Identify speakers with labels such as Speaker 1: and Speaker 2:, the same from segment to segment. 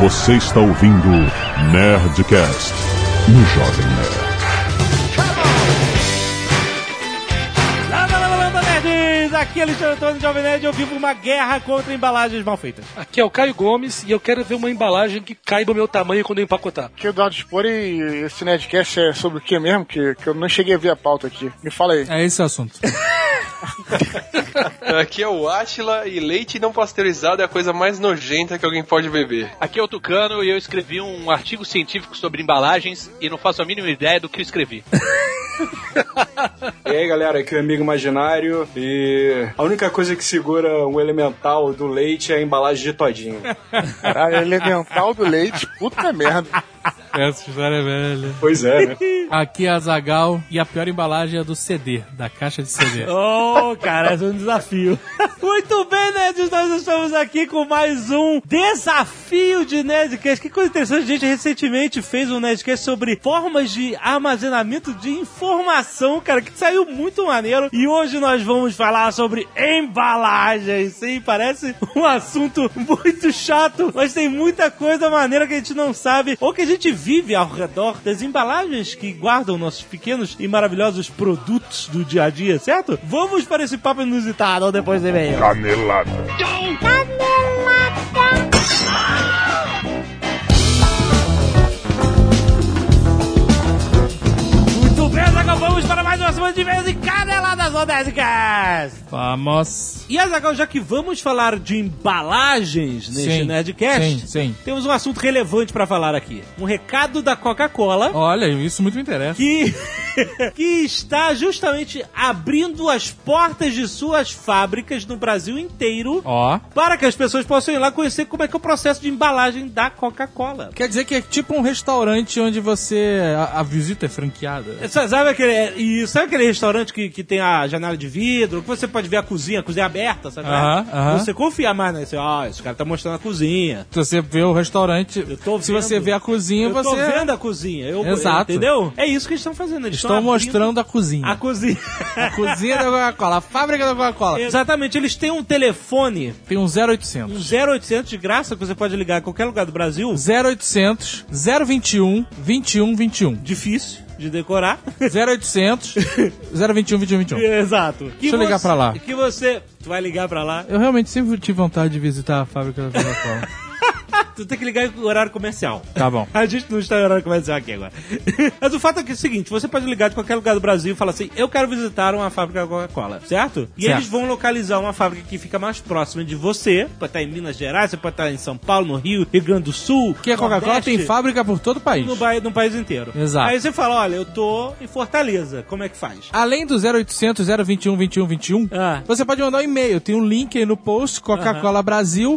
Speaker 1: Você está ouvindo Nerdcast no Jovem Nerd.
Speaker 2: Landa, landa, landa, nerds! Aqui é Alexandre Antônio Jovem Nerd e eu vivo uma guerra contra embalagens mal feitas.
Speaker 3: Aqui é o Caio Gomes e eu quero ver uma embalagem que caiba o meu tamanho quando eu empacotar.
Speaker 4: Aqui é o Eduardo Spor e esse Nerdcast é sobre o que mesmo? Que, que eu não cheguei a ver a pauta aqui. Me fala aí.
Speaker 5: É esse o assunto.
Speaker 6: Aqui é o Átila e leite não pasteurizado é a coisa mais nojenta que alguém pode beber.
Speaker 7: Aqui é o Tucano e eu escrevi um artigo científico sobre embalagens e não faço a mínima ideia do que eu escrevi.
Speaker 8: e aí galera, aqui é o Amigo Imaginário e a única coisa que segura um elemental do leite é a embalagem de todinho.
Speaker 4: Caralho, elemental do leite, puta merda.
Speaker 5: Essa história é velha.
Speaker 8: Pois é, né?
Speaker 5: Aqui é a Zagal e a pior embalagem é do CD, da caixa de CD.
Speaker 2: oh, cara, é um desafio. Muito bem, nerds, nós estamos aqui com mais um desafio de Nerdcast. Que coisa interessante, a gente recentemente fez um Nerdcast sobre formas de armazenamento de informação, cara, que saiu muito maneiro. E hoje nós vamos falar sobre embalagens, sim, parece um assunto muito chato, mas tem muita coisa maneira que a gente não sabe ou que a gente gente vive ao redor das embalagens que guardam nossos pequenos e maravilhosos produtos do dia a dia, certo? Vamos para esse papo inusitado depois do e-mail.
Speaker 1: Canelada.
Speaker 9: Tá
Speaker 2: Canelada. vamos para mais uma semana de vez e caneladas odésicas!
Speaker 5: Vamos!
Speaker 2: E Azagal, já que vamos falar de embalagens neste sim, Nerdcast,
Speaker 5: sim, sim.
Speaker 2: temos um assunto relevante para falar aqui. Um recado da Coca-Cola.
Speaker 5: Olha, isso muito me interessa.
Speaker 2: Que, que está justamente abrindo as portas de suas fábricas no Brasil inteiro
Speaker 5: oh.
Speaker 2: para que as pessoas possam ir lá conhecer como é que é o processo de embalagem da Coca-Cola.
Speaker 5: Quer dizer que é tipo um restaurante onde você. a, a visita é franqueada.
Speaker 2: É, sabe aquele e sabe aquele restaurante que, que tem a janela de vidro, que você pode ver a cozinha, a cozinha aberta, sabe? É.
Speaker 5: Uhum, uhum.
Speaker 2: Você confia mais, né? Você, ó, oh, esse cara tá mostrando a cozinha.
Speaker 5: Se você vê o restaurante, se você vê a cozinha,
Speaker 2: eu
Speaker 5: você...
Speaker 2: Eu tô vendo a cozinha. Eu,
Speaker 5: Exato.
Speaker 2: Eu, entendeu? É isso que eles estão fazendo. Eles
Speaker 5: estão mostrando a cozinha.
Speaker 2: A cozinha.
Speaker 5: a cozinha da Coca-Cola, a fábrica da Coca-Cola.
Speaker 2: Exatamente. Eles têm um telefone.
Speaker 5: Tem um 0800.
Speaker 2: Um 0800 de graça que você pode ligar em qualquer lugar do Brasil.
Speaker 5: 0800 021 21 21.
Speaker 2: Difícil de decorar.
Speaker 5: Então, 0800 021 21 21.
Speaker 2: Exato.
Speaker 5: Que Deixa eu ligar pra lá.
Speaker 2: Que você... Tu vai ligar pra lá?
Speaker 5: Eu realmente sempre tive vontade de visitar a fábrica da Coca-Cola.
Speaker 2: tu tem que ligar em horário comercial.
Speaker 5: Tá bom.
Speaker 2: A gente não está em horário comercial aqui agora. Mas o fato é que é o seguinte: você pode ligar de qualquer lugar do Brasil e falar assim: eu quero visitar uma fábrica da Coca-Cola, certo? E certo. eles vão localizar uma fábrica que fica mais próxima de você. Pode estar em Minas Gerais, você pode estar em São Paulo, no Rio, Rio Grande do Sul.
Speaker 5: Que a é Coca-Cola tem fábrica por todo o país.
Speaker 2: No, ba no país inteiro.
Speaker 5: Exato.
Speaker 2: Aí você fala: olha, eu tô em Fortaleza, como é que faz?
Speaker 5: Além do 0800 021 21 21, ah. você pode mandar um e-mail. Tem um link aí no post: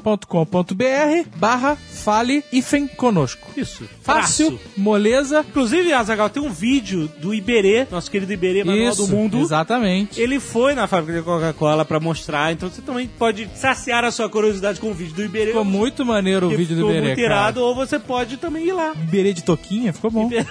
Speaker 5: coca-colabrasil.com.br barra fale e vem conosco.
Speaker 2: Isso.
Speaker 5: Fácil, Traço. moleza.
Speaker 2: Inclusive, Azagal, tem um vídeo do Iberê, nosso querido Iberê, maior do mundo.
Speaker 5: Exatamente.
Speaker 2: Ele foi na fábrica de Coca-Cola pra mostrar, então você também pode saciar a sua curiosidade com o vídeo do Iberê.
Speaker 5: Ficou muito maneiro o vídeo do Iberê. Ficou irado,
Speaker 2: ou você pode também ir lá.
Speaker 5: Iberê de Toquinha, ficou bom. Iberê...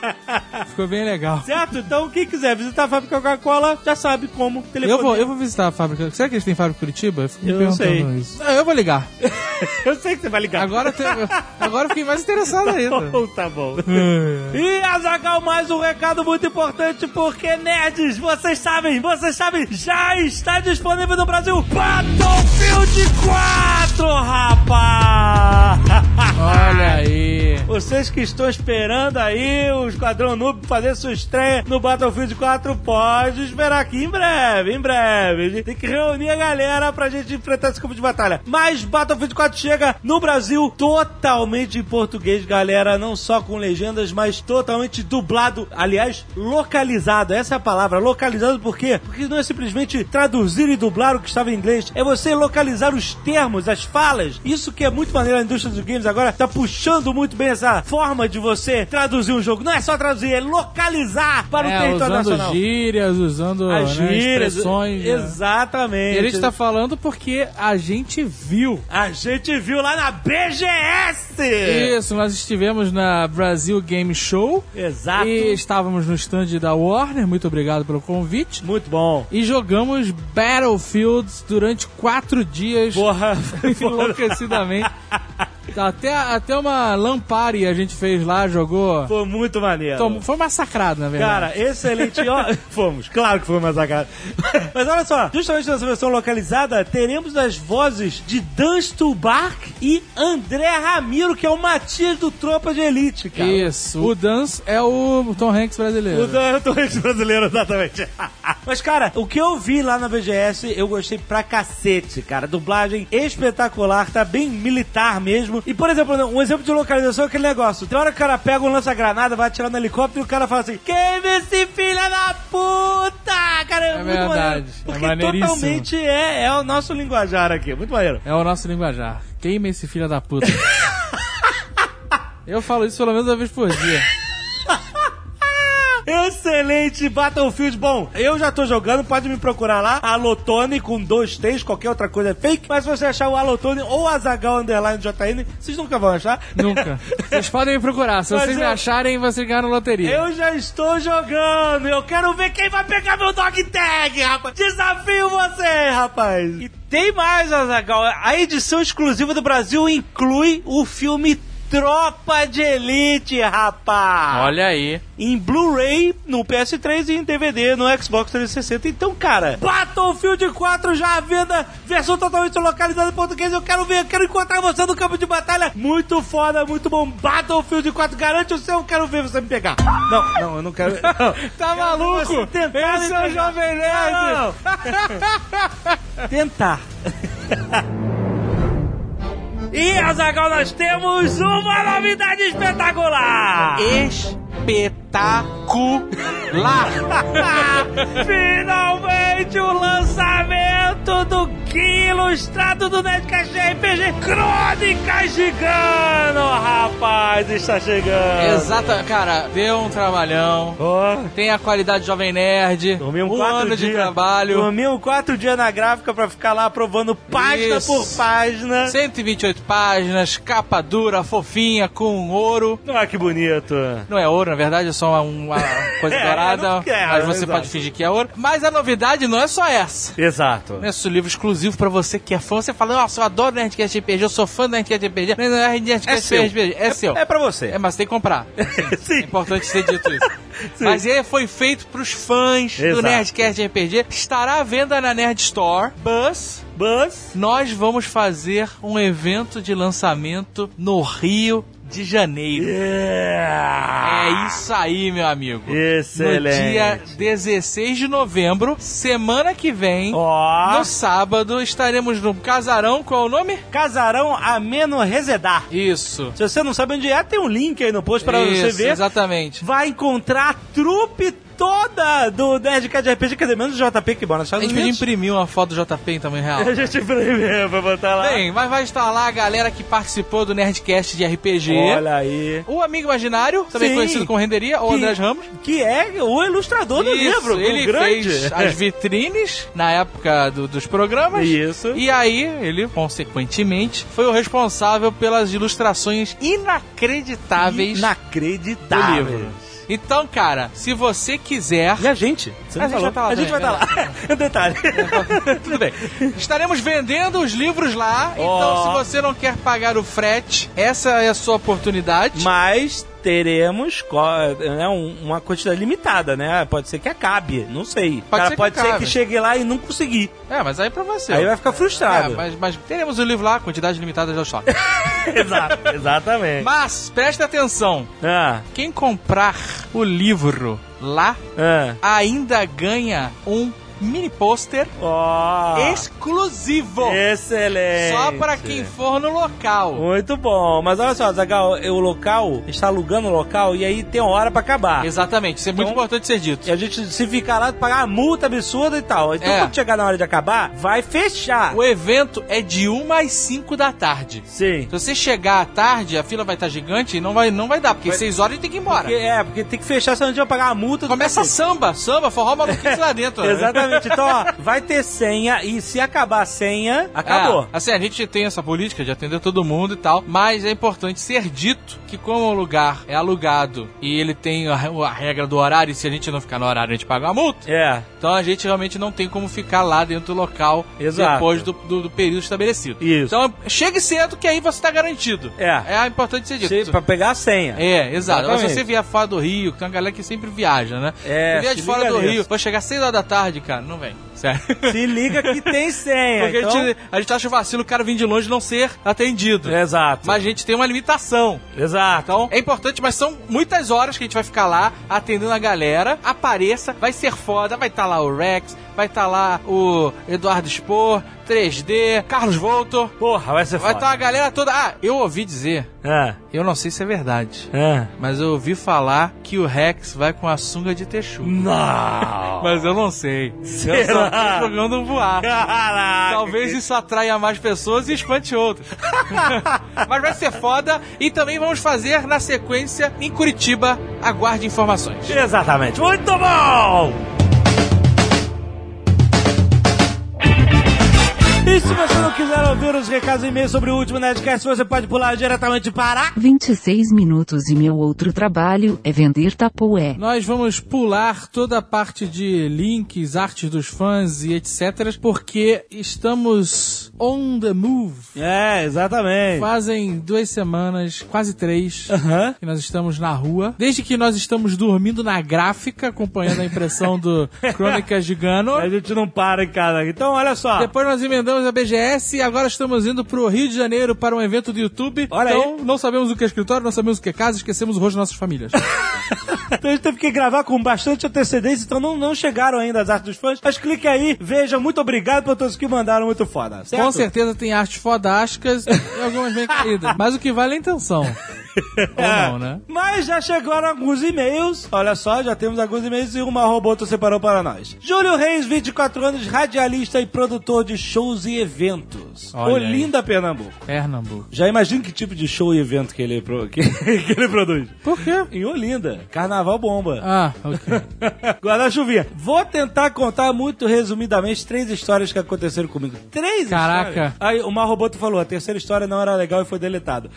Speaker 5: Ficou bem legal.
Speaker 2: Certo? Então, quem quiser visitar a fábrica Coca-Cola, já sabe como.
Speaker 5: Telefone. Eu vou, eu vou visitar a fábrica. Será que eles têm fábrica em Curitiba? Eu fico me eu perguntando sei. isso. Não, eu vou ligar.
Speaker 2: eu sei que você vai ligar.
Speaker 5: Agora, tem, agora fiquei mais interessado tá ainda. É,
Speaker 2: Bom, tá bom. e, Azagal, mais um recado muito importante, porque, nerds, vocês sabem, vocês sabem, já está disponível no Brasil Battlefield 4, rapaz!
Speaker 5: Olha aí.
Speaker 2: Vocês que estão esperando aí o Esquadrão Noob fazer sua estreia no Battlefield 4, pode esperar aqui em breve, em breve. Tem que reunir a galera pra gente enfrentar esse campo de batalha. Mas Battlefield 4 chega no Brasil totalmente em português, galera. Não só com legendas, mas totalmente dublado. Aliás, localizado. Essa é a palavra, localizado por quê? Porque não é simplesmente traduzir e dublar o que estava em inglês. É você localizar os termos, as falas. Isso que é muito maneiro. A indústria dos games agora tá puxando muito bem essa forma de você traduzir um jogo. Não é é só traduzir, é localizar para é, o território
Speaker 5: usando
Speaker 2: nacional.
Speaker 5: gírias, usando As né, gírias, expressões.
Speaker 2: Exatamente. Né?
Speaker 5: E a gente tá falando porque a gente viu.
Speaker 2: A gente viu lá na BGS! É.
Speaker 5: Isso, nós estivemos na Brasil Game Show.
Speaker 2: Exato.
Speaker 5: E estávamos no stand da Warner, muito obrigado pelo convite.
Speaker 2: Muito bom.
Speaker 5: E jogamos Battlefields durante quatro dias.
Speaker 2: Porra.
Speaker 5: enlouquecidamente.
Speaker 10: Até, até uma lampari a gente fez lá, jogou.
Speaker 2: Foi muito maneiro.
Speaker 10: Tom- foi massacrado, na verdade.
Speaker 2: Cara, excelente. Ó, fomos, claro que fomos massacrados. Mas olha só, justamente nessa versão localizada, teremos as vozes de Dan Stulbark e André Ramiro, que é o Matias do Tropa de Elite, cara.
Speaker 10: Isso. O Dance é o Tom Hanks brasileiro.
Speaker 2: O Dan Torres brasileiro, exatamente. Mas, cara, o que eu vi lá na VGS, eu gostei pra cacete, cara. Dublagem espetacular, tá bem militar mesmo. E, por exemplo, um exemplo de localização é aquele negócio. Tem hora que o cara pega um lança-granada, vai atirar no helicóptero e o cara fala assim, quem vê esse filho da puta? Cara, é,
Speaker 10: É
Speaker 2: muito maneiro.
Speaker 10: verdade. É
Speaker 2: Porque
Speaker 10: maneiríssimo.
Speaker 2: totalmente é, é o nosso linguajar aqui. Muito maneiro.
Speaker 10: É o nosso linguajar. Queima esse filho da puta. Eu falo isso pelo menos uma vez por dia.
Speaker 2: Excelente Battlefield. Bom, eu já tô jogando, pode me procurar lá. Alotone com dois T's, qualquer outra coisa é fake. Mas se você achar o Alotone ou Azagal Underline JN, vocês nunca vão achar.
Speaker 10: Nunca. Vocês podem me procurar. Se
Speaker 2: Mas
Speaker 10: vocês me
Speaker 2: eu-
Speaker 10: acharem, vocês ganharam loteria.
Speaker 2: Eu já estou jogando. Eu quero ver quem vai pegar meu dog tag, rapaz. Desafio você, rapaz.
Speaker 11: E tem mais, Azagal. A edição exclusiva do Brasil inclui o filme Tropa de Elite, rapaz!
Speaker 5: Olha aí.
Speaker 11: Em Blu-ray, no PS3 e em DVD no Xbox 360. Então, cara,
Speaker 2: Battlefield 4 já à venda, versão totalmente localizada em português. Eu quero ver, eu quero encontrar você no campo de batalha. Muito foda, muito bom. Battlefield 4, garante o seu, eu quero ver você me pegar. Não, não, eu não quero.
Speaker 10: Tá maluco? Esse é o Jovem Nerd.
Speaker 2: Tentar. E, Azagal, nós temos uma novidade espetacular!
Speaker 5: Espetacular!
Speaker 2: Finalmente o lançamento do Guia Ilustrado do Nerdcast RPG Crônicas de Gano, rapaz, está chegando.
Speaker 5: Exata, cara,
Speaker 10: Deu um trabalhão.
Speaker 2: Oh,
Speaker 5: tem a qualidade Jovem Nerd.
Speaker 2: dormimos
Speaker 5: um
Speaker 2: quatro
Speaker 5: ano
Speaker 2: dias,
Speaker 5: de trabalho.
Speaker 2: Dormimos quatro dias na gráfica pra ficar lá aprovando página
Speaker 5: Isso.
Speaker 2: por página.
Speaker 5: 128 páginas, capa dura, fofinha, com ouro.
Speaker 2: Ah, que bonito.
Speaker 5: Não é ouro, na verdade, é só uma, uma coisa
Speaker 2: É, não
Speaker 5: dourada.
Speaker 2: quero,
Speaker 5: mas você
Speaker 2: exato.
Speaker 5: pode fingir que é ouro. Mas a novidade não é só essa.
Speaker 2: Exato.
Speaker 5: Esse livro exclusivo pra você que é fã. Você fala, nossa, eu adoro Nerdcast RPG, eu sou fã do Nerdcast RPG. Não, não, é Nerdcast
Speaker 2: seu.
Speaker 5: RPG. É seu.
Speaker 2: É pra você.
Speaker 5: É, mas tem que comprar. É
Speaker 2: Sim.
Speaker 5: importante ser dito isso. Mas ele foi feito pros fãs
Speaker 2: Exato.
Speaker 5: do Nerdcast RPG. Estará à venda na Nerd Store. Bus.
Speaker 2: Buzz.
Speaker 5: Nós vamos fazer um evento de lançamento no Rio de Janeiro. É isso aí, meu amigo. No
Speaker 2: Ah.
Speaker 5: É. dia
Speaker 2: Excelente.
Speaker 5: 16 de novembro, semana que vem,
Speaker 2: Ó,
Speaker 5: no sábado, estaremos no casarão. Qual é o nome?
Speaker 2: casarão ameno resedar.
Speaker 5: Isso.
Speaker 2: Se você não sabe onde é, tem um link aí no post pra você
Speaker 5: Isso,
Speaker 2: ver.
Speaker 5: Exatamente.
Speaker 2: Vai encontrar a trupe toda do Nerdcast de RPG, quer dizer, menos o JP que bora nos
Speaker 5: A
Speaker 2: Estados
Speaker 5: gente podia
Speaker 2: Unidos.
Speaker 5: imprimir uma foto do JP em tamanho real.
Speaker 2: A gente imprime pra botar lá.
Speaker 5: Bem, mas vai estar lá a galera que participou do Nerdcast de RPG.
Speaker 2: Olha aí.
Speaker 5: O Amigo Imaginário, também
Speaker 2: Sim.
Speaker 5: conhecido como Renderia, ou
Speaker 2: Que-
Speaker 5: Andrés Ramos.
Speaker 2: Que é o ilustrador do
Speaker 5: Isso,
Speaker 2: livro, do
Speaker 5: ele
Speaker 2: grande.
Speaker 5: fez as vitrines na época do- dos programas.
Speaker 2: Isso.
Speaker 5: E aí, ele, consequentemente, foi o responsável pelas ilustrações inacreditáveis
Speaker 2: Inacreditável.
Speaker 5: do livro. Então, cara, se você quiser.
Speaker 2: E a gente? Você não
Speaker 5: A gente
Speaker 2: falou.
Speaker 5: vai tá lá
Speaker 2: a gente vai
Speaker 5: também,
Speaker 2: estar lá. né? Um Detalhe.
Speaker 5: Tudo bem. Estaremos vendendo os livros lá. Então, se você não quer pagar o frete, essa é a sua oportunidade.
Speaker 2: Mas teremos co- né, um- uma quantidade limitada, né? Pode ser que acabe, não sei.
Speaker 5: Pode
Speaker 2: Cara,
Speaker 5: ser que
Speaker 2: pode ser
Speaker 5: acabe.
Speaker 2: que chegue lá e não conseguir.
Speaker 5: É, mas aí pra você.
Speaker 2: Aí vai ficar frustrado.
Speaker 5: É, mas, mas teremos o livro lá, quantidade limitada já só.
Speaker 2: Exato, exatamente.
Speaker 5: mas, presta atenção.
Speaker 2: Ah,
Speaker 5: Quem comprar o livro lá
Speaker 2: ah.
Speaker 5: ainda ganha um mini pôster
Speaker 2: Ó.
Speaker 5: exclusivo.
Speaker 2: Excelente.
Speaker 5: Só pra quem for no local.
Speaker 2: Muito bom. Mas olha só, Zagal, o local, está alugando o local e aí tem hora pra acabar.
Speaker 5: Exatamente, isso é muito
Speaker 2: Então-
Speaker 5: importante ser dito.
Speaker 2: E a gente, se ficar lá, pagar uma multa absurda e tal. Então,
Speaker 5: É.
Speaker 2: quando chegar na hora de acabar, vai fechar.
Speaker 5: O evento é de 1 às 5 da tarde.
Speaker 2: Sim.
Speaker 5: Se você chegar à tarde, a fila vai
Speaker 12: tá
Speaker 5: estar gigante e não vai, não vai dar, porque 6 horas a gente tem que ir embora.
Speaker 2: Porque- é, porque tem que fechar, senão a gente vai pagar a multa. do
Speaker 5: Começa
Speaker 2: cacete.
Speaker 5: samba, samba, forró maluquice lá dentro. né?
Speaker 2: Exatamente. Então, ó, vai ter senha e se acabar a senha, acabou.
Speaker 12: É, assim, a gente tem essa política de atender todo mundo e tal, mas é importante ser dito que como o lugar é alugado e ele tem a, a regra do horário, e se a gente não ficar no horário, a gente paga uma multa.
Speaker 2: É.
Speaker 12: Então a gente realmente não tem como ficar lá dentro do local
Speaker 2: Exato.
Speaker 12: depois do, do- do período estabelecido.
Speaker 2: Isso.
Speaker 12: Então chegue cedo que aí você tá garantido.
Speaker 2: É.
Speaker 12: É importante ser dito.
Speaker 2: Pra pegar a senha.
Speaker 12: É, exato. Agora, se
Speaker 2: Exatamente.
Speaker 12: você vier fora do Rio, que tem uma galera que sempre viaja, né?
Speaker 2: É,
Speaker 12: Se vier
Speaker 2: se
Speaker 12: de fora
Speaker 2: liga
Speaker 12: do
Speaker 2: nisso. É, então?
Speaker 12: Rio, vai chegar 6 horas da tarde, cara, não vem. Sério.
Speaker 2: Se liga que tem senha.
Speaker 12: Porque
Speaker 2: então...
Speaker 12: a, gente, a gente acha o vacilo o cara vir de longe e não ser atendido.
Speaker 2: Exato.
Speaker 12: Mas a gente tem uma limitação.
Speaker 2: Exato.
Speaker 12: Então, é importante, mas são muitas horas que a gente vai ficar lá atendendo a galera. Apareça, vai ser foda, vai estar lá o Rex, vai estar lá o Eduardo Spor, 3D, Carlos Voltor.
Speaker 2: Porra, vai ser
Speaker 12: Vai
Speaker 2: foda.
Speaker 12: estar
Speaker 5: tá-
Speaker 12: a galera toda. Ah, eu ouvi dizer,
Speaker 2: É,
Speaker 12: eu não sei se é verdade,
Speaker 2: é.
Speaker 12: mas eu ouvi falar que o Rex vai com a sunga de texugo.
Speaker 2: Não.
Speaker 12: Mas eu não sei. Eu só
Speaker 2: Será?
Speaker 12: tô jogando voar.
Speaker 2: Caraca.
Speaker 12: Talvez isso atraia mais pessoas e espante outras. Mas vai ser foda. E também vamos fazer na sequência em Curitiba. Aguarde informações.
Speaker 2: Exatamente. Muito bom! E se você não quiser ouvir os recados e e-mails sobre o último Nerdcast, você pode pular diretamente para...
Speaker 13: 26 minutos e meu outro trabalho é vender tapoé.
Speaker 5: Nós vamos pular toda a parte de links, artes dos fãs e etc. Porque estamos on the move.
Speaker 2: É, exatamente.
Speaker 5: Fazem duas semanas, quase três,
Speaker 2: Aham.
Speaker 5: que nós estamos na rua. Desde que nós estamos dormindo na gráfica, acompanhando a impressão do Crônicas de Gano.
Speaker 2: A gente não para em casa. Então, olha só.
Speaker 5: Depois nós emendamos a BGS e agora estamos indo pro Rio de Janeiro para um evento do YouTube.
Speaker 2: Olha
Speaker 5: então, não sabemos o que é escritório, não sabemos o que é casa, esquecemos o rosto de nossas famílias.
Speaker 2: Então a gente teve que gravar com bastante antecedência, então não, não chegaram ainda as artes dos fãs. Mas clique aí, veja. Muito obrigado por todos que mandaram, muito foda. Certo?
Speaker 5: Com certeza tem artes fodásticas e algumas bem caídas. Mas o que vale é a intenção. Ou não, né?
Speaker 2: Mas já chegaram alguns e-mails. Olha só, já temos alguns e-mails e uma robota separou para nós. Júlio Reis, 24 anos, radialista e produtor de shows e eventos.
Speaker 5: Olha aí.
Speaker 2: Olinda, Pernambuco.
Speaker 5: Pernambuco.
Speaker 2: Já imagino que tipo de show e evento que ele, pro- que, que ele produz.
Speaker 5: Por quê?
Speaker 2: Em Olinda. Carnaval bomba.
Speaker 5: Ah, ok.
Speaker 2: Guarda-chuvinha. Vou tentar contar muito resumidamente três histórias que aconteceram comigo. Três
Speaker 5: Caraca.
Speaker 2: histórias? Aí o Marroboto falou, a terceira história não era legal e foi deletado.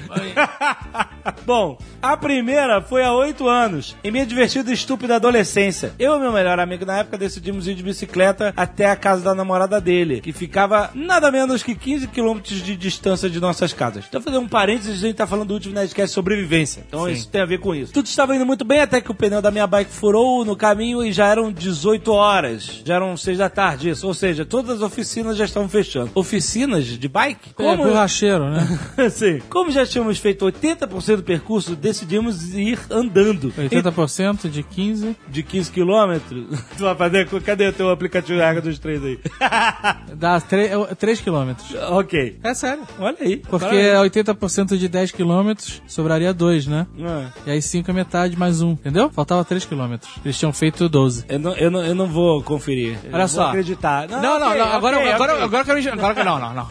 Speaker 2: Bom, a primeira foi há oito anos, em minha divertida e estúpida adolescência. Eu e meu melhor amigo na época decidimos ir de bicicleta até a casa da namorada dele, que ficava nada menos que 15 quilômetros de distância de nossas casas. Então fazer um parênteses, a gente tá falando do último Nerdcast sobrevivência. Então isso tem a ver com isso. Tudo estava indo muito bem até que o pneu da minha bike furou no caminho e já eram 18 horas. Já eram 6 da tarde, isso. Ou seja, todas as oficinas já estavam fechando. Oficinas de bike?
Speaker 5: É, borracheiro, né?
Speaker 2: Sim. Como já tínhamos feito 80% do percurso, decidimos ir andando.
Speaker 5: 80% de 15.
Speaker 2: E De 15 quilômetros. Tu vai fazer? Cadê o teu aplicativo de regra dos três aí?
Speaker 5: Dá 3 quilômetros.
Speaker 2: ok.
Speaker 5: É sério.
Speaker 2: Olha aí.
Speaker 5: Porque é
Speaker 2: Parabéns.
Speaker 5: 80% de 10 quilômetros sobraria 2, né?
Speaker 2: Ah,
Speaker 5: E aí 5 é metade mais 1, entendeu? Faltava 3 quilômetros. Eles tinham feito 12.
Speaker 2: Eu não, eu, não, eu não vou conferir. Eu
Speaker 5: Olha
Speaker 2: não
Speaker 5: só.
Speaker 2: Vou acreditar.
Speaker 5: Não, não,
Speaker 2: ok,
Speaker 5: não. Agora,
Speaker 2: ok,
Speaker 5: agora,
Speaker 2: ok.
Speaker 5: agora, eu quero me- agora, que- não, não, não.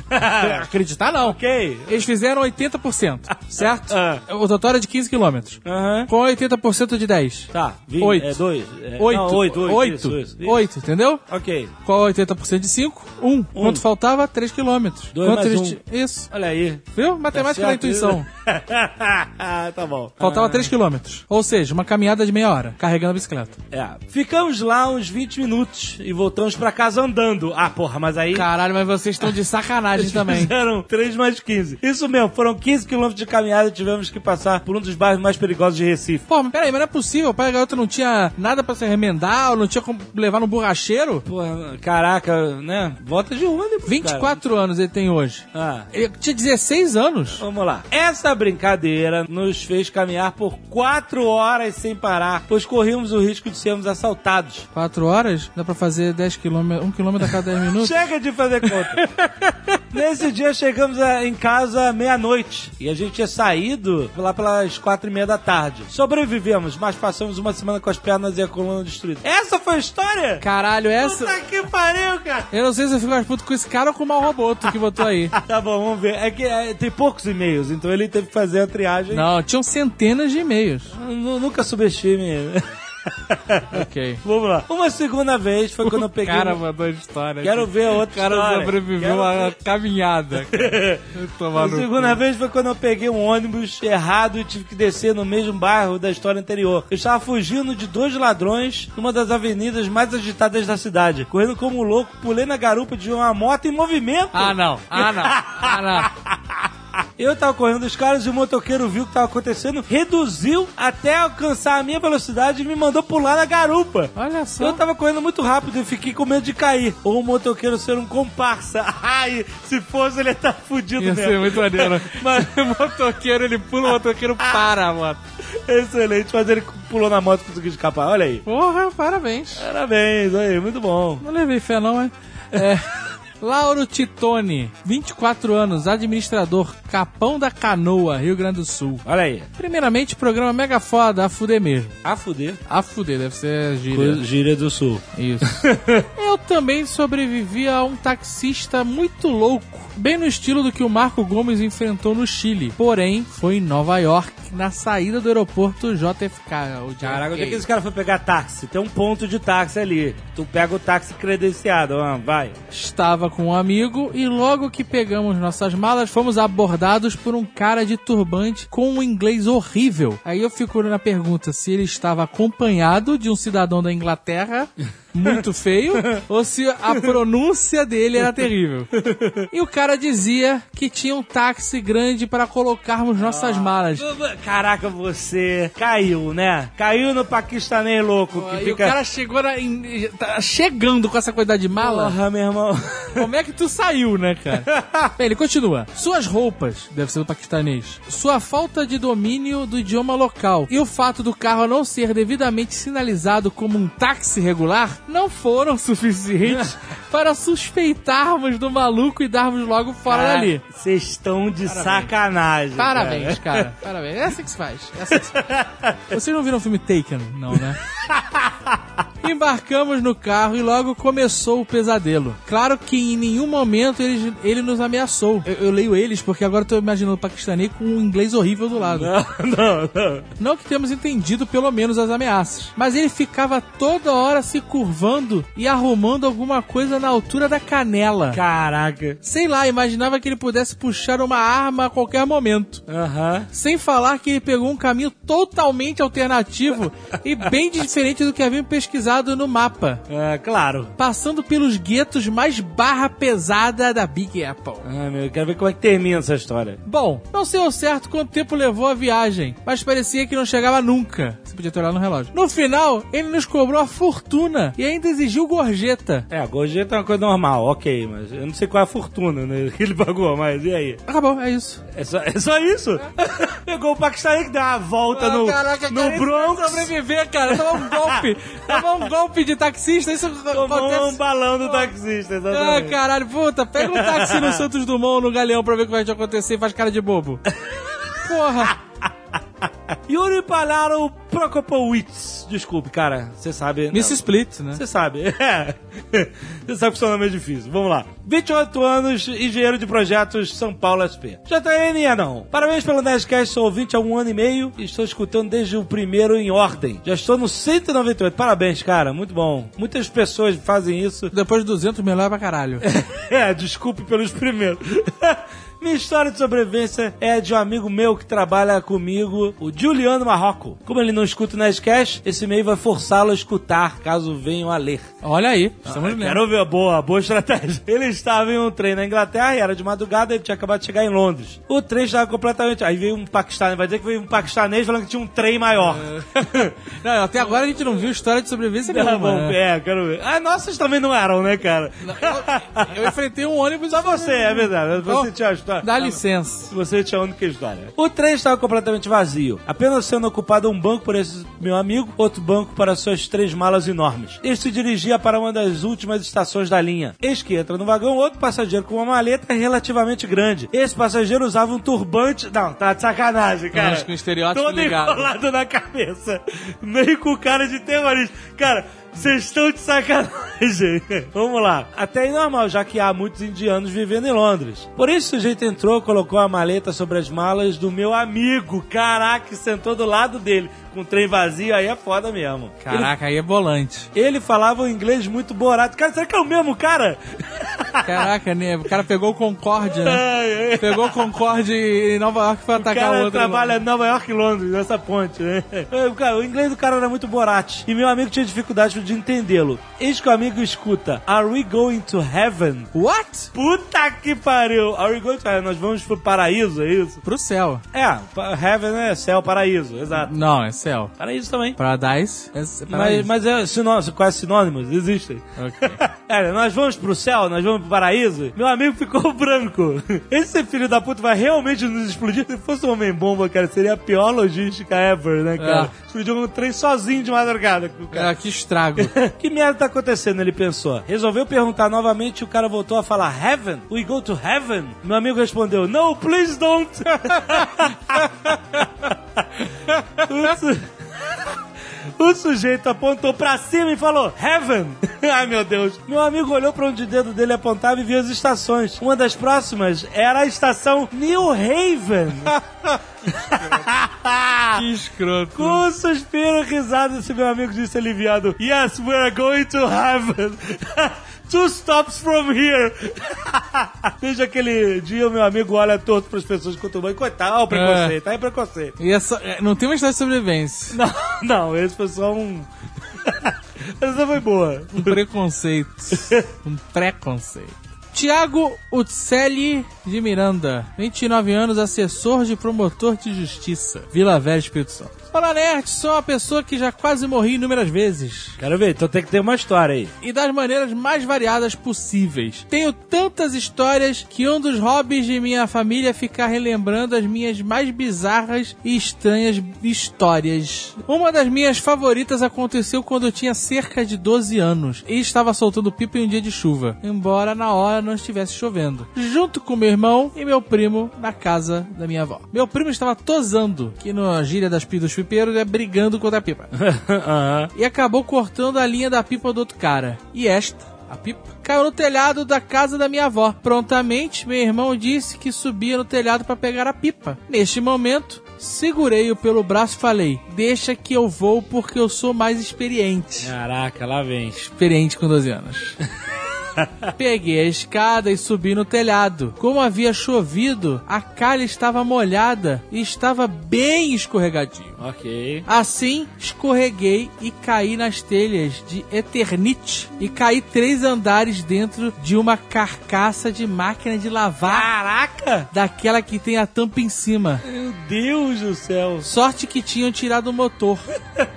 Speaker 5: Acreditar não.
Speaker 2: Ok.
Speaker 5: Eles fizeram 80%, certo?
Speaker 2: Ah.
Speaker 5: O total era de 15 quilômetros.
Speaker 2: Aham.
Speaker 5: Com 80% de 10.
Speaker 2: Tá. vi-
Speaker 5: Oito.
Speaker 2: É dois. É,
Speaker 5: 8.
Speaker 2: não, oito. Oito. isso, isso, isso.
Speaker 5: 8, entendeu?
Speaker 2: Ok.
Speaker 5: Qual 80% de 5? 1. Um. Quanto faltava? 3 quilômetros.
Speaker 2: Dois
Speaker 5: Quanto
Speaker 2: mais
Speaker 5: eles
Speaker 2: um.
Speaker 5: ti- Isso.
Speaker 2: Olha aí. Tá
Speaker 5: Viu? Matemática da
Speaker 2: Certo.
Speaker 5: intuição.
Speaker 2: tá bom.
Speaker 5: Faltava 3 quilômetros. Ou seja, uma caminhada de meia hora, carregando a bicicleta.
Speaker 2: É. Ficamos lá uns 20 minutos e voltamos pra casa andando. Ah, porra, mas aí.
Speaker 5: Caralho, mas vocês estão de sacanagem também.
Speaker 2: Fizeram 3 mais 15. Isso mesmo, foram 15 quilômetros de caminhada e tivemos que passar por um dos bairros mais perigosos de Recife.
Speaker 5: Pô, mas peraí, mas não é possível. O pai da garota não tinha nada pra se remendar, ou não tinha como levar no borracheiro.
Speaker 2: Porra, caraca, né? Volta de uma depois.
Speaker 5: 24 anos ele tem hoje.
Speaker 2: cara. Ah.
Speaker 5: Ele tinha 16 anos.
Speaker 2: Vamos lá. Essa brincadeira nos fez caminhar por 4 horas sem parar, pois corríamos o risco de sermos assaltados.
Speaker 5: 4 horas? Dá pra fazer 10 quilômetros, 1 quilômetro a cada 10 minutos?
Speaker 2: Chega de fazer conta. Nesse dia chegamos a- em casa meia-noite e a gente tinha saído lá pelas quatro e meia da tarde. Sobrevivemos, mas passamos uma semana com as pernas e a coluna destruída. Essa foi a história?
Speaker 5: Caralho, essa...
Speaker 2: Puta que pariu, cara!
Speaker 5: Eu não sei se eu fico mais puto com esse cara ou com o mau roboto que botou aí.
Speaker 2: Ah, Tá bom, vamos ver. É que é, tem poucos e-mails, então ele teve que fazer a triagem.
Speaker 5: Não, tinham centenas de e-mails.
Speaker 2: Nu- Nunca subestime
Speaker 5: ok.
Speaker 2: Vamos lá. Uma segunda vez foi quando eu peguei.
Speaker 5: cara
Speaker 2: um-
Speaker 5: mandou história.
Speaker 2: Quero
Speaker 5: aqui.
Speaker 2: ver a outra
Speaker 5: O cara
Speaker 2: história.
Speaker 5: sobreviveu
Speaker 2: Quero
Speaker 5: a
Speaker 2: ver.
Speaker 5: caminhada. cara. Vai tomar
Speaker 2: A
Speaker 5: no
Speaker 2: segunda
Speaker 5: cu.
Speaker 2: vez foi quando eu peguei um ônibus errado e tive que descer no mesmo bairro da história anterior. Eu estava fugindo de dois ladrões numa das avenidas mais agitadas da cidade. Correndo como louco, pulei na garupa de uma moto em movimento.
Speaker 5: Ah, não. Ah, não. Ah, não.
Speaker 2: Eu tava correndo dos caras e o motoqueiro viu o que tava acontecendo, reduziu até alcançar a minha velocidade e me mandou pular na garupa.
Speaker 5: Olha só.
Speaker 2: Eu tava correndo muito rápido e fiquei com medo de cair. Ou o motoqueiro ser um comparsa. Ai, se fosse ele tá fudido
Speaker 5: Ia
Speaker 2: mesmo.
Speaker 5: ser muito maneiro.
Speaker 2: Mas
Speaker 5: o motoqueiro, ele pula, o motoqueiro para a moto.
Speaker 2: excelente, mas ele pulou na moto e conseguiu escapar. Olha aí.
Speaker 5: Porra, parabéns.
Speaker 2: Parabéns, aí, muito bom.
Speaker 5: Não levei fé não, hein? É. Lauro Titone, 24 anos, administrador, Capão da Canoa, Rio Grande do Sul.
Speaker 2: Olha aí.
Speaker 5: Primeiramente, programa mega foda, a fuder mesmo.
Speaker 2: A fuder.
Speaker 5: A fuder, deve ser gíria.
Speaker 2: Gíria do Sul.
Speaker 5: Isso. Eu também sobrevivi a um taxista muito louco, bem no estilo do que o Marco Gomes enfrentou no Chile. Porém, foi em Nova York, na saída do aeroporto JFK. O
Speaker 2: Caraca, onde é que
Speaker 5: JFK.
Speaker 2: esse cara foi pegar táxi? Tem um ponto de táxi ali. Tu pega o táxi credenciado, ó, vai.
Speaker 5: Estava com um amigo e logo que pegamos nossas malas, fomos abordados por um cara de turbante com um inglês horrível. Aí eu fico na pergunta se ele estava acompanhado de um cidadão da Inglaterra muito feio ou se a pronúncia dele era terrível. E o cara dizia que tinha um táxi grande para colocarmos nossas
Speaker 2: Ah.
Speaker 5: malas.
Speaker 2: Caraca, você caiu, né? Caiu no paquistanês louco que
Speaker 5: E o
Speaker 2: fica.
Speaker 5: cara chegou na- em- tá chegando com essa quantidade de mala.
Speaker 2: Porra, meu irmão.
Speaker 5: Como é que tu saiu, né, cara? Bem, ele continua. Suas roupas, deve ser do paquistanês, sua falta de domínio do idioma local e o fato do carro não ser devidamente sinalizado como um táxi regular não foram suficientes para suspeitarmos do maluco e darmos logo fora
Speaker 2: Caraca,
Speaker 5: dali.
Speaker 2: Ah, Vocês estão de sacanagem.
Speaker 5: Parabéns, cara. Parabéns. É assim que se faz. É assim que se faz. Vocês não viram o filme Taken, não, né? Embarcamos no carro e logo começou o pesadelo. Claro que em nenhum momento eles, ele nos ameaçou. Eu, eu leio eles porque agora eu tô imaginando o paquistanês com um inglês horrível do lado.
Speaker 2: Cara. Não, não.
Speaker 5: Não que temos entendido pelo menos as ameaças, mas ele ficava toda hora se curvando e arrumando alguma coisa na altura da canela.
Speaker 2: Caraca.
Speaker 5: Sei lá, imaginava que ele pudesse puxar uma arma a qualquer momento.
Speaker 2: Aham.
Speaker 5: Sem falar que ele pegou um caminho totalmente alternativo e bem diferente do que haviam pesquisado no mapa.
Speaker 2: É, claro.
Speaker 5: Passando pelos guetos mais barra pesada da Big Apple.
Speaker 2: Ah, meu, eu quero ver como é que termina essa história.
Speaker 5: Bom, não sei ao certo quanto tempo levou a viagem, mas parecia que não chegava nunca. Você podia ter olhado no relógio. No final, ele nos cobrou a fortuna e ainda exigiu gorjeta.
Speaker 2: É, a gorjeta é uma coisa normal, ok, mas eu não sei qual é a fortuna né, que ele pagou, mas e aí?
Speaker 5: Acabou, é isso.
Speaker 2: É só, é só isso? Pegou o paquistanês que dá a volta Tá no, no
Speaker 5: Ah, cara, isso
Speaker 2: Bronx.
Speaker 5: é sobreviver, cara. Tomar um golpe. tomar um golpe de taxista, isso
Speaker 2: Tomou
Speaker 5: acontece.
Speaker 2: um balão do taxista,
Speaker 5: Ah,
Speaker 2: exatamente.
Speaker 5: caralho, puta, pega um táxi no Santos Dumont, no Galeão, pra ver o que vai te acontecer e faz cara de bobo. Porra!
Speaker 2: Yuri Palaro Prokopowicz. Desculpe, cara, você sabe.
Speaker 5: Miss Split, né?
Speaker 2: Você sabe, é. Você sabe que seu nome é difícil. Vamos lá. 28 anos, engenheiro de projetos, São Paulo SP. JN não. Parabéns pelo Nerdcast, sou ouvinte há um ano e meio e estou escutando desde o primeiro em ordem. Já estou no 198. Parabéns, cara, muito bom. Muitas pessoas fazem isso.
Speaker 5: Depois de 200, melhor pra caralho.
Speaker 2: É, desculpe pelos primeiros. Minha história de sobrevivência é de um amigo meu que trabalha comigo, o Juliano Marroco. Como ele não escuta o Nerdcast, esse e-mail vai forçá-lo a escutar, caso venham a ler.
Speaker 5: Olha aí, estamos lendo.
Speaker 2: Ah, Quero ver a boa, boa estratégia. Ele estava em um trem na Inglaterra e era de madrugada, ele tinha acabado de chegar em Londres. O trem estava completamente. Aí veio um paquistanês, vai dizer que veio um paquistanês falando que tinha um trem maior.
Speaker 5: Não, até agora a gente não viu história de sobrevivência
Speaker 2: Tá bom,
Speaker 5: nenhuma. né?
Speaker 2: é, quero ver. Ah, nossas também não eram, né, cara?
Speaker 5: Eu enfrentei um ônibus...
Speaker 2: Só você, é verdade. Você
Speaker 5: Então,
Speaker 2: tinha a história.
Speaker 5: Dá licença.
Speaker 2: Se você tinha né? a única história. O trem estava completamente vazio, apenas sendo ocupado um banco por esse meu amigo, outro banco para suas três malas enormes. Este dirigia para uma das últimas estações da linha. Eis que entra no vagão outro passageiro com uma maleta relativamente grande. Esse passageiro usava um turbante. Não, tá de sacanagem, cara.
Speaker 5: Acho que o estereótipo
Speaker 2: Todo
Speaker 5: ligado.
Speaker 2: enrolado na cabeça. Meio com cara de terrorista. Cara, vocês estão de sacanagem. Vamos lá. Até aí normal, já que há muitos indianos vivendo em Londres. Por isso o sujeito entrou, colocou a maleta sobre as malas do meu amigo. Caraca, e sentou do lado dele. com o trem vazio, aí é foda mesmo.
Speaker 5: Caraca, aí é volante.
Speaker 2: Ele, ele falava um inglês muito borado. Cara, será que é o mesmo cara?
Speaker 5: Caraca, né? O cara pegou o Concorde, né? Pegou o Concorde em Nova York pra atacar o
Speaker 2: cara
Speaker 5: outro.
Speaker 2: trabalha em Nova York e Londres, nessa ponte, né? O cara- O inglês do cara era muito borate. E meu amigo tinha dificuldade de entendê-lo. Eis que o amigo escuta: Are we going to heaven?
Speaker 5: What?
Speaker 2: Puta que pariu! Are we going to heaven? Nós vamos pro paraíso, é isso?
Speaker 5: Pro céu.
Speaker 2: É, pa- heaven é céu, paraíso, exato.
Speaker 5: Não, é céu.
Speaker 2: Paraíso também.
Speaker 5: Paradise é c-
Speaker 2: Mas,
Speaker 5: paraíso.
Speaker 2: mas é sinônimo, quase sinônimos, existem. É, nós vamos pro céu, nós vamos pro paraíso. Meu amigo ficou branco. Esse filho da puta vai realmente nos explodir. Se fosse um homem-bomba, cara, seria a pior logística ever, né, cara? Explodiu um trem sozinho de madrugada. com o Cara.
Speaker 5: Ah, que estrago.
Speaker 2: que merda tá acontecendo? Ele pensou. Resolveu perguntar novamente e o cara voltou a falar: Heaven? We go to heaven? Meu amigo respondeu: No, please don't. O su- O sujeito apontou pra cima e falou: Heaven! Ai meu Deus! Meu amigo olhou pra onde o dedo dele apontava e viu as estações. Uma das próximas era a estação New Haven.
Speaker 5: que escroto.
Speaker 2: Com um suspiro risado, esse meu amigo disse aliviado: Yes, we're going to heaven. Two stops from here. Desde aquele dia, o meu amigo olha torto pras pessoas que eu tomei. Coitado, olha o preconceito, aí é preconceito.
Speaker 5: E essa, é, não tem uma história de sobrevivência.
Speaker 2: Não, não, esse foi só um. Essa foi boa.
Speaker 5: Um preconceito. um preconceito. Tiago Utzelli de Miranda, 29 anos, assessor de promotor de justiça, Vila Velha, Espírito Santo. Fala nerd, sou uma pessoa que já quase morri inúmeras vezes.
Speaker 2: Quero ver, então tem que ter uma história aí.
Speaker 5: e das maneiras mais variadas possíveis. Tenho tantas histórias que um dos hobbies de minha família é ficar relembrando as minhas mais bizarras e estranhas histórias. Uma das minhas favoritas aconteceu quando eu tinha cerca de 12 anos e estava soltando pipa em um dia de chuva, embora na hora não estivesse chovendo. Junto com meu irmão e meu primo na casa da minha avó. Meu primo estava tosando, que na gíria das pi- dos pipeiros é brigando contra a pipa e acabou cortando a linha da pipa do outro cara. E esta, a pipa, caiu no telhado da casa da minha avó. Prontamente, meu irmão disse que subia no telhado para pegar a pipa. Neste momento, segurei-o pelo braço e falei: Deixa que eu vou porque eu sou mais experiente.
Speaker 2: Caraca, lá vem.
Speaker 5: Experiente com 12 anos. Peguei a escada e subi no telhado. Como havia chovido, a calha estava molhada e estava bem escorregadio.
Speaker 2: Ok.
Speaker 5: Assim, escorreguei e caí nas telhas de Eternite e caí três andares dentro de uma carcaça de máquina de lavar,
Speaker 2: Caraca!
Speaker 5: daquela que tem a tampa em cima.
Speaker 2: Meu Deus do céu!
Speaker 5: Sorte que tinham tirado o motor.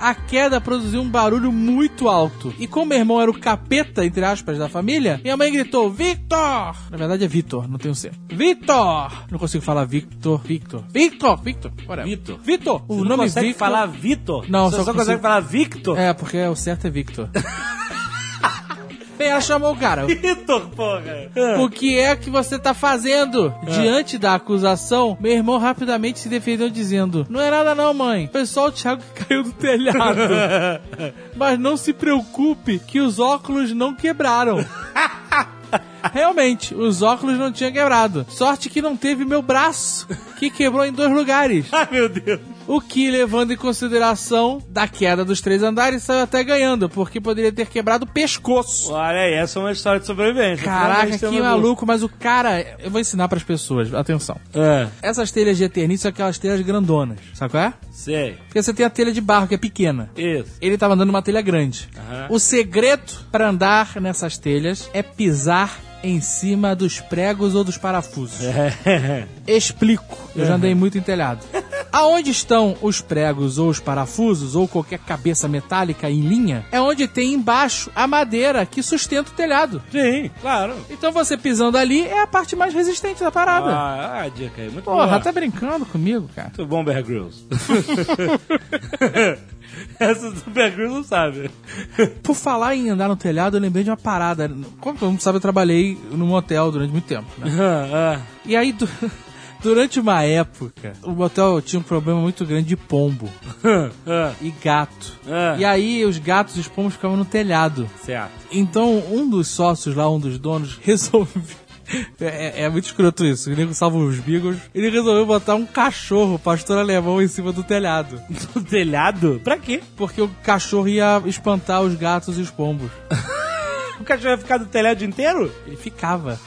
Speaker 5: A queda produziu um barulho muito alto. E como meu irmão era o capeta, entre aspas, da família, minha mãe gritou: Victor! Na verdade é Vitor, não tenho C. Vitor! Não consigo falar Victor, Victor. Victor, Victor, whatever.
Speaker 2: Vitor.
Speaker 5: Vitor! O nome é
Speaker 2: consegue
Speaker 5: Victor-
Speaker 2: falar Vitor?
Speaker 5: Não,
Speaker 2: Você
Speaker 5: só
Speaker 2: só, consegue
Speaker 5: consigo-
Speaker 2: falar Victor?
Speaker 5: É, porque o certo é Victor. Bem, ela chamou o cara.
Speaker 2: Vitor, porra!
Speaker 5: O que é que você tá fazendo? Diante da acusação, meu irmão rapidamente se defendeu dizendo: Não é nada não, mãe. Foi só o Thiago que caiu do telhado. Mas não se preocupe que os óculos não quebraram. Realmente, os óculos não tinham quebrado. Sorte que não teve meu braço, que quebrou em dois lugares.
Speaker 2: Ai, Ah, meu Deus!
Speaker 5: O que, levando em consideração da queda dos três andares, saiu até ganhando, porque poderia ter quebrado o pescoço.
Speaker 2: Olha aí, essa é uma história de sobrevivência.
Speaker 5: Caraca,
Speaker 2: Finalmente tem
Speaker 5: que
Speaker 2: uma
Speaker 5: maluco, mas o cara. Eu vou ensinar pras pessoas, atenção.
Speaker 2: luz. É,
Speaker 5: Essas telhas de Eternite são aquelas telhas grandonas, sabe qual é?
Speaker 2: sei.
Speaker 5: Porque você tem a telha de barro, que é pequena.
Speaker 2: Isso.
Speaker 5: Ele tava andando numa telha grande. O segredo pra andar nessas telhas é pisar em cima dos pregos ou dos parafusos.
Speaker 2: É.
Speaker 5: Explico. Eu já andei muito em telhado. Aonde estão os pregos ou os parafusos ou qualquer cabeça metálica em linha, é onde tem embaixo a madeira que sustenta o telhado.
Speaker 2: Sim, claro.
Speaker 5: Então você pisando ali é a parte mais resistente da parada.
Speaker 2: Ah, a dica aí. Muito
Speaker 5: Porra,
Speaker 2: boa.
Speaker 5: tá brincando comigo, cara?
Speaker 2: Muito bom, Bear Grylls. essa do Bear Grylls não sabe.
Speaker 5: Por falar em andar no telhado, eu lembrei de uma parada. Como todo mundo sabe, eu trabalhei num hotel durante muito tempo, né?
Speaker 2: Ah, ah.
Speaker 5: E aí, du- durante uma época, o motel tinha um problema muito grande de pombo e gato.
Speaker 2: Ah.
Speaker 5: E aí, os gatos e os pombos ficavam no telhado.
Speaker 2: Certo.
Speaker 5: Então, um dos sócios lá, um dos donos, resolveu. É, é muito escroto isso. O nego salva os Beagles. Ele resolveu botar um cachorro, pastor alemão, em cima do telhado.
Speaker 2: Do telhado? Pra quê?
Speaker 5: Porque o cachorro ia espantar os gatos e os pombos.
Speaker 2: o cachorro ia ficar do telhado inteiro?
Speaker 5: Ele ficava.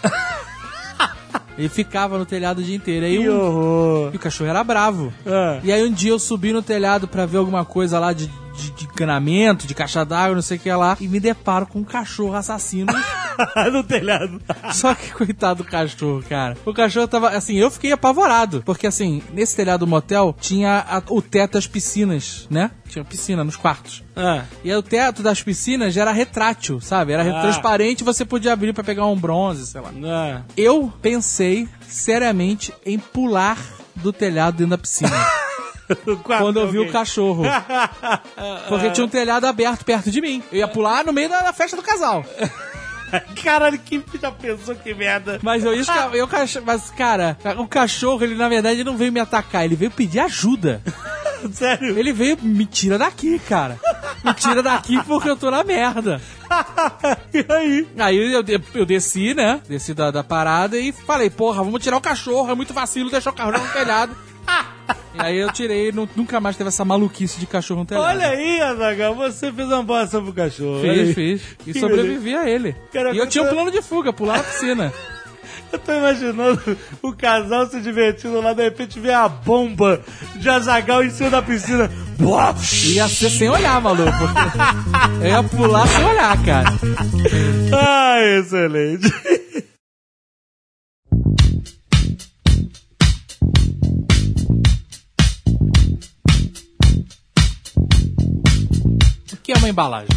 Speaker 5: Ele ficava no telhado o dia inteiro. Aí
Speaker 2: Que
Speaker 5: um-
Speaker 2: horror.
Speaker 5: E o cachorro era bravo.
Speaker 2: Ah.
Speaker 5: E aí um dia eu subi no telhado pra ver alguma coisa lá de, de, de encanamento, de caixa d'água, não sei o que lá. E me deparo com um cachorro assassino.
Speaker 2: Ah, no telhado.
Speaker 5: Só que coitado do cachorro, cara. O cachorro tava, assim, eu fiquei apavorado. Porque, assim, nesse telhado do motel tinha a- o teto das piscinas, né? Tinha piscina nos quartos. E aí o teto das piscinas era retrátil, sabe? Era
Speaker 2: Ah.
Speaker 5: transparente, você podia abrir pra pegar um bronze, sei lá. Eu pensei seriamente em pular do telhado dentro da piscina. quando eu vi o cachorro. Porque tinha um telhado aberto perto de mim. Eu ia pular no meio da, da festa do casal.
Speaker 2: Caralho, que já pensou que merda.
Speaker 5: Mas eu, isso, Ah, eu cach- mas cara, o cachorro, ele na verdade não veio me atacar, ele veio pedir ajuda.
Speaker 2: Sério?
Speaker 5: Ele veio, me tira daqui, cara. Me tira daqui porque eu tô na merda.
Speaker 2: e aí?
Speaker 5: Aí eu, de- eu desci, né? Desci da, da parada e falei, porra, vamos tirar o cachorro, é muito vacilo deixar o cachorro no telhado. e aí eu tirei, nu- nunca mais teve essa maluquice de cachorro no telhado.
Speaker 2: Olha aí, Azaghal, você fez uma boa sobre o cachorro. olha aí.
Speaker 5: Fiz, fiz. E sobrevivi a ele.
Speaker 2: Cara,
Speaker 5: e eu
Speaker 2: eu
Speaker 5: tinha um
Speaker 2: tô-
Speaker 5: plano de fuga, pular na piscina.
Speaker 2: Eu tô imaginando o casal se divertindo lá, de repente vê a bomba de Azaghal em cima da piscina. Boa!
Speaker 5: Ia ser sem olhar, maluco. Eu ia pular sem olhar, cara.
Speaker 2: Ah, excelente.
Speaker 5: O que é uma embalagem?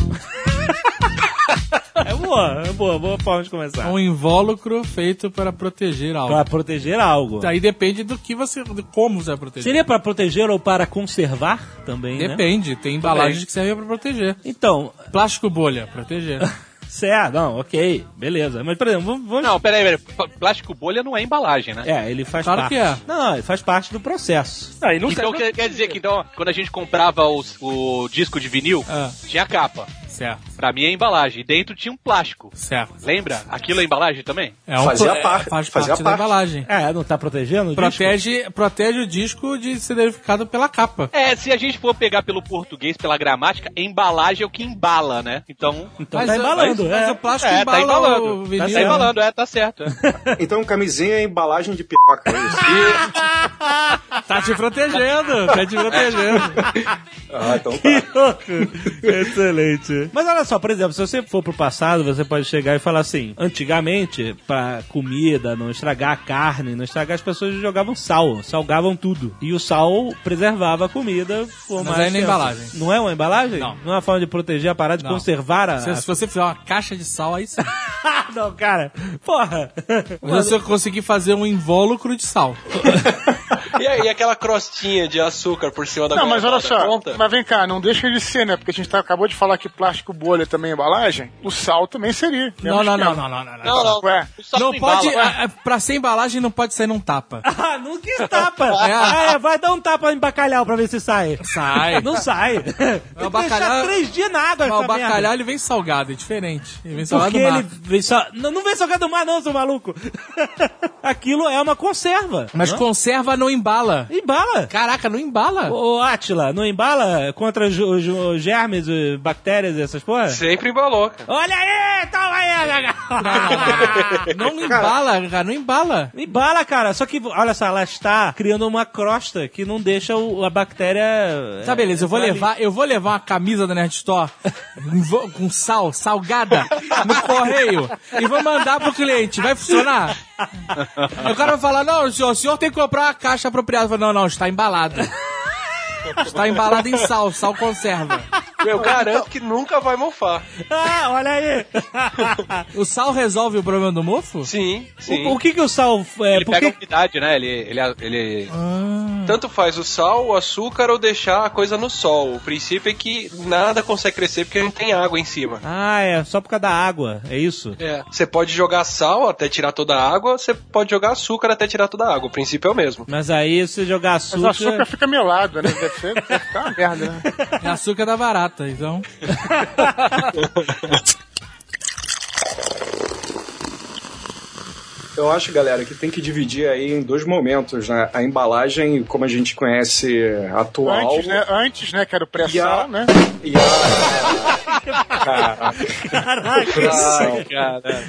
Speaker 2: É boa, é boa, boa forma de começar.
Speaker 5: É um invólucro feito para proteger algo. Tá,
Speaker 2: Pra proteger algo.
Speaker 5: Aí depende do que você. de como você vai proteger.
Speaker 2: Seria pra proteger ou para conservar também, né?
Speaker 5: Depende, tem embalagens que servem para proteger.
Speaker 2: Então,
Speaker 5: Plástico bolha, proteger.
Speaker 2: certo, não, ok, beleza. Mas, por exemplo, vamos... vamos-
Speaker 7: Não, peraí, peraí. Pl- Plástico bolha não é embalagem, né?
Speaker 2: É, ele faz
Speaker 5: Claro
Speaker 2: parte.
Speaker 5: que é.
Speaker 2: Não, não, ele faz parte do processo.
Speaker 3: Aí não
Speaker 7: Então
Speaker 3: serve-
Speaker 7: quer, quer dizer que então, quando a gente comprava os- o disco de vinil,
Speaker 5: Ah.
Speaker 7: tinha capa.
Speaker 5: Certo,
Speaker 7: Pra mim é embalagem. E dentro tinha um plástico.
Speaker 5: certo.
Speaker 7: Lembra? Aquilo é embalagem também?
Speaker 5: É um
Speaker 8: Fazia
Speaker 5: é-
Speaker 8: parte,
Speaker 5: faz parte
Speaker 8: fazia
Speaker 5: da
Speaker 8: parte.
Speaker 5: embalagem.
Speaker 2: É, não tá protegendo? o disco?
Speaker 5: Protege, protege o disco de ser danificado pela capa.
Speaker 7: É, se a gente for pegar pelo português, pela gramática, embalagem é o que embala, né? Então.
Speaker 2: Então tá embalando,
Speaker 5: mas, mas
Speaker 2: é.
Speaker 5: o plástico
Speaker 7: é,
Speaker 5: embala
Speaker 7: tá embalando.
Speaker 5: o vinil.
Speaker 7: Tá embalando, é, tá certo. é.
Speaker 8: Então, camisinha é embalagem de piroca, é isso?
Speaker 5: Tá te protegendo, tá te protegendo.
Speaker 8: Ah, então tá.
Speaker 2: Que louco. Excelente. Mas olha só, por exemplo, se você for pro passado, você pode chegar e falar assim: antigamente, pra comida, não estragar a carne, não estragar, as pessoas jogavam sal, salgavam tudo. E o sal preservava a comida por
Speaker 5: Mas
Speaker 2: mais.
Speaker 5: aí não é
Speaker 2: tempo.
Speaker 5: embalagem.
Speaker 2: Não é uma embalagem?
Speaker 5: Não.
Speaker 2: é uma forma de proteger a parada, de
Speaker 5: Não.
Speaker 2: conservar a.
Speaker 5: Se, se você fizer uma caixa de sal, aí sim.
Speaker 2: Ah, não, cara. Porra.
Speaker 5: Você conseguir fazer um invólucro de sal.
Speaker 6: E aí, aquela crostinha de açúcar por cima da
Speaker 4: Não, mas olha
Speaker 6: goiabada,
Speaker 4: só.
Speaker 6: Conta?
Speaker 4: Mas vem cá, não deixa de ser, né? Porque a gente tá- acabou de falar que plástico bolha também é embalagem. O sal também seria.
Speaker 5: Não,
Speaker 4: Mesmo é.
Speaker 5: não, não,
Speaker 4: esquema.
Speaker 5: não, não, não, não.
Speaker 6: Não, não.
Speaker 4: Ué,
Speaker 7: O sal
Speaker 5: Não
Speaker 7: embala.
Speaker 5: pode. a- a- pra ser embalagem, não pode sair num tapa.
Speaker 2: Ah, não quis tapa.
Speaker 5: É.
Speaker 2: É, vai dar um tapa em bacalhau pra ver se sai.
Speaker 5: Sai. É um
Speaker 2: Não sai. Tem que deixar
Speaker 5: bacalhau-
Speaker 2: três dias na água
Speaker 5: Mas o
Speaker 2: essa merda.
Speaker 5: bacalhau ele vem salgado, é diferente. Ele vem salgado
Speaker 2: Porque
Speaker 5: do mar.
Speaker 2: ele vem só... Não, não vem salgado do mar, não, seu maluco. Aquilo é uma conserva.
Speaker 5: Mas
Speaker 2: Hã?
Speaker 5: conserva não embala.
Speaker 2: Embala.
Speaker 5: Caraca, não embala?
Speaker 2: Ô, Átila, não embala contra os- os os germes, eh, bactérias e essas porras?
Speaker 6: É, Sempre embalou, cara.
Speaker 2: Olha aí! Toma aí, Azaghal.
Speaker 5: Não embala, cara, não embala.
Speaker 2: Embala, cara. Só que, olha só, ela está criando uma crosta que não deixa o- a bactéria...
Speaker 5: Tá, beleza, eu vou
Speaker 2: entrar ali.
Speaker 5: levar, eu vou levar uma camisa da Nerd Store vou- com sal, salgada, no correio, e vou mandar pro cliente. Vai funcionar? Aí o cara vai falar, não, senhor, o senhor tem que comprar uma caixa apropriada. Eu falo, não, não, está embalado. Está embalado em sal, sal conserva.
Speaker 6: Eu
Speaker 2: então-
Speaker 6: garanto que nunca vai mofar.
Speaker 2: Ah, olha aí!
Speaker 5: O sal resolve o problema do mofo?
Speaker 6: Sim, sim.
Speaker 2: o, o que que o sal... É,
Speaker 7: Ele
Speaker 2: por
Speaker 7: pega a
Speaker 2: que- Ah.
Speaker 7: umidade, né? Ele. ele, ele...
Speaker 6: Tanto faz o sal, o açúcar ou deixar a coisa no sol. O princípio é que nada consegue crescer porque não tem água em cima.
Speaker 2: Ah, é só por causa da água, é isso?
Speaker 6: É. Você pode jogar sal até tirar toda a água, você pode jogar açúcar até tirar toda a água. O princípio é o mesmo.
Speaker 2: Mas aí, se jogar
Speaker 4: Mas o açúcar fica melado, né? Deve ser, deve ficar uma merda, né?
Speaker 5: É açúcar da barata, então.
Speaker 8: Eu acho, galera, que tem que dividir aí em dois momentos, né? A embalagem, como a gente conhece atual.
Speaker 4: Antes, né? Antes, né? Que era o pré-sal, né?
Speaker 8: E a... Caraca, cara.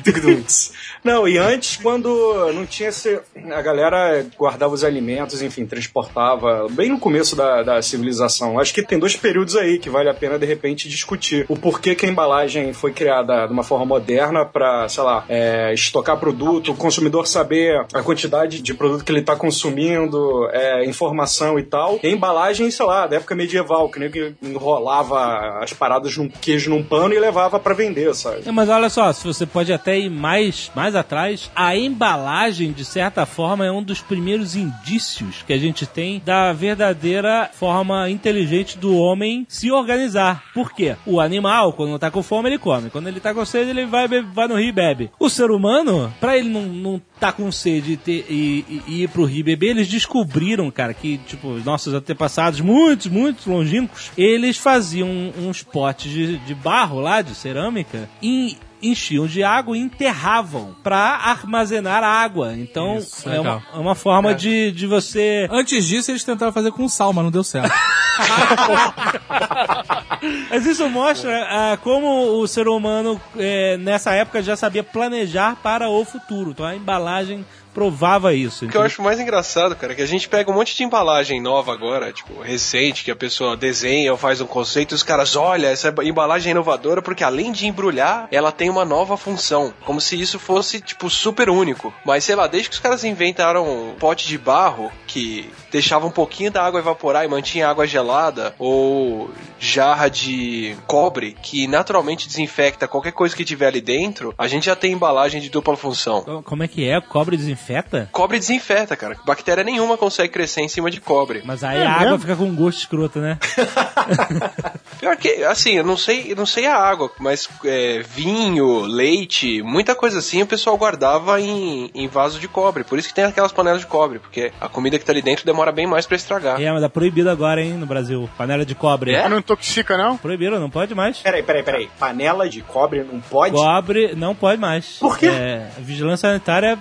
Speaker 8: Não, e antes, quando não tinha esse. A galera guardava os alimentos, enfim, transportava. Bem no começo da, da civilização. Acho que tem dois períodos aí que vale a pena, de repente, discutir. O porquê que a embalagem foi criada de uma forma moderna pra, sei lá, é, estocar produto, o consumidor saber a quantidade de produto que ele tá consumindo, é, informação e tal. E a embalagem, sei lá, da época medieval, que nem que enrolava as paradas num queijo num pano e levava pra vender, sabe?
Speaker 2: É, Mas olha só, se você pode até ir mais, mais atrás, a embalagem, de certa forma, é um dos primeiros indícios que a gente tem da verdadeira forma inteligente do homem se organizar. Por quê? O animal, quando tá com fome, ele come. Quando ele tá com sede, ele vai, be- vai no rio e bebe. O ser humano, pra ele não, não tá com sede e, ter- e- e- e ir pro rio e beber, eles descobriram, cara, que, tipo, os nossos antepassados, muitos, muitos longínquos, eles faziam uns potes de, de barro lá, de cerâmica, e enchiam de água e enterravam pra armazenar água. Então,
Speaker 5: Isso,
Speaker 2: é,
Speaker 5: legal.
Speaker 2: uma, é uma forma de, de você...
Speaker 5: Antes disso, eles tentaram fazer com sal, mas não deu certo.
Speaker 2: Mas isso mostra ah, como o ser humano, eh, nessa época, já sabia planejar para o futuro. Então a embalagem provava isso.
Speaker 6: O que eu acho mais engraçado, cara, é que a gente pega um monte de embalagem nova agora, tipo, recente, que a pessoa desenha ou faz um conceito e os caras, olha, essa embalagem é inovadora porque além de embrulhar, ela tem uma nova função. Como se isso fosse, tipo, super único. Mas sei lá, desde que os caras inventaram um pote de barro que deixava um pouquinho da água evaporar e mantinha a água gelada, ou jarra de cobre que naturalmente desinfecta qualquer coisa que tiver ali dentro, a gente já tem embalagem de dupla função.
Speaker 2: Como é que é? Cobre desinfeta?
Speaker 6: Cobre desinfeta, cara. Bactéria nenhuma consegue crescer em cima de cobre.
Speaker 2: Mas Aí a água fica com um gosto escroto, né?
Speaker 6: Pior que, assim, eu não sei, eu não sei a água, mas é, vinho, leite, muita coisa assim o pessoal guardava em, em vaso de cobre. Por isso que tem aquelas panelas de cobre, porque a comida que tá ali dentro demora bem mais pra estragar.
Speaker 2: É, mas é proibido agora, hein, no Brasil. Panela de cobre.
Speaker 6: É?
Speaker 4: Não intoxica, não?
Speaker 2: Proibiram, não pode mais.
Speaker 8: Peraí, peraí, peraí. Panela de cobre não pode?
Speaker 2: Cobre não pode mais. Por quê? vigilância sanitária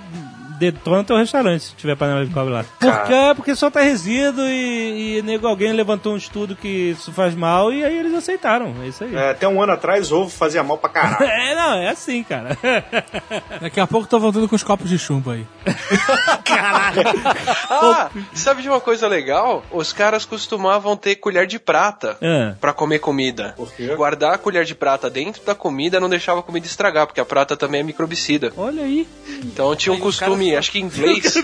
Speaker 2: detona teu restaurante se tiver panela de cobre lá. Por quê? Porque solta resíduo e, e nego, alguém levantou um estudo que isso faz mal e aí eles aceitaram. É isso aí.
Speaker 8: É, até um ano atrás, ovo fazia mal pra caralho.
Speaker 2: É, não, é assim, cara.
Speaker 5: Daqui a pouco eu tô voltando com os copos de chumbo aí.
Speaker 6: Ah, sabe de uma coisa legal? Os caras costumavam ter colher de prata
Speaker 2: É.
Speaker 6: pra comer comida. Guardar a colher de prata dentro da comida não deixava a comida estragar, porque a prata também é microbicida.
Speaker 2: Olha aí.
Speaker 6: Então tinha um costume, acho que inglês.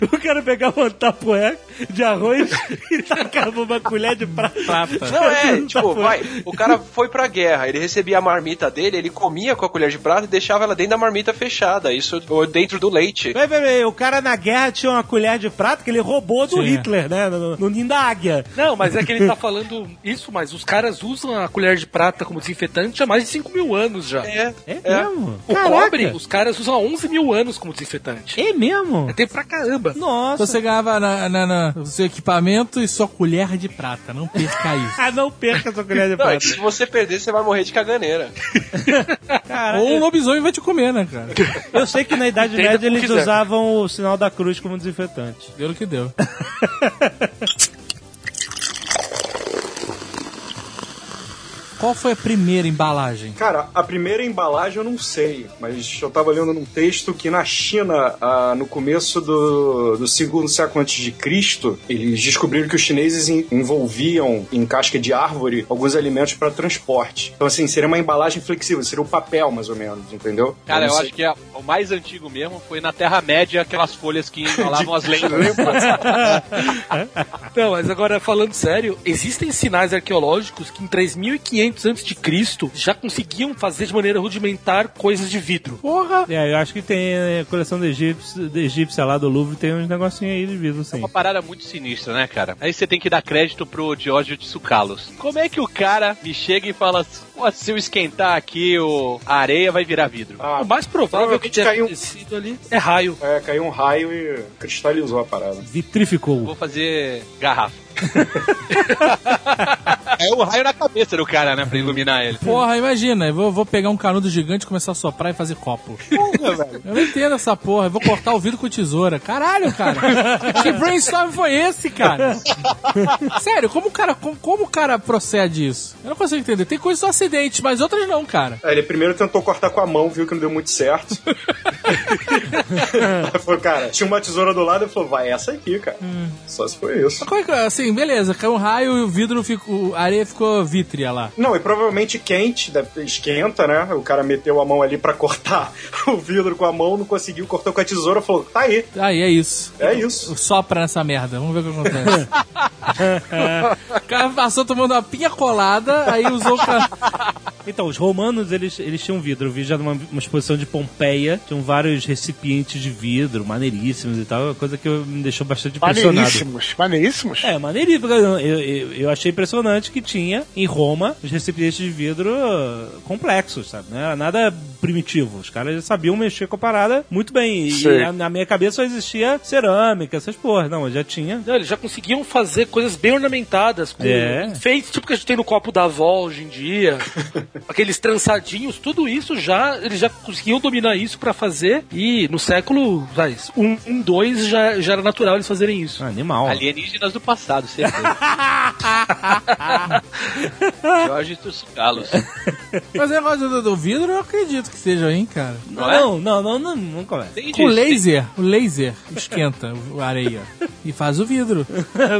Speaker 2: Eu quero pegar uma tapoé de arroz e tacar uma colher de prata.
Speaker 6: Não, é, tipo, vai, o cara foi pra guerra, ele recebia a marmita dele, ele comia com a colher de prata e deixava ela dentro da marmita fechada, isso ou dentro do leite.
Speaker 2: Peraí, peraí, o cara na guerra tinha uma colher de prata que ele roubou do
Speaker 6: Tinha.
Speaker 2: Hitler, né? No, no ninho da águia.
Speaker 14: Não, mas é que ele tá falando isso, mas os caras usam a colher de prata como desinfetante há mais de 5 mil anos já.
Speaker 6: É,
Speaker 2: é, mesmo?
Speaker 14: O
Speaker 2: Caraca.
Speaker 14: cobre, os caras usam há 11 mil anos como desinfetante.
Speaker 2: É mesmo?
Speaker 14: Tem pra caramba.
Speaker 2: Nossa.
Speaker 5: Então você ganhava na, na, na- o seu equipamento e sua colher de prata. Não perca isso.
Speaker 2: Ah, não perca sua colher de
Speaker 6: Não, é que
Speaker 2: prata.
Speaker 6: se você perder, você vai morrer de caganeira.
Speaker 5: Ou um lobisomem vai te comer, né, cara?
Speaker 2: Eu sei que na Idade
Speaker 5: Entenda
Speaker 2: Média
Speaker 5: como
Speaker 2: eles
Speaker 5: quiser.
Speaker 2: usavam o sinal da cruz como desinfetante.
Speaker 5: Deu no que deu. Qual foi a primeira embalagem?
Speaker 8: Cara, a primeira embalagem eu não sei, mas eu tava lendo num texto que na China, ah, no começo do, do segundo século antes de Cristo, eles descobriram que os chineses en- envolviam em casca de árvore alguns alimentos para transporte. Então, assim, seria uma embalagem flexível, seria o papel, mais ou menos, entendeu?
Speaker 15: Cara,
Speaker 8: não
Speaker 15: eu
Speaker 8: sei.
Speaker 15: acho que a- o mais antigo mesmo foi na Terra-média, aquelas folhas que embalavam as lendas.
Speaker 14: Não, mas agora falando sério, existem sinais arqueológicos que em 3500 a.C. já conseguiam fazer de maneira rudimentar coisas de vidro.
Speaker 5: Porra!
Speaker 2: É, eu acho que tem né, a coleção da egípcia, da egípcia lá do Louvre, tem uns negocinhos aí de vidro, sim.
Speaker 15: Uma parada muito sinistra, né, cara? Aí você tem que dar crédito pro Diógenes de Sucalos. Como é que o cara me chega e fala, "Pô, se eu esquentar aqui, o... a areia vai virar vidro?
Speaker 14: O mais provável que tenha
Speaker 8: caiu-
Speaker 14: acontecido ali é raio.
Speaker 8: É, caiu um raio e cristalizou a parada.
Speaker 2: Vitrificou.
Speaker 15: Vou fazer garrafa.
Speaker 7: Caiu o raio na cabeça do cara, né? Pra iluminar ele.
Speaker 5: Porra, imagina, eu vou, vou pegar um canudo gigante, começar a soprar e fazer copo. Eu não entendo essa porra, eu vou cortar o vidro com tesoura. Caralho, cara. que brainstorm foi esse, cara? Sério, como o cara, como, como o cara procede isso? Eu não consigo entender. Tem coisas que são acidentes, mas outras não, cara.
Speaker 8: Aí ele primeiro tentou cortar com a mão, viu que não deu muito certo. Aí falou, cara, tinha uma tesoura do lado e falou, vai essa aqui, cara. Só se foi isso.
Speaker 5: Mas como é que, assim, beleza, caiu um raio e o vidro ficou, a areia ficou vítrea lá.
Speaker 8: Não, e provavelmente quente, deve- esquenta, né? O cara meteu a mão ali pra cortar o vidro com a mão, não conseguiu, cortou com a tesoura, falou, tá aí.
Speaker 5: Aí é isso.
Speaker 8: É isso.
Speaker 5: Sopra nessa merda, vamos ver o que acontece. o cara passou tomando uma pinha colada, aí usou o cara.
Speaker 2: Então, os romanos, eles, eles tinham vidro. Eu vi já numa uma exposição de Pompeia, tinham vários recipientes de vidro, maneiríssimos e tal, coisa que eu- me deixou bastante impressionado.
Speaker 4: Maneiríssimos, maneiríssimos.
Speaker 2: É, maneiríssimo. Eu, eu, eu achei impressionante que tinha, em Roma, os recipientes de vidro uh, complexos, sabe? Não era nada primitivo. Os caras já sabiam mexer com a parada muito bem. E
Speaker 3: Sim.
Speaker 2: na, na minha cabeça só existia cerâmica, essas porras. Não, eu já tinha.
Speaker 3: Não, eles já conseguiam fazer coisas bem ornamentadas, com
Speaker 2: É.
Speaker 3: enfeites, tipo que a gente tem no copo da avó hoje em dia, aqueles trançadinhos, tudo isso já, eles já conseguiam dominar isso pra fazer, e no século, vai, um, um dois já, já era natural eles fazerem isso.
Speaker 2: Animal.
Speaker 7: Alienígenas do passado, certeza. Jorge Tuscalos.
Speaker 5: Mas o negócio do, do vidro eu acredito que seja, hein, cara.
Speaker 2: Não,
Speaker 8: é?
Speaker 2: não, não, não, não, não começa.
Speaker 5: Com laser, o laser esquenta a areia e faz o vidro.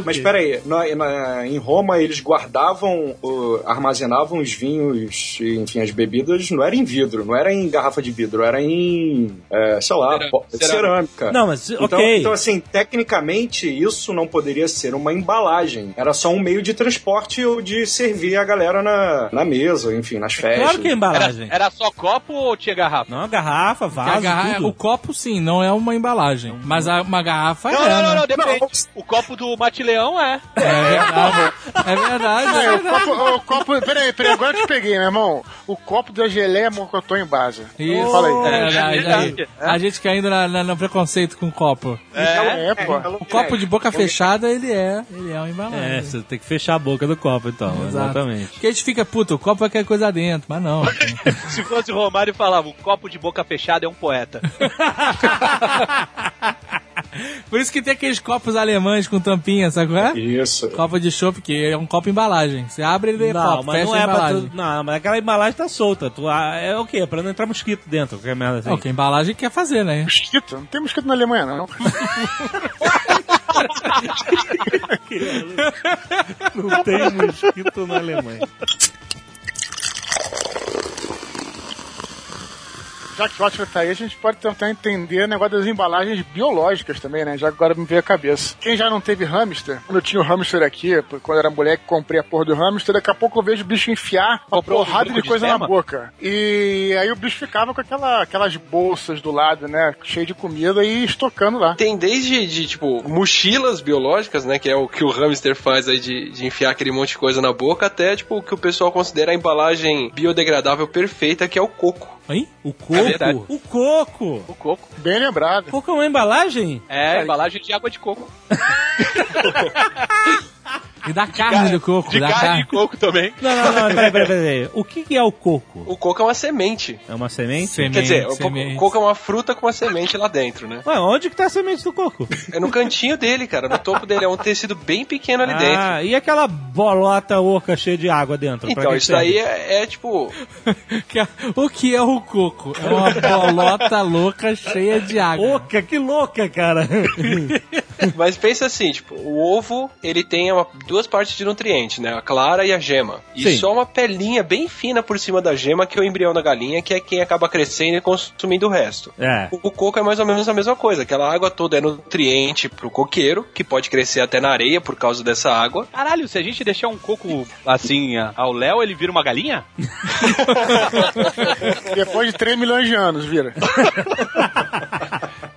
Speaker 8: Mas peraí, na, na- em Roma eles guardavam, o- armazenavam os vinhos, e, enfim, as bebidas, não era em vidro, não era em garrafa de vidro, era em, é, sei lá,
Speaker 2: Cerâmica.
Speaker 8: po- cerâmica.
Speaker 2: Não, mas,
Speaker 8: então,
Speaker 2: ok.
Speaker 8: Então, assim, tecnicamente isso não poderia ser uma embalagem, era só um meio de transporte ou de servir a galera na, na mesa, enfim, nas festas.
Speaker 2: Claro que é embalagem.
Speaker 7: Era só copo ou tinha garrafa?
Speaker 2: Não, garrafa,
Speaker 5: A garra- é O copo, sim, não é uma embalagem. Mas a- uma garrafa
Speaker 7: Não,
Speaker 5: é.
Speaker 7: não, não,
Speaker 5: né?
Speaker 7: não, depende. O copo do Matileão é.
Speaker 5: É verdade. É verdade.
Speaker 4: Ah, o copo, o copo, peraí, peraí, agora eu te peguei, meu irmão. O copo da geleia é mocotó em base.
Speaker 5: Isso.
Speaker 4: Fala aí.
Speaker 5: É verdade, aí. A gente caindo na, na- no preconceito com o copo.
Speaker 4: É, é, pô.
Speaker 5: O copo de boca fechada, ele é, ele é uma embalagem.
Speaker 2: É, você tem que fechar a boca do copo, então.
Speaker 5: Exato.
Speaker 2: Exatamente.
Speaker 5: Porque a gente fica, puta, o copo vai cair coisa dentro, mas não.
Speaker 7: Se fosse o Romário, falava: o copo de boca fechada é um poeta.
Speaker 5: Por isso que tem aqueles copos alemães com tampinha, sabe qual é?
Speaker 8: Isso.
Speaker 5: Copo de chopp, que é um copo embalagem. Você abre ele é
Speaker 2: Não,
Speaker 5: copo,
Speaker 2: mas
Speaker 5: fecha
Speaker 2: não
Speaker 5: a
Speaker 2: é pra
Speaker 5: embalagem.
Speaker 2: tu, Não, mas aquela embalagem tá solta. Tu, ah, é o quê? Pra não entrar mosquito dentro, qualquer merda assim.
Speaker 5: É o que a embalagem quer fazer, né?
Speaker 4: Mosquito? Não tem mosquito na Alemanha, não.
Speaker 2: Não tem mosquito na Alemanha.
Speaker 4: Já que o Watcher tá aí, a gente pode tentar entender o negócio das embalagens biológicas também, né? Já que agora me veio a cabeça. Quem já não teve hamster, quando eu tinha o hamster aqui, pô, quando eu era moleque, comprei a porra do hamster, daqui a pouco eu vejo o bicho enfiar uma
Speaker 7: Comprou um
Speaker 4: porrada
Speaker 7: grupo
Speaker 4: de
Speaker 7: de
Speaker 4: coisa na
Speaker 7: gema?
Speaker 4: boca. E aí o bicho ficava com aquela, aquelas bolsas do lado, né? Cheio de comida e estocando lá.
Speaker 6: Tem desde, de, tipo, mochilas biológicas, né? Que é o que o hamster faz aí de, de enfiar aquele monte de coisa na boca, até, tipo, o que o pessoal considera a embalagem biodegradável perfeita, que é o coco.
Speaker 2: Hein? O coco?
Speaker 6: É verdade.
Speaker 2: o coco!
Speaker 7: O coco.
Speaker 4: Bem lembrado.
Speaker 2: Coco é uma embalagem?
Speaker 7: É, embalagem de água de coco.
Speaker 5: E da carne do coco,
Speaker 7: De
Speaker 5: da
Speaker 7: carne de coco também.
Speaker 2: Não, não, não, peraí, peraí, peraí. O que, que é o coco?
Speaker 6: O coco é uma semente.
Speaker 2: É uma semente?
Speaker 6: Quer dizer, o,
Speaker 5: semente.
Speaker 6: co- o coco é uma fruta com uma semente lá dentro, né?
Speaker 2: Ué, onde que tá a semente do coco?
Speaker 6: É no cantinho dele, cara. No topo dele é um tecido bem pequeno ali dentro.
Speaker 2: ah, e aquela bolota oca cheia de água dentro? Pra
Speaker 6: Então,
Speaker 2: que
Speaker 6: isso
Speaker 2: serve?
Speaker 6: daí é, é, tipo.
Speaker 5: O que é o coco? É uma bolota louca cheia de
Speaker 6: é
Speaker 5: água.
Speaker 2: Oca, que louca, cara!
Speaker 6: Mas pensa assim, tipo, o ovo ele tem uma- duas partes de nutriente, né? A clara e a gema. E
Speaker 2: Sim.
Speaker 6: só uma pelinha bem fina por cima da gema, que é o embrião da galinha, que é quem acaba crescendo e consumindo o resto.
Speaker 2: É.
Speaker 6: O coco é mais ou menos a mesma coisa. Aquela água toda é nutriente pro coqueiro, que pode crescer até na areia por causa dessa água.
Speaker 7: Caralho, se a gente deixar um coco assim a- ao Léo, ele vira uma galinha?
Speaker 4: Depois de 3 milhões de anos, vira.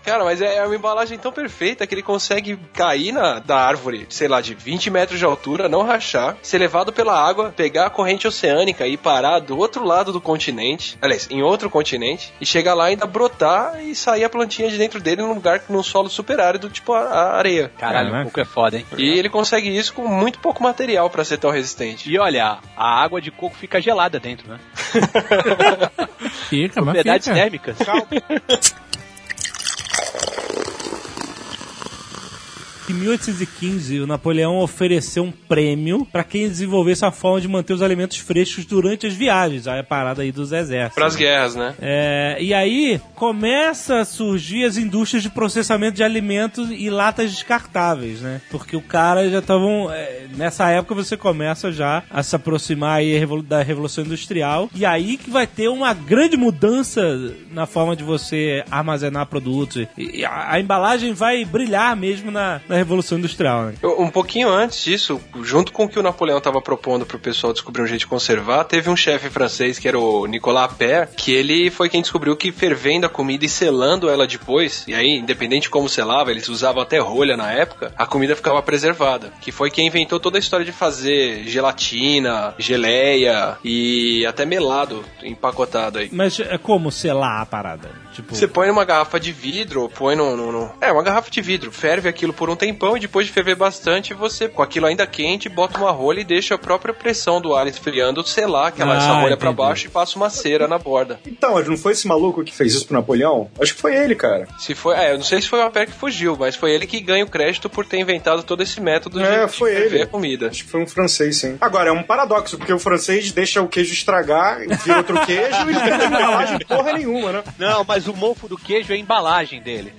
Speaker 6: Cara, mas é uma embalagem tão perfeita que ele consegue cair na, da árvore, sei lá, de 20 metros de altura, não rachar, ser levado pela água, pegar a corrente oceânica e parar do outro lado do continente, aliás, em outro continente, e chegar lá e ainda brotar e sair a plantinha de dentro dele num lugar, num solo super árido, tipo a, a areia.
Speaker 16: Caralho, o coco é foda, hein?
Speaker 6: E ele consegue isso com muito pouco material pra ser tão resistente.
Speaker 16: E olha, a água de coco fica gelada dentro, né?
Speaker 5: Fica, mas
Speaker 16: Propriedades
Speaker 5: fica.
Speaker 16: térmicas.
Speaker 2: Em 1815, o Napoleão ofereceu um prêmio para quem desenvolvesse a forma de manter os alimentos frescos durante as viagens, a parada aí dos exércitos.
Speaker 6: Pras guerras, né?
Speaker 2: É, e aí começa a surgir as indústrias de processamento de alimentos e latas descartáveis, né? Porque o cara já estavam. é, nessa época você começa já a se aproximar aí revolu- da Revolução Industrial. E aí que vai ter uma grande mudança na forma de você armazenar produtos. E, e a, a embalagem vai brilhar mesmo na, na Revolução Industrial, né?
Speaker 6: Eu- Um pouquinho antes disso, junto com o que o Napoleão estava propondo pro pessoal descobrir um jeito de conservar, teve um chefe francês que era o Nicolas Pair, que ele foi quem descobriu que fervendo a comida e selando ela depois, e aí, independente de como selava, eles usavam até rolha na época, a comida ficava preservada. Que foi quem inventou toda a história de fazer gelatina, geleia e até melado empacotado aí.
Speaker 2: Mas é como selar a parada? Tipo,
Speaker 6: Você põe numa garrafa de vidro, ou põe num, num- num- É, uma garrafa de vidro. Ferve aquilo por um tempão e depois de ferver bastante, você, com aquilo ainda quente, bota uma rolha e deixa a própria pressão do ar esfriando, selar aquela
Speaker 2: Ah,
Speaker 6: essa rolha pra
Speaker 2: entendi.
Speaker 6: baixo e passa uma cera na borda.
Speaker 8: Então, não foi esse maluco que fez isso pro Napoleão? Acho que foi ele, cara.
Speaker 6: Se foi, é, eu não sei se foi o Aper que fugiu, mas foi ele que ganha o crédito por ter inventado todo esse método
Speaker 8: É,
Speaker 6: de,
Speaker 8: foi
Speaker 6: de ferver
Speaker 8: ele.
Speaker 6: a comida.
Speaker 8: Acho que foi um francês, sim. Agora, é um paradoxo, porque o francês deixa o queijo estragar, vira outro queijo e não tem embalagem porra nenhuma, né?
Speaker 16: Não, mas o mofo do queijo é a embalagem dele.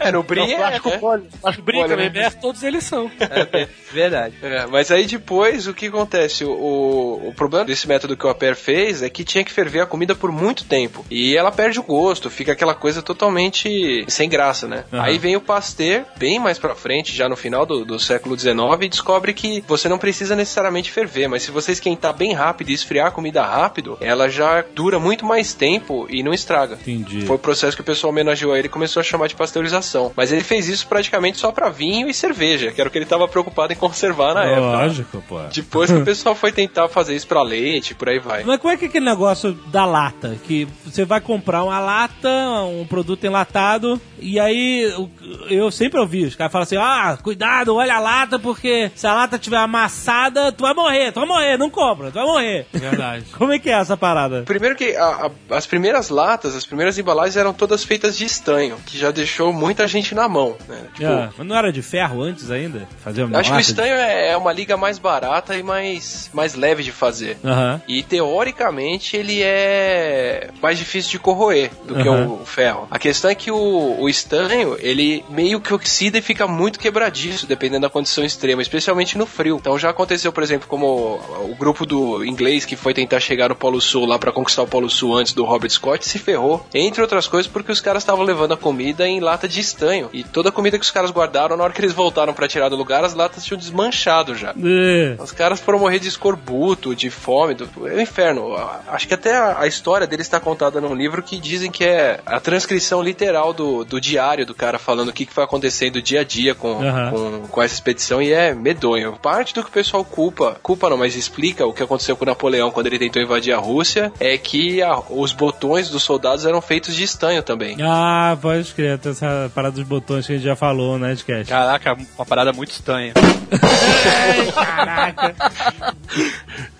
Speaker 6: É, no brie é, né?
Speaker 17: poli. Acho
Speaker 4: Brinca, Bebeto, é, todos eles são.
Speaker 16: É verdade.
Speaker 6: É, mas aí depois o que acontece? O, o, o problema desse método que o Aper fez é que tinha que ferver a comida por muito tempo. E ela perde o gosto, fica aquela coisa totalmente sem graça, né? Aí vem o Pasteur, bem mais pra frente, já no final do, do século XIX, e descobre que você não precisa necessariamente ferver, mas se você esquentar bem rápido e esfriar a comida rápido, ela já dura muito mais tempo e não estraga.
Speaker 2: entendi.
Speaker 6: Foi o processo que o pessoal homenageou a ele e começou a chamar de pasteurização. Mas ele fez isso praticamente só pra vinho e cerveja, que era o que ele estava preocupado em conservar na época.
Speaker 2: Lógico, pô.
Speaker 6: Depois que o pessoal foi tentar fazer isso pra leite, por aí vai.
Speaker 2: Mas como é que é aquele negócio da lata? Que você vai comprar uma lata, um produto enlatado, e aí o- eu sempre ouvi os caras falam assim: ah, cuidado, olha a lata, porque se a lata tiver amassada, tu vai morrer, tu vai morrer, não compra, tu vai morrer.
Speaker 5: Verdade.
Speaker 2: Como é que é essa parada?
Speaker 6: Primeiro que a- a- as primeiras latas, as primeiras embalagens eram todas feitas de estanho, que já deixou muita gente na mão, né? Tipo,
Speaker 2: Ah, mas não era de ferro antes ainda? Fazer uma
Speaker 6: acho que o
Speaker 2: lata de-
Speaker 6: estanho é, é uma liga mais barata e mais, mais leve de fazer.
Speaker 2: Aham.
Speaker 6: E teoricamente ele é mais difícil de corroer do que
Speaker 2: Aham.
Speaker 6: o, o ferro. A questão é que o, o estanho, ele meio que oxida e fica muito quebradiço, dependendo da condição extrema, especialmente no frio. Então já aconteceu, por exemplo, como o, o grupo do inglês que foi tentar chegar no Polo Sul lá pra conquistar o Polo Sul antes do Robert Scott se ferrou, entre outras coisas, porque os caras estavam levando a comida em lata de estanho. E toda a comida que os caras guardaram, na hora que eles voltaram pra tirar do lugar, as latas tinham desmanchado já.
Speaker 2: É.
Speaker 6: Os caras foram morrer de escorbuto, de fome, do, é um inferno. A- Acho que até a, a história deles está contada num livro que dizem que é a transcrição literal do, do diário do cara falando o que, que foi acontecendo dia a dia com,
Speaker 2: Aham.
Speaker 6: com, com essa expedição e é medonho. Parte do que o pessoal culpa, culpa não, mas explica o que aconteceu com o Napoleão quando ele tentou invadir a Rússia, é que a- os botões dos soldados eram feitos de estanho também.
Speaker 2: Ah, pode escrever, tem essa parada dos botões que a gente já falou, né, Edcast?
Speaker 16: Caraca, uma parada muito estranha.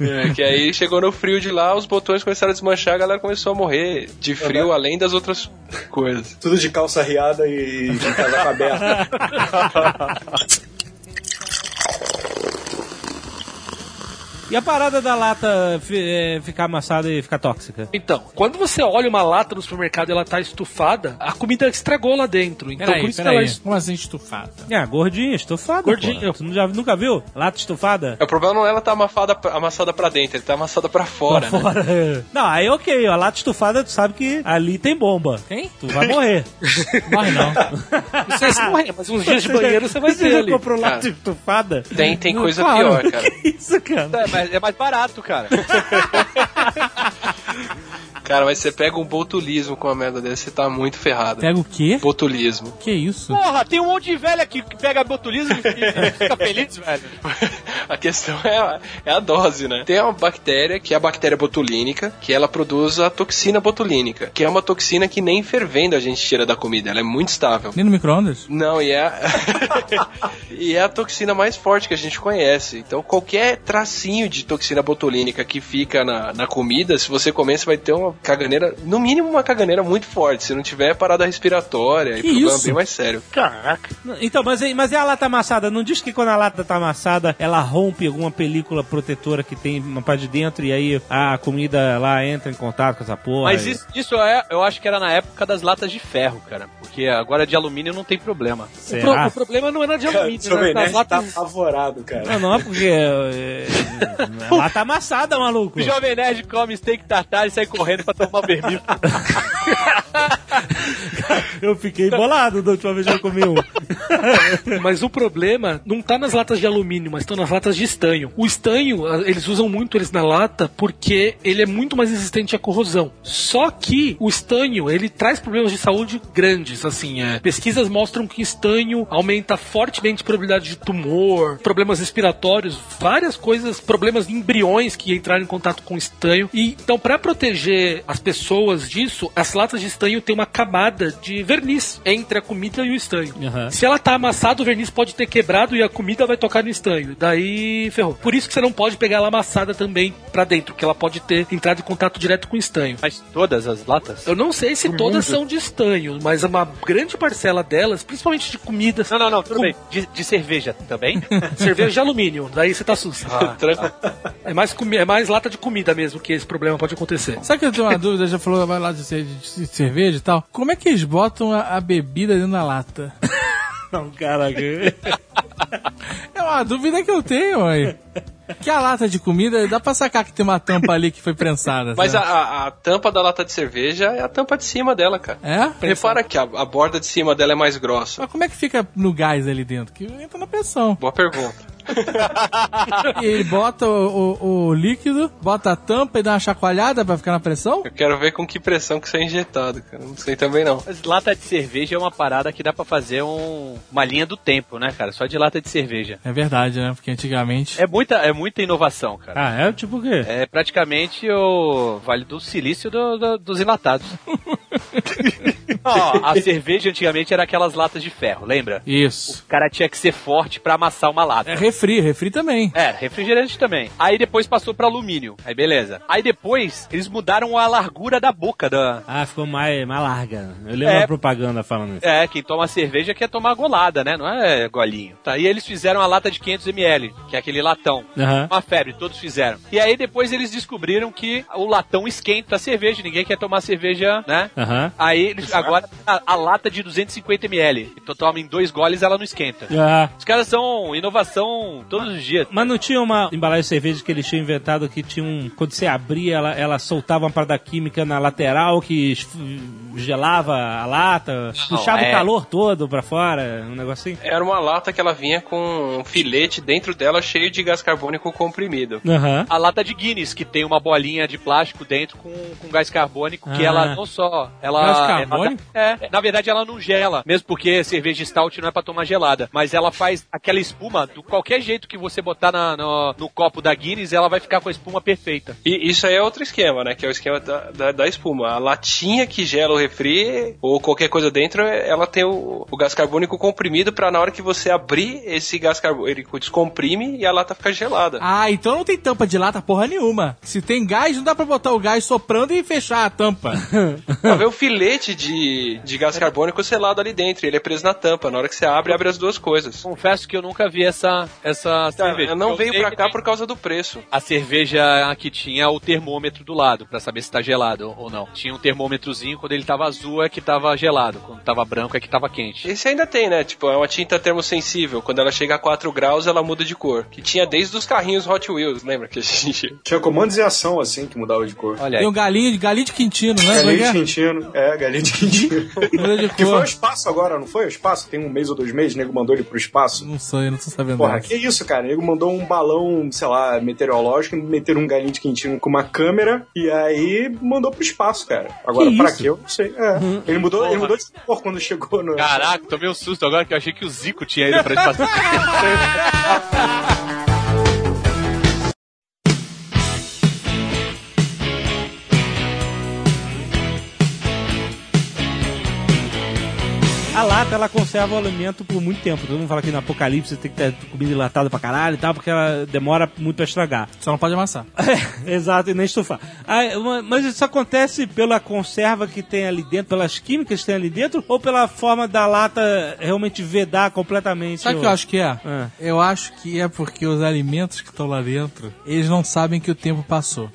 Speaker 6: É, que aí chegou no frio de lá, os botões começaram a desmanchar, a galera começou a morrer de frio, além das outras coisas.
Speaker 8: Tudo de calça riada e de casaco aberto.
Speaker 2: E a parada da lata fi- é, ficar amassada e ficar tóxica?
Speaker 4: Então, quando você olha uma lata no supermercado e ela tá estufada, a comida estragou lá dentro. Então,
Speaker 5: Peraí,
Speaker 4: por isso que
Speaker 5: peraí.
Speaker 4: ela est-
Speaker 5: Como assim estufada?
Speaker 2: É, gordinha, estufada.
Speaker 4: Gordinha.
Speaker 2: porra. Tu não já, nunca viu? Lata estufada?
Speaker 6: É, O problema não é ela tá amafada, amassada pra dentro, ele tá amassada pra fora, né?
Speaker 2: Fora. Não, aí ok, a lata estufada, tu sabe que ali tem bomba.
Speaker 5: Tem?
Speaker 2: Tu vai morrer.
Speaker 5: Morre não. é
Speaker 4: Isso aí você
Speaker 5: um
Speaker 4: morrer, mas uns dias de banheiro você vai
Speaker 2: Você
Speaker 4: ser
Speaker 2: já
Speaker 4: ali.
Speaker 2: comprou lata estufada?
Speaker 6: Tem, tem
Speaker 2: Não,
Speaker 6: coisa
Speaker 2: claro.
Speaker 6: pior, cara.
Speaker 7: Tá.
Speaker 2: Que isso, cara?
Speaker 16: É, mas é mais barato, cara.
Speaker 6: Cara, mas você pega um botulismo com uma merda dessa, você tá muito ferrado.
Speaker 2: É.
Speaker 5: Pega o quê?
Speaker 6: Botulismo.
Speaker 5: Que isso?
Speaker 7: Porra, tem um monte de velha que que pega botulismo e e fica feliz, velho.
Speaker 6: A questão é a, é a dose, né? Tem uma bactéria, que é a bactéria botulínica, que ela produz a toxina botulínica, que é uma toxina que nem fervendo a gente tira da comida, ela é muito estável.
Speaker 5: Nem no micro-ondas?
Speaker 6: Não, e é, e é a toxina mais forte que a gente conhece. Então, qualquer tracinho de toxina botulínica que fica na, na comida, se você comer, você vai ter uma caganeira, no mínimo uma caganeira muito forte. Se não tiver, é parada respiratória e
Speaker 5: Que
Speaker 6: problema
Speaker 5: isso?
Speaker 6: bem mais sério.
Speaker 4: Caraca.
Speaker 2: Então, mas, e- mas e a lata amassada? Não diz que quando a lata tá amassada, ela rompe alguma película protetora que tem uma parte de dentro e aí a comida lá entra em contato com essa porra?
Speaker 7: Mas
Speaker 2: e-
Speaker 7: isso, isso é, eu acho que era na época das latas de ferro, cara. Porque agora é de alumínio não tem problema.
Speaker 3: O, pro-
Speaker 2: Será?
Speaker 3: o problema não era de alumínio, né?
Speaker 8: Jovem
Speaker 3: Das
Speaker 8: Nerd tá
Speaker 3: latas...
Speaker 8: apavorado, cara.
Speaker 2: Não, não, é porque. é, é, lata amassada, maluco.
Speaker 7: O Jovem Nerd come steak tartar e sai correndo pra tomar vermífugo.
Speaker 2: Eu fiquei bolado da última vez que eu comi um.
Speaker 3: Mas o problema não tá nas latas de alumínio, mas estão nas latas de estanho. O estanho, a- eles usam muito eles na lata porque ele é muito mais resistente à corrosão. Só que o estanho, ele traz problemas de saúde grandes, assim, é. Pesquisas mostram que estanho aumenta fortemente a probabilidade de tumor, problemas respiratórios, várias coisas, problemas de embriões que entraram em contato com estanho. E então para proteger as pessoas disso, as latas de estanho têm uma camada de verniz entre a comida e o estanho.
Speaker 2: Aham.
Speaker 3: Se ela tá amassada, o verniz pode ter quebrado e a comida vai tocar no estanho. Daí ferrou. Por isso que você não pode pegar ela amassada também pra dentro, que ela pode ter entrado em contato direto com o estanho.
Speaker 7: Mas todas as latas?
Speaker 3: Eu não sei se todas são de estanho, mas uma grande parcela delas, principalmente de comidas,
Speaker 7: Não, não, não, tudo bem. De, de cerveja também?
Speaker 3: cerveja de alumínio, daí você tá sus.
Speaker 4: Ah,
Speaker 16: Ah.
Speaker 3: É, mais comi- é mais lata de comida mesmo que esse problema pode acontecer.
Speaker 5: Sabe que eu tenho uma dúvida? Já falou vai lá de, ce- de cerveja e tal. Como é que eles botam a, a bebida dentro da lata?
Speaker 2: Não, caraca.
Speaker 5: É uma dúvida que eu tenho, mãe. Que a lata de comida, dá pra sacar que tem uma tampa ali que foi prensada.
Speaker 6: Mas a,
Speaker 5: sabe?
Speaker 6: a- a tampa da lata de cerveja é a tampa de cima dela, cara.
Speaker 5: É?
Speaker 6: Repara que a, a borda de cima dela é mais grossa.
Speaker 5: Mas como é que fica no gás ali dentro? Que entra na pressão.
Speaker 6: Boa
Speaker 7: Ah.
Speaker 6: pergunta.
Speaker 5: E ele bota o, o- o líquido, bota a tampa e dá uma chacoalhada pra ficar na pressão?
Speaker 6: Eu quero ver com que pressão que isso é injetado, cara. Não sei também não.
Speaker 7: Mas lata de cerveja é uma parada que dá pra fazer um- uma linha do tempo, né, cara? Só de lata de cerveja.
Speaker 5: É verdade, né? Porque antigamente.
Speaker 7: É muita, é muita inovação, cara.
Speaker 2: Ah, é tipo o quê?
Speaker 7: É praticamente o Vale do Silício do- do- dos enlatados. Ó, a cerveja antigamente era aquelas latas de ferro, lembra?
Speaker 5: Isso.
Speaker 7: O cara tinha que ser forte pra amassar uma lata.
Speaker 5: É refri, refri também.
Speaker 7: É, refrigerante também. Aí depois passou pra alumínio. Aí beleza. Aí depois eles mudaram a largura da boca da.
Speaker 2: Ah, ficou mais, mais larga. Eu lembro
Speaker 7: É.
Speaker 2: a propaganda falando isso.
Speaker 7: É, quem toma cerveja quer tomar golada, né? Não é golinho. Tá, e eles fizeram a lata de 500ml, que é aquele latão.
Speaker 2: Aham.
Speaker 7: Uma febre, todos fizeram. E aí depois eles descobriram que o latão esquenta a cerveja, ninguém quer tomar cerveja, né?
Speaker 2: Aham.
Speaker 7: Aí eles,
Speaker 5: né?
Speaker 7: agora a, a lata de 250ml. Então toma em dois goles ela não esquenta.
Speaker 2: Ah.
Speaker 7: Os caras são inovação todos os dias.
Speaker 2: Mas não tinha uma embalagem de cerveja que eles tinham inventado que tinha um. Quando você abria, ela, ela soltava uma parada química na lateral que es- gelava a lata, puxava
Speaker 7: é.
Speaker 2: o calor todo pra fora, um negocinho.
Speaker 6: Era uma lata que ela vinha com um filete dentro dela cheio de gás carbônico comprimido.
Speaker 2: Aham.
Speaker 7: A lata de Guinness, que tem uma bolinha de plástico dentro com, com gás carbônico, que
Speaker 2: Ah.
Speaker 7: ela não só. Ela,
Speaker 5: Gás
Speaker 7: ela-
Speaker 5: carbônico?
Speaker 7: é, na verdade ela não gela, mesmo porque cerveja stout não é pra tomar gelada. Mas ela faz aquela espuma, do qualquer jeito que você botar na- no, no copo da Guinness, ela vai ficar com a espuma perfeita.
Speaker 6: E isso aí é outro esquema, né? Que é o esquema da, da, da espuma. A latinha que gela o refri ou qualquer coisa dentro, ela tem o, o gás carbônico comprimido pra na hora que você abrir esse gás carbônico descomprime e a lata fica gelada.
Speaker 5: Ah, então não tem tampa de lata porra nenhuma. Se tem gás, não dá pra botar o gás soprando e fechar a tampa.
Speaker 6: Pra ver o filete de, de gás carbônico selado ali dentro. Ele é preso na tampa. Na hora que você abre, abre as duas coisas.
Speaker 7: Confesso que eu nunca vi essa, essa
Speaker 5: Tá,
Speaker 7: cerveja.
Speaker 6: Então, Eu não
Speaker 7: Eu
Speaker 6: veio
Speaker 7: sei
Speaker 6: pra
Speaker 7: que
Speaker 6: cá
Speaker 7: tem
Speaker 6: por causa do preço.
Speaker 7: A cerveja que tinha o termômetro do lado, pra saber se tá gelado ou não. Tinha um termômetrozinho, quando ele tava azul é que tava gelado, quando tava branco é que tava quente.
Speaker 6: Esse ainda tem, né? Tipo, é uma tinta termosensível. Quando ela chega a 4 graus, ela muda de cor. Que tinha desde os carrinhos Hot Wheels, lembra? Que a gente...
Speaker 8: Tinha comandos em ação, assim, que mudava de cor.
Speaker 7: Olha
Speaker 5: Tem
Speaker 7: aí.
Speaker 5: um galinho de galinho de quintino, né? Como é
Speaker 8: Galinha
Speaker 5: que
Speaker 8: de
Speaker 5: é?
Speaker 8: Quintino. É, galinha de Quintino.
Speaker 5: Mudou de
Speaker 8: Que foi ao
Speaker 5: cor.
Speaker 8: espaço agora, não foi? O espaço? Tem um mês ou dois meses, o nego mandou ele pro espaço.
Speaker 5: Não sei, não tô sabendo.
Speaker 8: Porra,
Speaker 5: dessa.
Speaker 8: que isso, cara? O nego mandou um balão, sei lá, meteorológico, meteram um galinho de quentinho com uma câmera e aí mandou pro espaço, cara. Agora,
Speaker 2: Que
Speaker 8: pra
Speaker 2: isso? Uhum.
Speaker 8: quê? Eu não sei. É. Ele, mudou, ele
Speaker 4: Porra.
Speaker 8: mudou de cor quando chegou no.
Speaker 4: Caraca, tomei um susto agora que eu achei que o Zico tinha ido pra espaço.
Speaker 2: A lata, ela conserva o alimento por muito tempo. Todo mundo fala que no apocalipse tem que ter comida enlatada pra caralho e tal, porque ela demora muito pra estragar.
Speaker 5: Só não pode amassar.
Speaker 2: Exato, e nem estufar. Ah, ma- mas isso acontece pela conserva que tem ali dentro, pelas químicas que tem ali dentro, ou pela forma da lata realmente vedar completamente?
Speaker 5: Sabe o que eu acho que é?
Speaker 2: Ah.
Speaker 5: Eu acho que é porque os alimentos que estão lá dentro, eles não sabem que o tempo passou.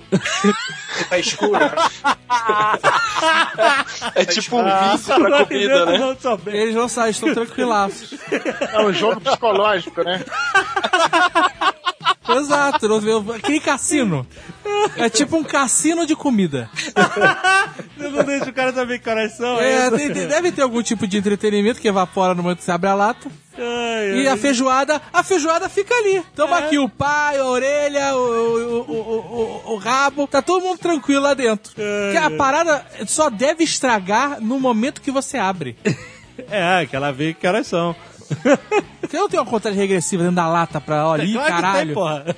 Speaker 6: Tá escuro. é tipo um vício
Speaker 18: Lá
Speaker 2: Tá
Speaker 6: pra
Speaker 18: dentro
Speaker 6: comida, né?
Speaker 18: não souber.
Speaker 5: Eles não sabem, estão tranquilaços.
Speaker 19: É um jogo psicológico, né?
Speaker 5: Exato, não vê- aquele cassino. É tipo um cassino de comida.
Speaker 18: Eu não deixo o cara saber que horas são.
Speaker 5: É,
Speaker 18: isso.
Speaker 5: tem- tem- deve ter algum tipo de entretenimento que evapora no momento que você abre a lata.
Speaker 18: Ai, ai.
Speaker 5: E a feijoada, a feijoada fica ali. Tamo aqui o pai, a orelha, o, o, o, o- o- o rabo. Tá todo mundo tranquilo lá dentro. Que a parada só deve estragar no momento que você abre.
Speaker 18: É, que ela vê que horas são.
Speaker 5: Você não tem uma contagem regressiva dentro da lata pra ó, ali,
Speaker 18: Claro que tem,
Speaker 5: caralho.
Speaker 18: porra.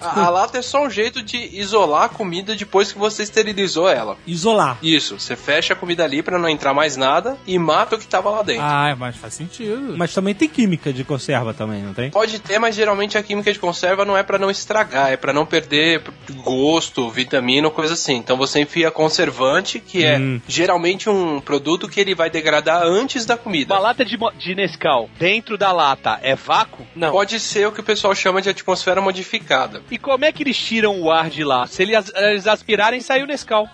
Speaker 6: A, a lata é só um jeito de isolar a comida depois que você esterilizou ela.
Speaker 2: Isolar.
Speaker 6: Isso, você fecha a comida ali pra não entrar mais nada e mata o que tava lá dentro.
Speaker 5: Ah, mas faz sentido.
Speaker 2: Mas também tem química de conserva também, não tem?
Speaker 6: Pode ter, mas geralmente a química de conserva não é pra não estragar, é pra não perder gosto, vitamina, coisa assim. Então você enfia conservante, que é geralmente um produto que ele vai degradar antes da comida.
Speaker 4: Uma lata de, mo- de Nescau dentro da lata é vácuo? Não.
Speaker 6: Pode ser o que o pessoal chama de atmosfera modificada.
Speaker 4: E como é que eles tiram o ar de lá? Se eles, eles aspirarem, sai o Nescau.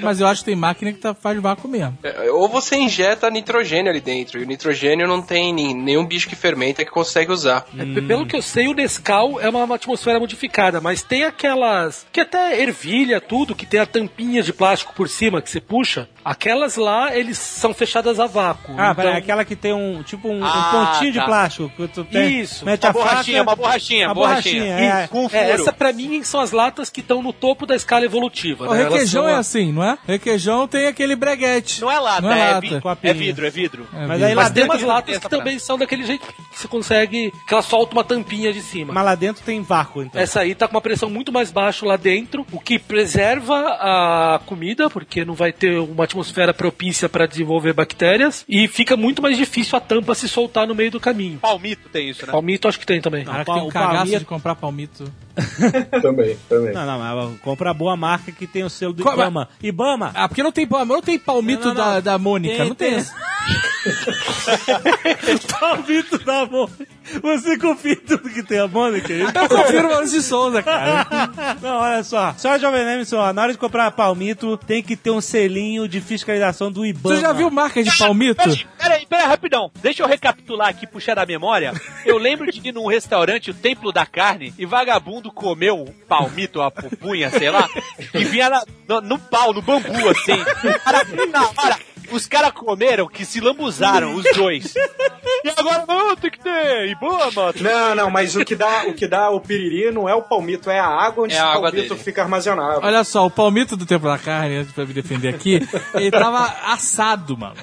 Speaker 5: Mas eu acho que tem máquina que tá, faz vácuo mesmo.
Speaker 6: É, Ou você injeta nitrogênio ali dentro, e o nitrogênio não tem nem- nenhum bicho que fermenta que consegue usar.
Speaker 20: É, p- Pelo que eu sei, o Nescau é uma uma atmosfera modificada, mas tem aquelas que até ervilha, tudo, que tem a tampinha de plástico por cima que você puxa. Aquelas lá, eles são fechadas a vácuo.
Speaker 2: Ah, peraí,
Speaker 5: é
Speaker 20: então,
Speaker 2: aquela que tem um, tipo um, um
Speaker 4: Ah,
Speaker 2: pontinho de
Speaker 4: tá.
Speaker 2: plástico. Que tu tem,
Speaker 20: Isso. Tá
Speaker 2: Mete
Speaker 4: Uma
Speaker 2: a
Speaker 4: borrachinha,
Speaker 2: faca,
Speaker 4: uma borrachinha,
Speaker 2: uma
Speaker 4: borrachinha.
Speaker 2: borrachinha, é.
Speaker 4: Isso, com um furo.
Speaker 20: é, essa pra mim são as latas que estão no topo da escala evolutiva.
Speaker 5: O
Speaker 20: né? Elas
Speaker 5: requeijão
Speaker 20: são
Speaker 5: é
Speaker 20: a-
Speaker 5: assim, não é? Requeijão tem aquele breguete.
Speaker 4: Não é lata,
Speaker 5: Não é
Speaker 4: é,
Speaker 5: lata.
Speaker 4: vi-
Speaker 2: Com a
Speaker 4: é
Speaker 2: pinha.
Speaker 4: vidro, é vidro.
Speaker 5: É,
Speaker 2: Mas
Speaker 5: viu?
Speaker 2: aí lá
Speaker 20: Mas tem
Speaker 2: dentro,
Speaker 20: umas latas
Speaker 4: essa
Speaker 20: que também são daquele jeito que você consegue. que ela solta uma tampinha de cima.
Speaker 2: mas lá dentro tem vácuo, então.
Speaker 20: Essa aí tá com uma pressão muito mais baixa lá dentro, o que preserva a comida, porque não vai ter uma atmosfera propícia para desenvolver bactérias, e fica muito mais difícil a tampa se soltar no meio do caminho.
Speaker 4: Palmito tem isso, né?
Speaker 20: Palmito acho que tem também.
Speaker 5: Cara, que
Speaker 2: o
Speaker 5: tem um cagaço
Speaker 2: palmito-
Speaker 5: de comprar palmito.
Speaker 19: Também, também.
Speaker 2: Não, não, mas compra a boa marca que tem o seu do
Speaker 5: Qual-
Speaker 2: Ibama. Ibama!
Speaker 5: Ah, porque não tem palmito, não tem palmito
Speaker 2: Não, não, não.
Speaker 5: Da, da Mônica,
Speaker 2: Tem,
Speaker 5: não tem.
Speaker 2: tem.
Speaker 5: isso.
Speaker 2: Palmito da Mônica. Você confia em tudo que tem a né, Mônica? hein?
Speaker 5: Eu confio no Maurício de Souza, cara.
Speaker 2: Não, olha só. Só Jovem Nerd, só. Na hora de comprar palmito, tem que ter um selinho de fiscalização do Ibama.
Speaker 5: Tu já viu marca de palmito?
Speaker 4: Peraí, peraí, peraí, rapidão. Deixa eu recapitular aqui, puxar da memória. Eu lembro de ir num restaurante, o Templo da Carne, e vagabundo comeu um palmito, uma pupunha, sei lá, e vinha na- no, no pau, no bambu, assim. Cara, na hora, os caras comeram que se lambuzaram, os dois. E agora, não, tem que ter. E boa, mano.
Speaker 8: Não, não, mas o que dá o, que dá o piriri não é o palmito, é a água onde
Speaker 6: É a
Speaker 8: o
Speaker 6: água
Speaker 8: palmito
Speaker 6: dele.
Speaker 8: fica armazenado.
Speaker 5: Olha só, o palmito do tempo da carne, antes pra me defender aqui, ele tava assado, mano.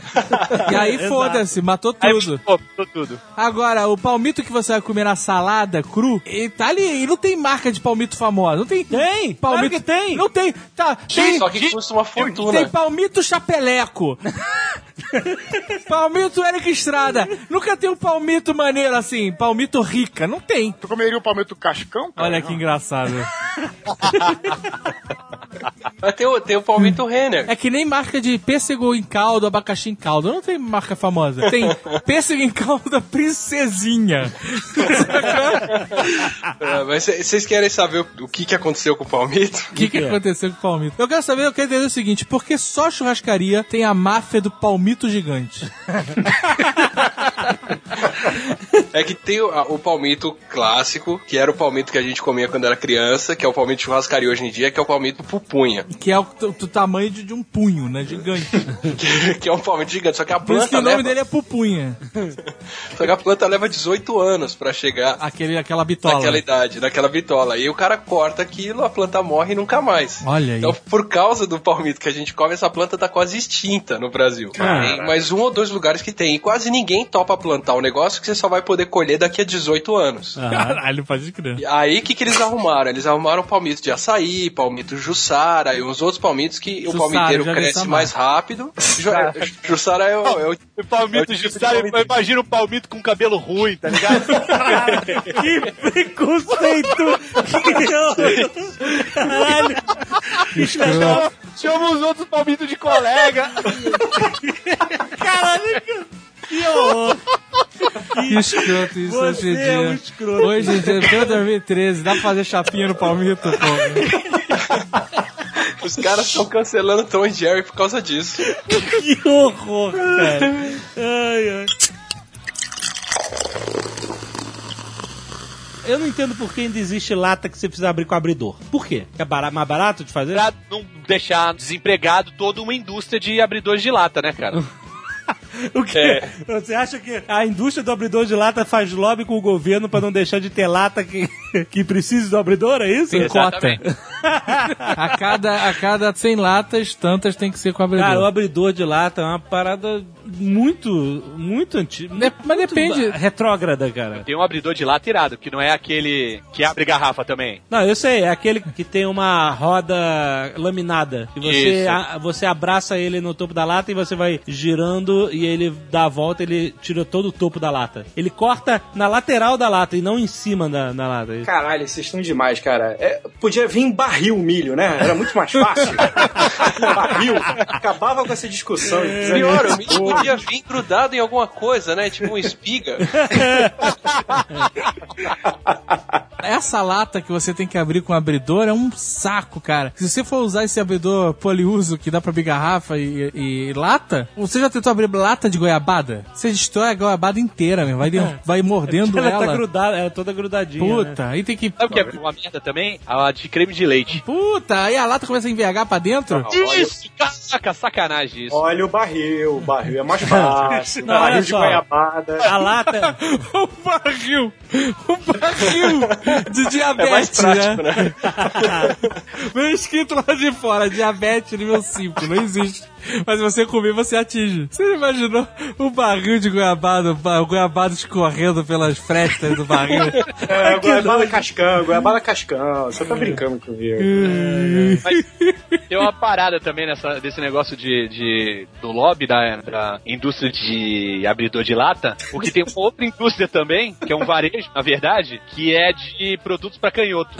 Speaker 5: E aí foda-se, matou tudo.
Speaker 4: Pô, tô tudo.
Speaker 5: Agora, o palmito que você vai comer na salada cru, ele tá ali, ele não tem marca de palmito famosa. Não tem.
Speaker 2: Tem, claro
Speaker 5: Palmito
Speaker 2: que tem.
Speaker 5: Não tem. Tá, tem.
Speaker 6: Só que custa uma
Speaker 5: Tem
Speaker 6: fortuna.
Speaker 5: palmito chapeleco. palmito Eric Estrada. Nunca tem um palmito maneiro assim, palmito rica. Não tem.
Speaker 19: Tu comeria o palmito cascão? cara?
Speaker 5: Olha que engraçado.
Speaker 6: Mas tem o, tem o palmito Renner.
Speaker 5: É que nem marca de pêssego em caldo, abacaxi em caldo. Não tem marca famosa. Tem pêssego em caldo da princesinha.
Speaker 6: Ah, mas cê- vocês querem saber o, o que, que aconteceu com o palmito?
Speaker 5: O que, que
Speaker 2: é?
Speaker 5: aconteceu com o palmito? Eu quero saber, eu quero entender o seguinte: por que só churrascaria tem a máfia do palmito gigante?
Speaker 6: É que tem o, a- o palmito clássico, que era o palmito que a gente comia quando era criança, que é o palmito churrascaria hoje em dia, que é o palmito pupunha.
Speaker 5: Que é o, t- do tamanho de, de um punho, né? Gigante.
Speaker 6: Que, que é um palmito gigante, só que a
Speaker 5: Por isso que
Speaker 6: planta,
Speaker 5: o nome
Speaker 6: leva,
Speaker 5: dele é Pupunha.
Speaker 6: só que a planta leva 18 anos pra chegar
Speaker 5: Aquele, aquela bitola.
Speaker 6: naquela idade, naquela bitola. E o cara corta aquilo, a planta morre e nunca mais.
Speaker 5: Olha aí.
Speaker 6: Então, por causa do palmito que a gente come, essa planta tá quase extinta no Brasil. Tem mais um ou dois lugares que tem. E quase ninguém topa plantar o negócio que você só vai poder colher daqui a 18 anos.
Speaker 21: Caralho, pode crer.
Speaker 6: E Aí o que, que eles arrumaram? Eles arrumaram palmito de açaí, palmito jussara e uns outros palmitos que o
Speaker 5: Jussara,
Speaker 6: palmiteiro
Speaker 5: já vi essa
Speaker 6: cresce mais rápido. Ju- é, Jussara é o, é o-
Speaker 7: O palmito
Speaker 6: É o tipo de
Speaker 7: Jussara,
Speaker 6: palmito.
Speaker 7: imagina um palmito com cabelo ruim, tá ligado?
Speaker 2: Que preconceito! Caralho!
Speaker 7: Chama os outros palmitos de colega.
Speaker 2: Caralho! que- Que horror!
Speaker 5: Que escroto isso hoje
Speaker 2: Você
Speaker 5: em
Speaker 2: é um
Speaker 5: dia.
Speaker 2: escroto.
Speaker 5: Hoje em dia, até 2013, dá pra fazer chapinha no palmito, pô.
Speaker 6: os caras estão cancelando Tom e Jerry por causa disso.
Speaker 2: Que horror, cara! Ai, ai. Eu não entendo por que ainda existe lata que você precisa abrir com abridor. Por quê? É bara- mais barato de fazer?
Speaker 7: pra não deixar desempregado toda uma indústria de abridores de lata, né, cara?
Speaker 2: O quê?
Speaker 6: É.
Speaker 2: Você acha que a indústria do abridor de lata faz lobby com o governo pra não deixar de ter lata que, que precise do abridor? É isso?
Speaker 5: Tem cota.
Speaker 7: Exatamente.
Speaker 5: A cada, a cada 100 latas, tantas tem que ser com abridor.
Speaker 21: Cara, o abridor de lata é uma parada muito, muito antiga.
Speaker 5: Ne- mas depende.
Speaker 21: Retrógrada, cara.
Speaker 7: Tem um abridor de lata irado, que não é aquele que abre garrafa também.
Speaker 21: Não, eu sei, é aquele que tem uma roda laminada. E você,
Speaker 7: Isso.
Speaker 21: a- você abraça ele no topo da lata e você vai girando e ele dá a volta, ele tira todo o topo da lata. Ele corta na lateral da lata e não em cima da, da lata.
Speaker 8: Caralho, vocês estão demais, cara. É, podia vir em barril o milho, né? Era muito mais fácil. barril. Acabava com essa
Speaker 6: É.
Speaker 8: discussão.
Speaker 6: Pior, o milho podia vir grudado em alguma coisa, né? Tipo uma espiga.
Speaker 5: Essa lata que você tem que abrir com abridor é um saco, cara. Se você for usar esse abridor poliuso que dá pra abrir garrafa e, e lata, você já tentou abrir lata de goiabada? Você destrói a goiabada inteira, meu. Vai, de- vai mordendo
Speaker 21: É. ela,
Speaker 5: ela.
Speaker 21: tá grudada, ela é toda grudadinha. né?
Speaker 5: Puta, aí tem que.
Speaker 7: Sabe o que é uma merda também? A de creme de leite.
Speaker 5: Puta, aí a lata começa a envergar pra dentro.
Speaker 6: Ah,
Speaker 7: Isso! Caraca, sacanagem isso.
Speaker 8: Olha o barril. O barril é mais fácil.
Speaker 21: Não,
Speaker 8: barril
Speaker 21: olha
Speaker 8: de
Speaker 21: só.
Speaker 8: goiabada.
Speaker 5: Ah,
Speaker 21: A lata.
Speaker 5: o barril! O barril de diabetes,
Speaker 6: É mais prático,
Speaker 5: né?
Speaker 6: né?
Speaker 5: Vem escrito lá de fora, diabetes nível 5, não existe. Mas se você comer, você atinge. Você já imaginou o barril de goiabada, o ba- o goiabada escorrendo pelas frestas do barril?
Speaker 8: É, goiabada cascão, goiabada cascão. Você tá brincando comigo.
Speaker 7: Tem uma parada também nessa, desse negócio de, de- do lobby da, da indústria de abridor de lata. O que tem uma outra indústria também, que é um varejo, na verdade, que é de produtos pra canhoto.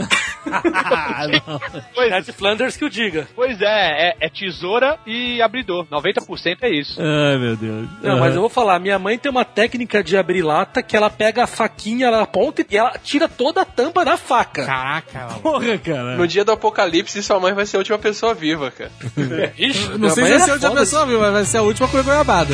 Speaker 21: Ah, não.
Speaker 7: Pois,
Speaker 3: Ed Flanders que o diga.
Speaker 7: pois é, é, é tesoura e abridor. 90% é isso.
Speaker 21: Ai, meu Deus.
Speaker 3: Não, mas eu vou falar, minha mãe tem uma técnica de abrir lata que ela pega a faquinha, ela aponta e ela tira toda a tampa da faca.
Speaker 5: Caraca, mano.
Speaker 21: Porra, cara.
Speaker 6: É. No dia do apocalipse, sua mãe vai ser a última pessoa viva, cara.
Speaker 3: Ixi,
Speaker 5: Não
Speaker 3: minha
Speaker 5: sei
Speaker 3: mãe
Speaker 5: se
Speaker 3: é
Speaker 5: vai ser a última
Speaker 3: foda.
Speaker 5: pessoa, viu? Mas vai ser a última a comer goiabada.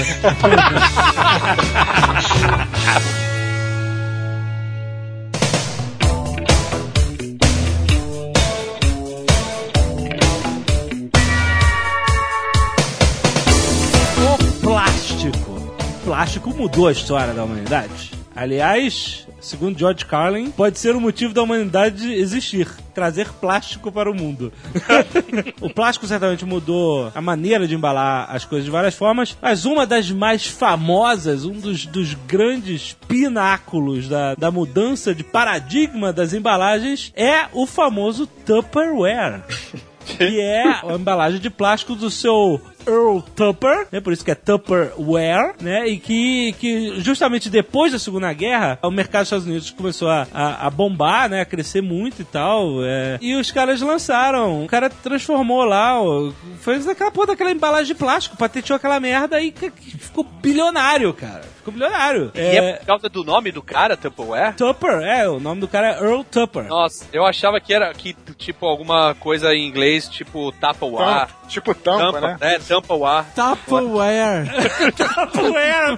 Speaker 2: O plástico. O plástico mudou a história da humanidade. Aliás, segundo George Carlin, pode ser o motivo da humanidade existir. Trazer plástico para o mundo. o plástico certamente mudou a maneira de embalar as coisas de várias formas, mas uma das mais famosas, um dos, dos grandes pináculos da, da mudança de paradigma das embalagens é o famoso Tupperware que é a embalagem de plástico do seu Earl Tupper, né? Por isso que é Tupperware, né? E que, que justamente depois da Segunda Guerra, o mercado dos Estados Unidos começou a, a, a bombar, né? A crescer muito e tal. é. E os caras lançaram. O cara transformou lá, ó, fez aquela porra daquela embalagem de plástico, patenteou aquela merda e que- que ficou bilionário, cara. Ficou bilionário.
Speaker 7: E é por causa do nome do cara, Tupperware?
Speaker 2: Tupper, é, o nome do cara é Earl Tupper.
Speaker 7: Nossa, eu achava que era que, tipo, alguma coisa em inglês, tipo Tupperware.
Speaker 4: Tipo tampa,
Speaker 7: Tampa,
Speaker 4: né?
Speaker 7: é, tampa o ar.
Speaker 5: Tupperware.
Speaker 2: Tupperware.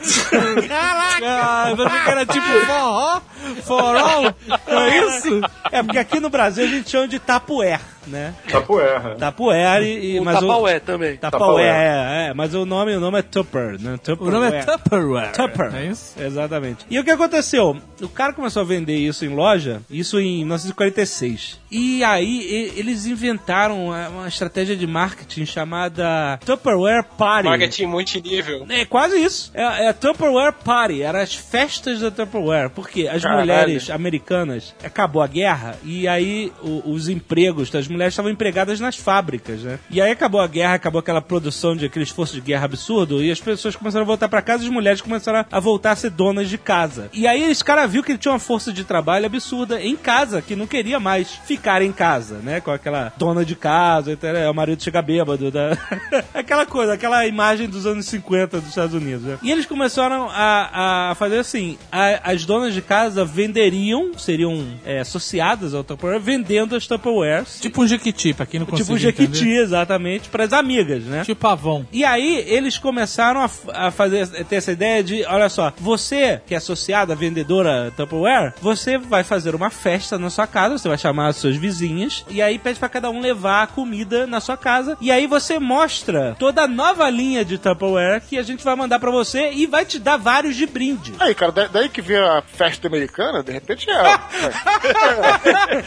Speaker 2: Caraca!
Speaker 5: Ah, você que era tipo forró? Forol? É isso?
Speaker 2: É porque aqui no Brasil a gente chama de tapuer, né?
Speaker 8: Tapuerra.
Speaker 2: Tapuer e. e
Speaker 3: O
Speaker 2: mas o
Speaker 3: Tapaué também.
Speaker 2: Tapaué, é, é, mas o nome, o nome é Tupper, né? Tupper
Speaker 5: O nome é Tupperware.
Speaker 2: Tupper.
Speaker 5: É isso?
Speaker 2: Exatamente. E o que aconteceu? O cara começou a vender isso em loja, isso em 1946. E aí e- eles inventaram é, uma estratégia de marketing chamada Tupperware Party.
Speaker 6: Marketing multinível.
Speaker 2: É quase isso. É, é Tupperware Party. Eram as festas da Tupperware. Porque as
Speaker 4: Caralho.
Speaker 2: mulheres americanas acabou a guerra e aí o- os empregos das mulheres estavam empregadas nas fábricas, né? E aí acabou a guerra, acabou aquela produção de aquele esforço de guerra absurdo e as pessoas começaram a voltar pra casa e as mulheres começaram a voltar a ser donas de casa. E aí esse cara viu que ele tinha uma força de trabalho absurda em casa, que não queria mais ficar em casa, né? Com aquela dona de casa, então, é, o marido chega bêbado, da... aquela coisa, aquela imagem dos anos 50 dos Estados Unidos, né? E eles começaram a, a fazer assim, a- as donas de casa venderiam, seriam é, associadas ao Tupperware, vendendo as Tupperwares, tipo,
Speaker 5: Tipo um Jequiti, pra quem não consegue
Speaker 2: tipo Jequiti, exatamente, pras amigas, né?
Speaker 5: Tipo avon.
Speaker 2: E aí eles começaram a, f- a fazer a ter essa ideia de, olha só, você que é associada vendedora Tupperware, você vai fazer uma festa na sua casa, você vai chamar as suas vizinhas e aí pede pra cada um levar a comida na sua casa e aí você mostra toda a nova linha de Tupperware que a gente vai mandar pra você e vai te dar vários de brinde.
Speaker 4: Aí, cara, da- daí que vê a festa americana, de repente é. é.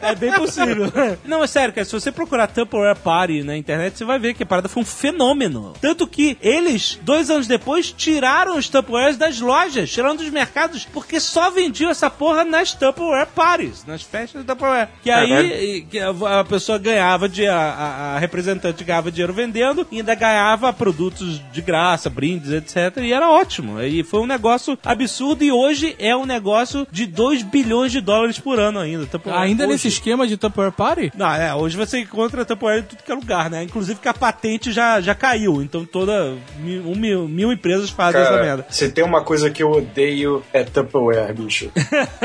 Speaker 2: É bem possível. Não, é sério, cara. Se você procurar Tupperware Party na internet, você vai ver que a parada foi um fenômeno. Tanto que eles, dois anos depois, tiraram os Tupperwares das lojas, tiraram dos mercados, porque só vendiam essa porra nas Tupperware Parties, nas festas da Tupperware. Que aí e, que a a pessoa ganhava, de, a, a- a representante ganhava dinheiro vendendo, e ainda ganhava produtos de graça, brindes, etc. E era ótimo. E foi um negócio absurdo, e hoje é um negócio de 2 bilhões de dólares por ano ainda. Tupperware
Speaker 5: Ainda
Speaker 2: Ah, hoje.
Speaker 5: nesse esquema de Tupperware Party?
Speaker 2: Não, é, hoje você encontra Tupperware em tudo que é lugar, né? Inclusive que a patente já, já caiu, então toda mil, um mil, mil empresas
Speaker 5: Tá
Speaker 2: fazem essa merda.
Speaker 8: Cara, se tem uma coisa que eu odeio é Tupperware, bicho.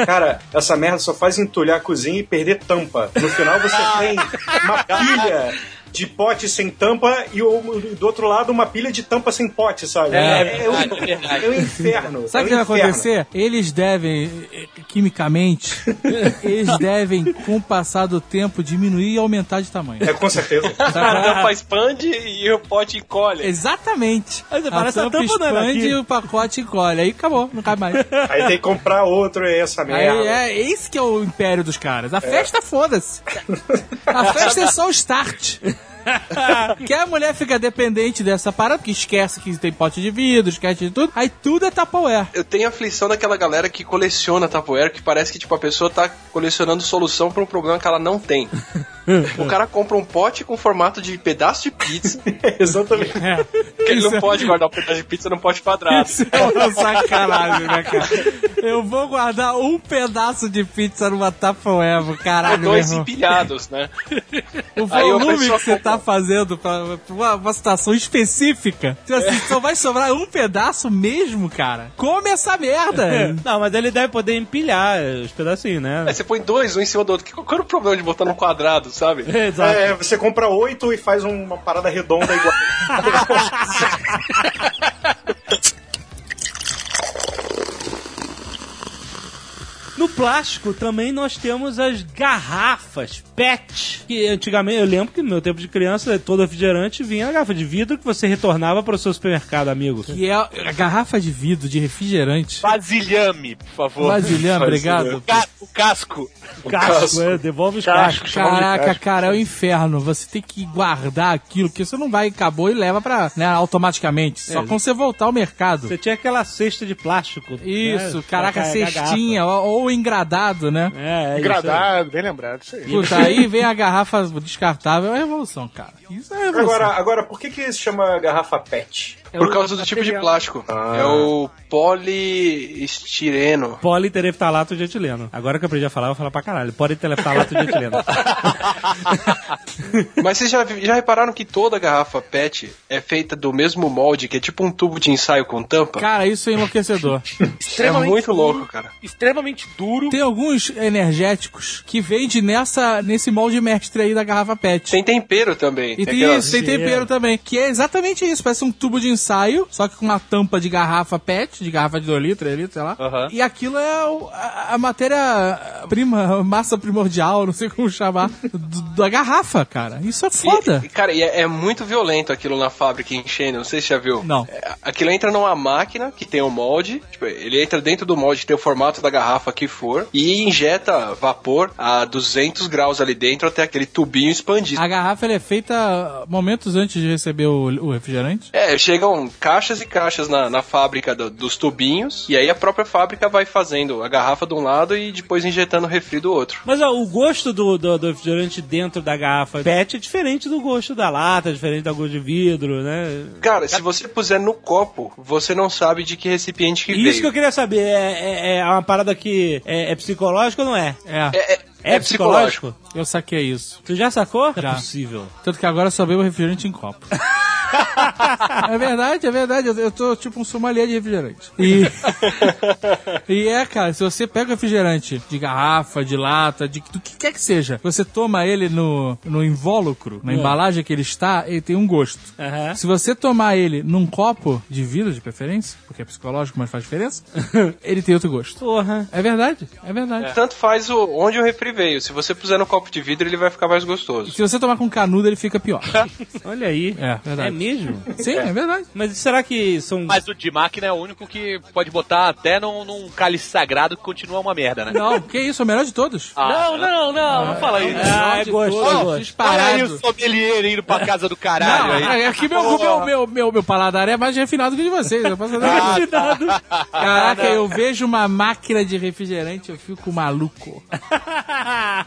Speaker 8: Cara, essa merda só faz entulhar a cozinha e perder tampa. No final você
Speaker 5: Ah.
Speaker 8: tem uma pilha de pote sem tampa e o- do outro lado uma pilha de tampa sem pote, sabe?
Speaker 5: É,
Speaker 8: um, é um inferno.
Speaker 5: Sabe o
Speaker 8: é
Speaker 5: que
Speaker 8: um
Speaker 5: vai
Speaker 8: inferno.
Speaker 5: acontecer? Eles devem, eh, quimicamente, eles devem, com o passar do tempo, diminuir e aumentar de tamanho.
Speaker 8: É, com certeza.
Speaker 6: A tampa expande e o pote encolhe.
Speaker 5: Exatamente.
Speaker 2: Mas parece a tampa não é
Speaker 5: expande
Speaker 2: daqui.
Speaker 5: e o pacote encolhe. Aí acabou, não cai mais.
Speaker 8: Aí tem que comprar outro e essa merda.
Speaker 5: Aí é esse que é o império dos caras. A festa, foda-se. A festa é só o start. que a mulher fica dependente dessa parada, que esquece que tem pote de vidro, esquece de tudo. Aí tudo é Tupperware.
Speaker 6: Eu tenho aflição daquela galera que coleciona Tupperware, que parece que tipo a pessoa tá colecionando solução pra um problema que ela não tem. o cara compra um pote com formato de pedaço de pizza,
Speaker 8: Exatamente.
Speaker 6: porque ele
Speaker 5: Isso é-
Speaker 6: não pode guardar um pedaço de pizza num pote quadrado.
Speaker 5: Isso é uma sacanagem, né, cara? Eu vou guardar um pedaço de pizza numa Tupperware, caralho, meu
Speaker 6: Dois
Speaker 5: irmão.
Speaker 6: empilhados, né?
Speaker 5: O
Speaker 6: Aí eu
Speaker 5: volume
Speaker 6: penso-
Speaker 5: que você tá fazendo pra, pra uma, uma situação específica. Então, assim, só vai sobrar um pedaço mesmo, cara. Come essa merda!
Speaker 2: É. Não, mas ele deve poder empilhar os pedacinhos, né?
Speaker 6: Aí você põe dois um em cima do outro. Que- Qual era o problema de botar num quadrado, sabe?
Speaker 2: Exato.
Speaker 8: É, você compra oito e faz um, uma parada redonda igual.
Speaker 2: No plástico também nós temos as garrafas PET, que antigamente, eu lembro que no meu tempo de criança, todo refrigerante vinha na garrafa de vidro que você retornava para o seu supermercado, amigo.
Speaker 5: Que é a garrafa de vidro de refrigerante.
Speaker 7: Vasilhame, por favor.
Speaker 5: Vasilhame, obrigado.
Speaker 7: Ca- O casco.
Speaker 2: Casco, é, devolve os cascos.
Speaker 8: Casco, chamava de
Speaker 5: Caraca,
Speaker 8: casco.
Speaker 5: cara, é o inferno. Você tem que guardar aquilo, que você não vai, acabou e leva pra, né, automaticamente. Só
Speaker 2: É.
Speaker 5: quando você voltar ao mercado.
Speaker 2: Você tinha aquela cesta de plástico.
Speaker 5: Isso,
Speaker 2: né,
Speaker 5: caraca,
Speaker 2: pra carregar a garrafa.
Speaker 5: cestinha, ou, ou engradado, né?
Speaker 2: É, é isso aí.
Speaker 4: Engradado, bem
Speaker 2: É.
Speaker 4: lembrado. Isso aí.
Speaker 5: Puta, aí vem a garrafa descartável, é uma revolução, cara. Isso é uma revolução.
Speaker 8: Agora, agora, por que que se chama garrafa PET?
Speaker 6: Por causa do tipo de plástico. É
Speaker 5: Ah.
Speaker 6: o poliestireno.
Speaker 2: Politereptalato de etileno. Agora que eu aprendi a falar, eu vou falar pra caralho. Politereptalato de etileno.
Speaker 6: Mas vocês já, já repararam que toda garrafa PET é feita do mesmo molde, que é tipo um tubo de ensaio com tampa?
Speaker 5: Cara, isso é enlouquecedor.
Speaker 6: é
Speaker 22: Extremamente
Speaker 6: muito
Speaker 22: duro,
Speaker 6: louco, cara.
Speaker 22: Extremamente duro.
Speaker 5: Tem alguns energéticos que vende nessa, nesse molde mestre aí da garrafa PET.
Speaker 6: Tem tempero também.
Speaker 5: E tem
Speaker 6: aquelas-
Speaker 5: isso, tem tempero também. Que é exatamente isso. Parece um tubo de ensaio, só que com uma tampa de garrafa PET, de garrafa de 2 litros, 3 litros, sei lá.
Speaker 23: Aham.
Speaker 5: E aquilo é o- a, a matéria-prima, a massa primordial, não sei como chamar, do- da garrafa, cara. Isso é
Speaker 6: E-
Speaker 5: foda.
Speaker 6: e, cara, e é, é muito violento aquilo na fábrica enchendo, não sei se já viu.
Speaker 5: Não.
Speaker 6: É, Aquilo entra numa máquina que tem o molde, tipo, ele entra dentro do molde que tem o formato da garrafa que for, e injeta vapor a 200 graus ali dentro até aquele tubinho expandir.
Speaker 5: A garrafa ela é feita momentos antes de receber o, o refrigerante.
Speaker 6: É, chegam caixas e caixas na, na fábrica do- dos tubinhos, e aí a própria fábrica vai fazendo a garrafa de um lado e depois injetando o refri do outro.
Speaker 2: Mas ó, o gosto do, do, do refrigerante dentro da garrafa PET é diferente do gosto da lata, é diferente do gosto de vidro, né?
Speaker 6: Cara, se você puser no copo, você não sabe de que recipiente que
Speaker 2: E
Speaker 6: veio.
Speaker 2: isso que eu queria saber, é, é, é uma parada que é, é psicológica ou não é?
Speaker 5: É,
Speaker 6: É, é-
Speaker 2: É
Speaker 6: é psicológico.
Speaker 2: psicológico?
Speaker 5: eu saquei isso.
Speaker 2: Tu já sacou? Não
Speaker 5: Já.
Speaker 2: é possível.
Speaker 5: Tanto que agora eu só bebo refrigerante em copo. é verdade, é verdade. Eu- Eu tô tipo um sommelier de refrigerante. E, e é, cara, se você pega o refrigerante de garrafa, de lata, de do que quer que seja, você toma ele no, no invólucro, na embalagem que ele está, ele tem um gosto.
Speaker 2: Aham.
Speaker 5: Se você tomar ele num copo de vidro, de preferência, porque é psicológico, mas faz diferença, ele tem outro gosto.
Speaker 2: Porra.
Speaker 5: É verdade, é verdade.
Speaker 6: Tanto faz o, onde o refri veio. Se você puser no copo de vidro, ele vai ficar mais gostoso.
Speaker 5: Se você tomar com canudo, ele fica pior.
Speaker 2: Olha aí.
Speaker 5: É, verdade.
Speaker 2: É mesmo?
Speaker 5: Sim, é verdade.
Speaker 2: Mas será que são.
Speaker 23: Mas o de máquina é o único que pode botar até num, num cálice sagrado que continua uma merda, né?
Speaker 5: Não, que isso, é o melhor de todos.
Speaker 22: Não, não, não, não fala isso.
Speaker 2: Ah, é gosto, é
Speaker 5: Ó,
Speaker 2: gosto.
Speaker 23: Olha aí
Speaker 5: disparado.
Speaker 23: o sommelier indo pra casa do caralho
Speaker 5: Não,
Speaker 23: aí.
Speaker 5: é que meu, meu, meu, meu, meu paladar é mais refinado que o de vocês. Eu posso
Speaker 2: Ah,
Speaker 5: dar
Speaker 2: tá.
Speaker 5: Caraca, eu vejo uma máquina de refrigerante, eu fico maluco.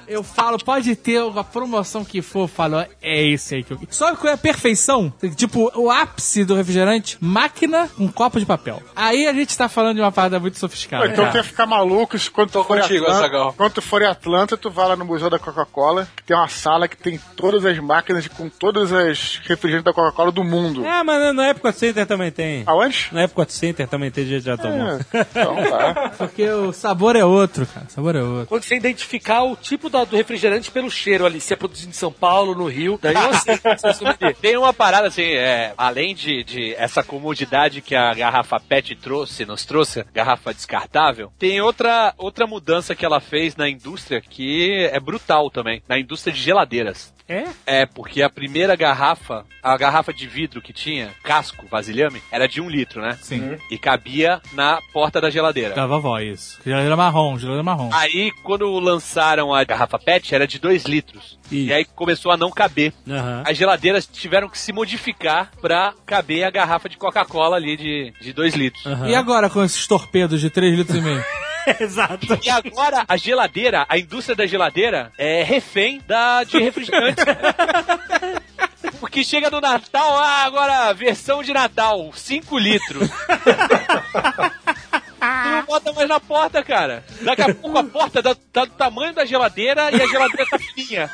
Speaker 5: Eu falo, pode ter a promoção que for, eu falo, é esse aí que eu. Sabe qual é a perfeição? Tipo, o ápice do refrigerante? Máquina, um copo de papel. Aí a gente tá falando de uma parada muito
Speaker 4: Pô,
Speaker 5: sofisticada. Tá.
Speaker 4: então tu
Speaker 5: cara.
Speaker 4: ia ficar maluco se quando tu
Speaker 6: Tô
Speaker 4: for em
Speaker 6: contigo,
Speaker 4: Atlanta,
Speaker 6: Azaghal.
Speaker 4: Quando tu for em Atlanta, tu vai lá no Museu da Coca-Cola, que tem uma sala que tem todas as máquinas e com todas as refrigerantes da Coca-Cola do mundo.
Speaker 5: É.
Speaker 2: Ah, mas no Epcot Center também tem.
Speaker 4: Aonde?
Speaker 2: No Epcot Center também tem gente que já tomou.
Speaker 4: É, então tá.
Speaker 5: Porque o sabor é outro, cara. O sabor é outro.
Speaker 22: Quando você identificar o tipo da- do refrigerante pelo cheiro ali, se é produzido em São Paulo, no Rio, daí eu sei que você é sommelier.
Speaker 23: Tem uma parada assim, é, além de, de essa comodidade que a garrafa PET trouxe, nos trouxe, garrafa descartável, tem outra, outra mudança que ela fez na indústria que é brutal também, na indústria de geladeiras.
Speaker 2: É?
Speaker 23: É, porque a primeira garrafa, a garrafa de vidro que tinha, casco, vasilhame, era de um litro, né?
Speaker 5: Sim.
Speaker 23: E cabia na porta da geladeira.
Speaker 5: Da vovó, isso. Geladeira marrom, geladeira marrom.
Speaker 23: Aí, quando lançaram a garrafa PET, era de 2 litros. E aí começou a não caber.
Speaker 2: Aham.
Speaker 23: As geladeiras tiveram que se modificar pra caber a garrafa de Coca-Cola ali de 2 dois litros.
Speaker 5: E agora com esses torpedos de 3 litros e meio?
Speaker 2: Exato.
Speaker 23: E agora a geladeira, a indústria da geladeira é refém da de refrigerante. Porque chega no Natal, ah, agora versão de Natal, 5 litros. Tu não bota mais na porta, cara. Daqui a pouco a porta tá tá do tamanho da geladeira e a geladeira tá fininha.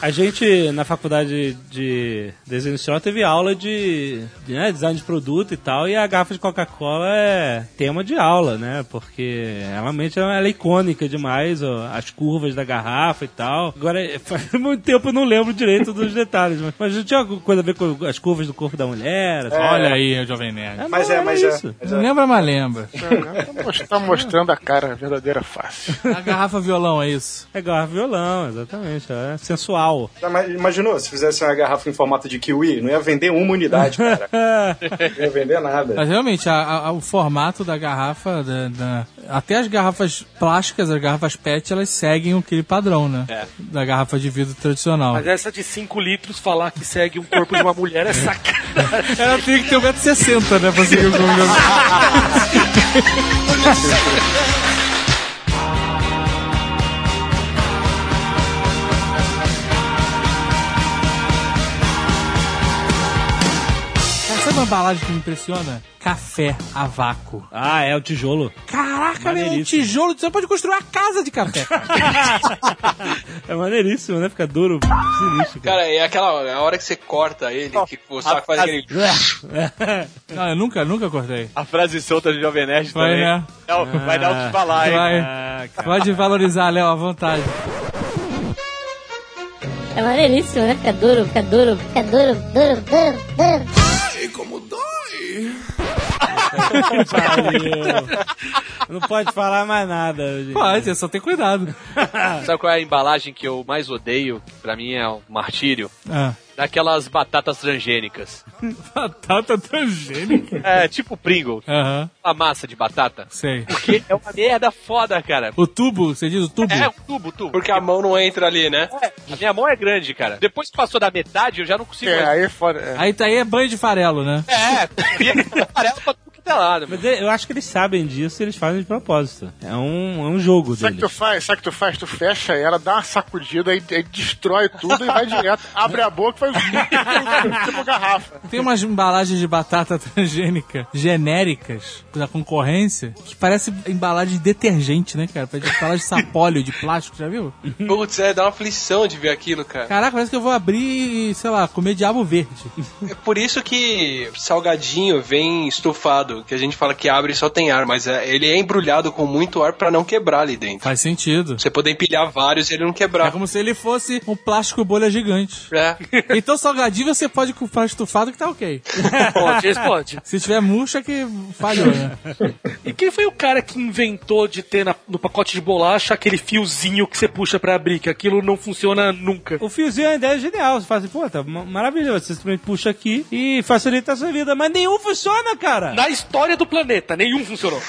Speaker 2: A gente, na faculdade de desenho industrial, teve aula de, de, né, design de produto e tal, e a garrafa de Coca-Cola é tema de aula, né? Porque ela, realmente ela é icônica demais, ó, as curvas da garrafa e tal. Agora, é, faz muito tempo eu não lembro direito dos detalhes, mas, mas não tinha alguma coisa a ver com as curvas do corpo da mulher? assim?
Speaker 5: Olha aí, Jovem Nerd.
Speaker 2: não,
Speaker 8: É, Mas é,
Speaker 2: era
Speaker 8: mas é.
Speaker 2: isso.
Speaker 8: mas
Speaker 5: Não
Speaker 8: é.
Speaker 5: lembra, mas lembra.
Speaker 4: Tá mos- tá mostrando a cara verdadeira face.
Speaker 5: A garrafa violão, é isso.
Speaker 2: É garrafa violão, exatamente. É sensual.
Speaker 8: Tá, mas Imaginou, se fizesse uma garrafa em formato de kiwi, não ia vender uma unidade, cara. Não ia vender nada.
Speaker 5: Mas realmente, a- a- o formato da garrafa, da- da- até as garrafas plásticas, as garrafas PET, elas seguem aquele padrão, né? Da garrafa de vidro tradicional.
Speaker 2: é-
Speaker 22: Mas essa de 5 litros falar que segue um corpo de uma mulher é sacanagem.
Speaker 5: Ela tem que ter 1,60m, né? Pra seguir o jogo. uma embalagem que me impressiona? Café a vácuo.
Speaker 21: Ah, é o tijolo.
Speaker 5: Caraca, meu, um
Speaker 21: Maneiríssimo.
Speaker 5: tijolo, você pode construir uma casa de café.
Speaker 21: É maneiríssimo, né? Fica duro, sinistro.
Speaker 6: Cara, é aquela hora, a hora que você corta ele, que você faz aquele.
Speaker 5: Não, eu nunca, nunca cortei.
Speaker 7: A frase solta do Jovem Nerd
Speaker 5: Vai,
Speaker 7: também.
Speaker 5: né?
Speaker 7: Não, vai dar o que falar, hein?
Speaker 5: Vai. Pode valorizar, Léo, à vontade.
Speaker 9: É maneiríssimo, né? Fica duro, fica duro, fica duro, duro, duro, duro.
Speaker 2: Não pode falar mais nada. Gente.
Speaker 5: Pode, você só tem cuidado.
Speaker 7: Sabe qual é a embalagem que eu mais odeio? Que Pra mim é um martírio.
Speaker 5: Ah.
Speaker 7: Daquelas batatas transgênicas.
Speaker 5: Batata transgênica.
Speaker 7: É, tipo Pringle,
Speaker 5: Aham,
Speaker 7: a massa de batata.
Speaker 5: sei.
Speaker 7: Porque é uma merda foda, cara.
Speaker 5: O tubo, você diz o tubo?
Speaker 7: É, um tubo, tubo.
Speaker 6: Porque a mão não entra ali, né?
Speaker 7: A minha mão é grande, cara. Depois que passou da metade, eu já não consigo
Speaker 4: É,
Speaker 7: mais.
Speaker 4: aí é foda. é.
Speaker 5: Aí tá aí é banho de farelo, né?
Speaker 7: É, é amarelo pra tudo que é lado. meu.
Speaker 21: Mas e- eu acho que eles sabem disso e eles fazem de propósito. É um, é um jogo
Speaker 4: Sabe o que tu
Speaker 21: deles.
Speaker 4: faz? Sabe o que tu faz? Tu fecha ela, dá uma sacudida, aí, aí destrói tudo e vai direto. Abre a boca e faz tipo garrafa.
Speaker 5: Tem umas embalagens de batata transgênica genéricas da concorrência que parece embalagem de detergente, né, cara? Parece embalagem de sapóleo de plástico, já viu?
Speaker 6: Putz, é, dá uma aflição de ver aquilo, cara.
Speaker 5: Caraca, parece que eu vou abrir e, sei lá, comer diabo verde.
Speaker 6: É por isso que salgadinho vem estufado, que a gente fala que abre e só tem ar, mas é- ele é embrulhado com muito ar pra não quebrar ali dentro.
Speaker 5: Faz sentido.
Speaker 6: Você poder empilhar vários e ele não
Speaker 5: É
Speaker 6: quebrar.
Speaker 5: como se ele fosse um plástico bolha gigante.
Speaker 6: É.
Speaker 5: Então salgadinho você pode culpar estufado que tá ok.
Speaker 3: Responde, responde.
Speaker 5: Se tiver murcha que falhou, né?
Speaker 3: E quem foi o cara que inventou de ter na- no pacote de bolacha aquele fiozinho que você puxa pra abrir, que aquilo não funciona nunca?
Speaker 2: O fiozinho é uma ideia genial. Você fala assim, pô, tá ma- maravilha. Você simplesmente puxa aqui e facilita a sua vida. Mas nenhum funciona, cara.
Speaker 3: Na história do planeta, nenhum funcionou.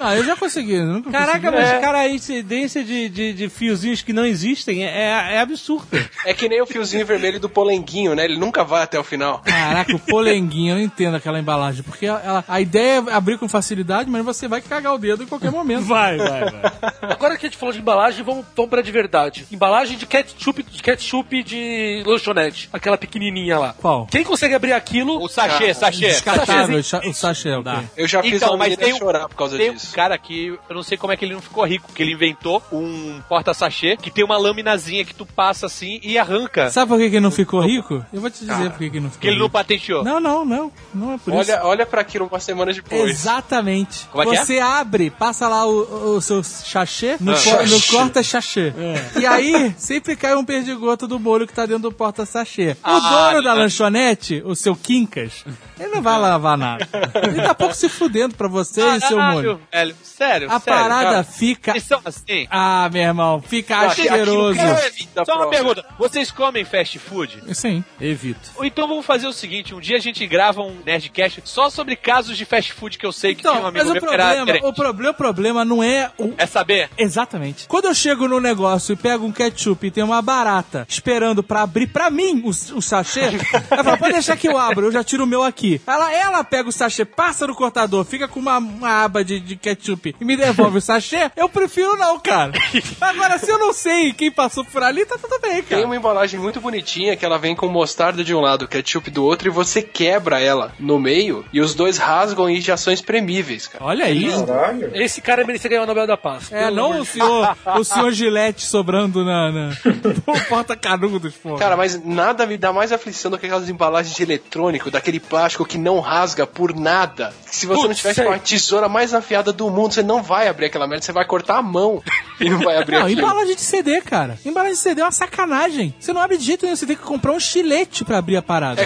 Speaker 5: Ah, eu já consegui. É. eu Nunca
Speaker 2: Caraca,
Speaker 5: consegui.
Speaker 2: mas,
Speaker 22: É.
Speaker 2: cara, a incidência de, de, de fiozinhos que não existem é, é absurda.
Speaker 6: É que nem o fiozinho vermelho do polenguinho, né? Ele nunca vai até o final.
Speaker 5: Caraca, o polenguinho, eu não entendo aquela embalagem. Porque ela- a ideia é abrir com facilidade, mas você vai cagar o dedo em qualquer momento.
Speaker 2: Vai, vai, vai.
Speaker 3: Agora que a gente falou de embalagem, vamos, vamos pra de verdade. Embalagem de ketchup, de ketchup de lanchonete. Aquela pequenininha lá.
Speaker 5: Qual?
Speaker 3: Quem consegue abrir aquilo...
Speaker 7: O sachê, sachê.
Speaker 5: Descartável, o sachê. ok.
Speaker 6: Eu já fiz
Speaker 7: Então,
Speaker 6: uma
Speaker 7: mas
Speaker 6: menina
Speaker 7: tem um-
Speaker 6: chorar por causa
Speaker 7: Tem um
Speaker 6: disso.
Speaker 7: cara que eu não sei como é que ele não ficou rico, que ele inventou um porta-sachê que tem uma laminazinha que tu passa assim e arranca.
Speaker 5: Sabe por que, que não ficou rico? Eu vou te dizer por que, que não
Speaker 7: Que
Speaker 5: ficou
Speaker 7: Tá. ele não
Speaker 5: rico.
Speaker 7: patenteou.
Speaker 5: Não, não, não. Não é por isso.
Speaker 6: Olha, olha para aquilo uma semana depois.
Speaker 5: Exatamente.
Speaker 7: Como é Ah. que é?
Speaker 5: você abre, passa lá o, o seu sachê, no, co- no corta sachê. E aí, sempre cai um perdigoto do molho que tá dentro do porta sachê. O
Speaker 7: Ah, tá.
Speaker 5: dono da lanchonete, o seu Quincas, ele não vai lavar nada. Ele tá pouco se fudendo pra você e seu
Speaker 7: Ah, Caralho,
Speaker 5: molho.
Speaker 7: velho. Sério,
Speaker 5: A
Speaker 7: sério.
Speaker 5: parada
Speaker 7: cara.
Speaker 5: fica...
Speaker 7: Eles são assim.
Speaker 5: Ah, meu irmão, fica
Speaker 6: Tá, Aqui- aqui
Speaker 7: um
Speaker 6: não
Speaker 5: asqueroso.
Speaker 6: quero vida
Speaker 7: Só uma
Speaker 6: própria.
Speaker 7: pergunta. Vocês comem fast food?
Speaker 5: Sim.
Speaker 21: Evito.
Speaker 7: Ou então vamos fazer o seguinte, um dia a gente grava um Nerdcast só sobre casos de fast food que eu sei que tinha um
Speaker 5: Então,
Speaker 7: amigo
Speaker 5: mas o
Speaker 7: meu que era
Speaker 5: problema,
Speaker 7: gerente.
Speaker 5: o problema, o problema não é o,
Speaker 7: É saber?
Speaker 5: Exatamente. Quando eu chego no negócio e pego um ketchup e tem uma barata esperando pra abrir pra mim o, o sachê, ela fala, pode deixar que eu abro, eu já tiro o meu aqui. Ela, ela pega o sachê, passa no cortador, fica com uma, uma aba de, de ketchup e me devolve o sachê, eu prefiro não, cara. Agora, se eu não sei quem passou por ali, tá tudo bem,
Speaker 6: Tem
Speaker 5: cara.
Speaker 6: uma embalagem muito bonitinha que ela vem com mostarda de um lado, ketchup do outro, e você quebra ela no meio e os dois rasgam e já são espremíveis, cara.
Speaker 5: Olha aí.
Speaker 8: Caralho.
Speaker 3: Esse cara merecia ganhar o Nobel da Paz.
Speaker 5: É, não o senhor, o senhor Gillette sobrando na, na no porta-canudos, pô.
Speaker 6: Cara, mas nada me dá mais aflição do que aquelas embalagens de eletrônico, daquele plástico que não rasga por nada. Se você não
Speaker 3: Putz,
Speaker 6: tivesse com a tesoura mais afiada do mundo, você não vai abrir aquela merda, você vai cortar a mão e não vai abrir
Speaker 5: Não,
Speaker 6: aquilo.
Speaker 5: embalagem de CD, cara. Embalagem de CD é uma sacanagem. Você não abre de jeito nenhum, você tem que comprar um chilete pra abrir a parada.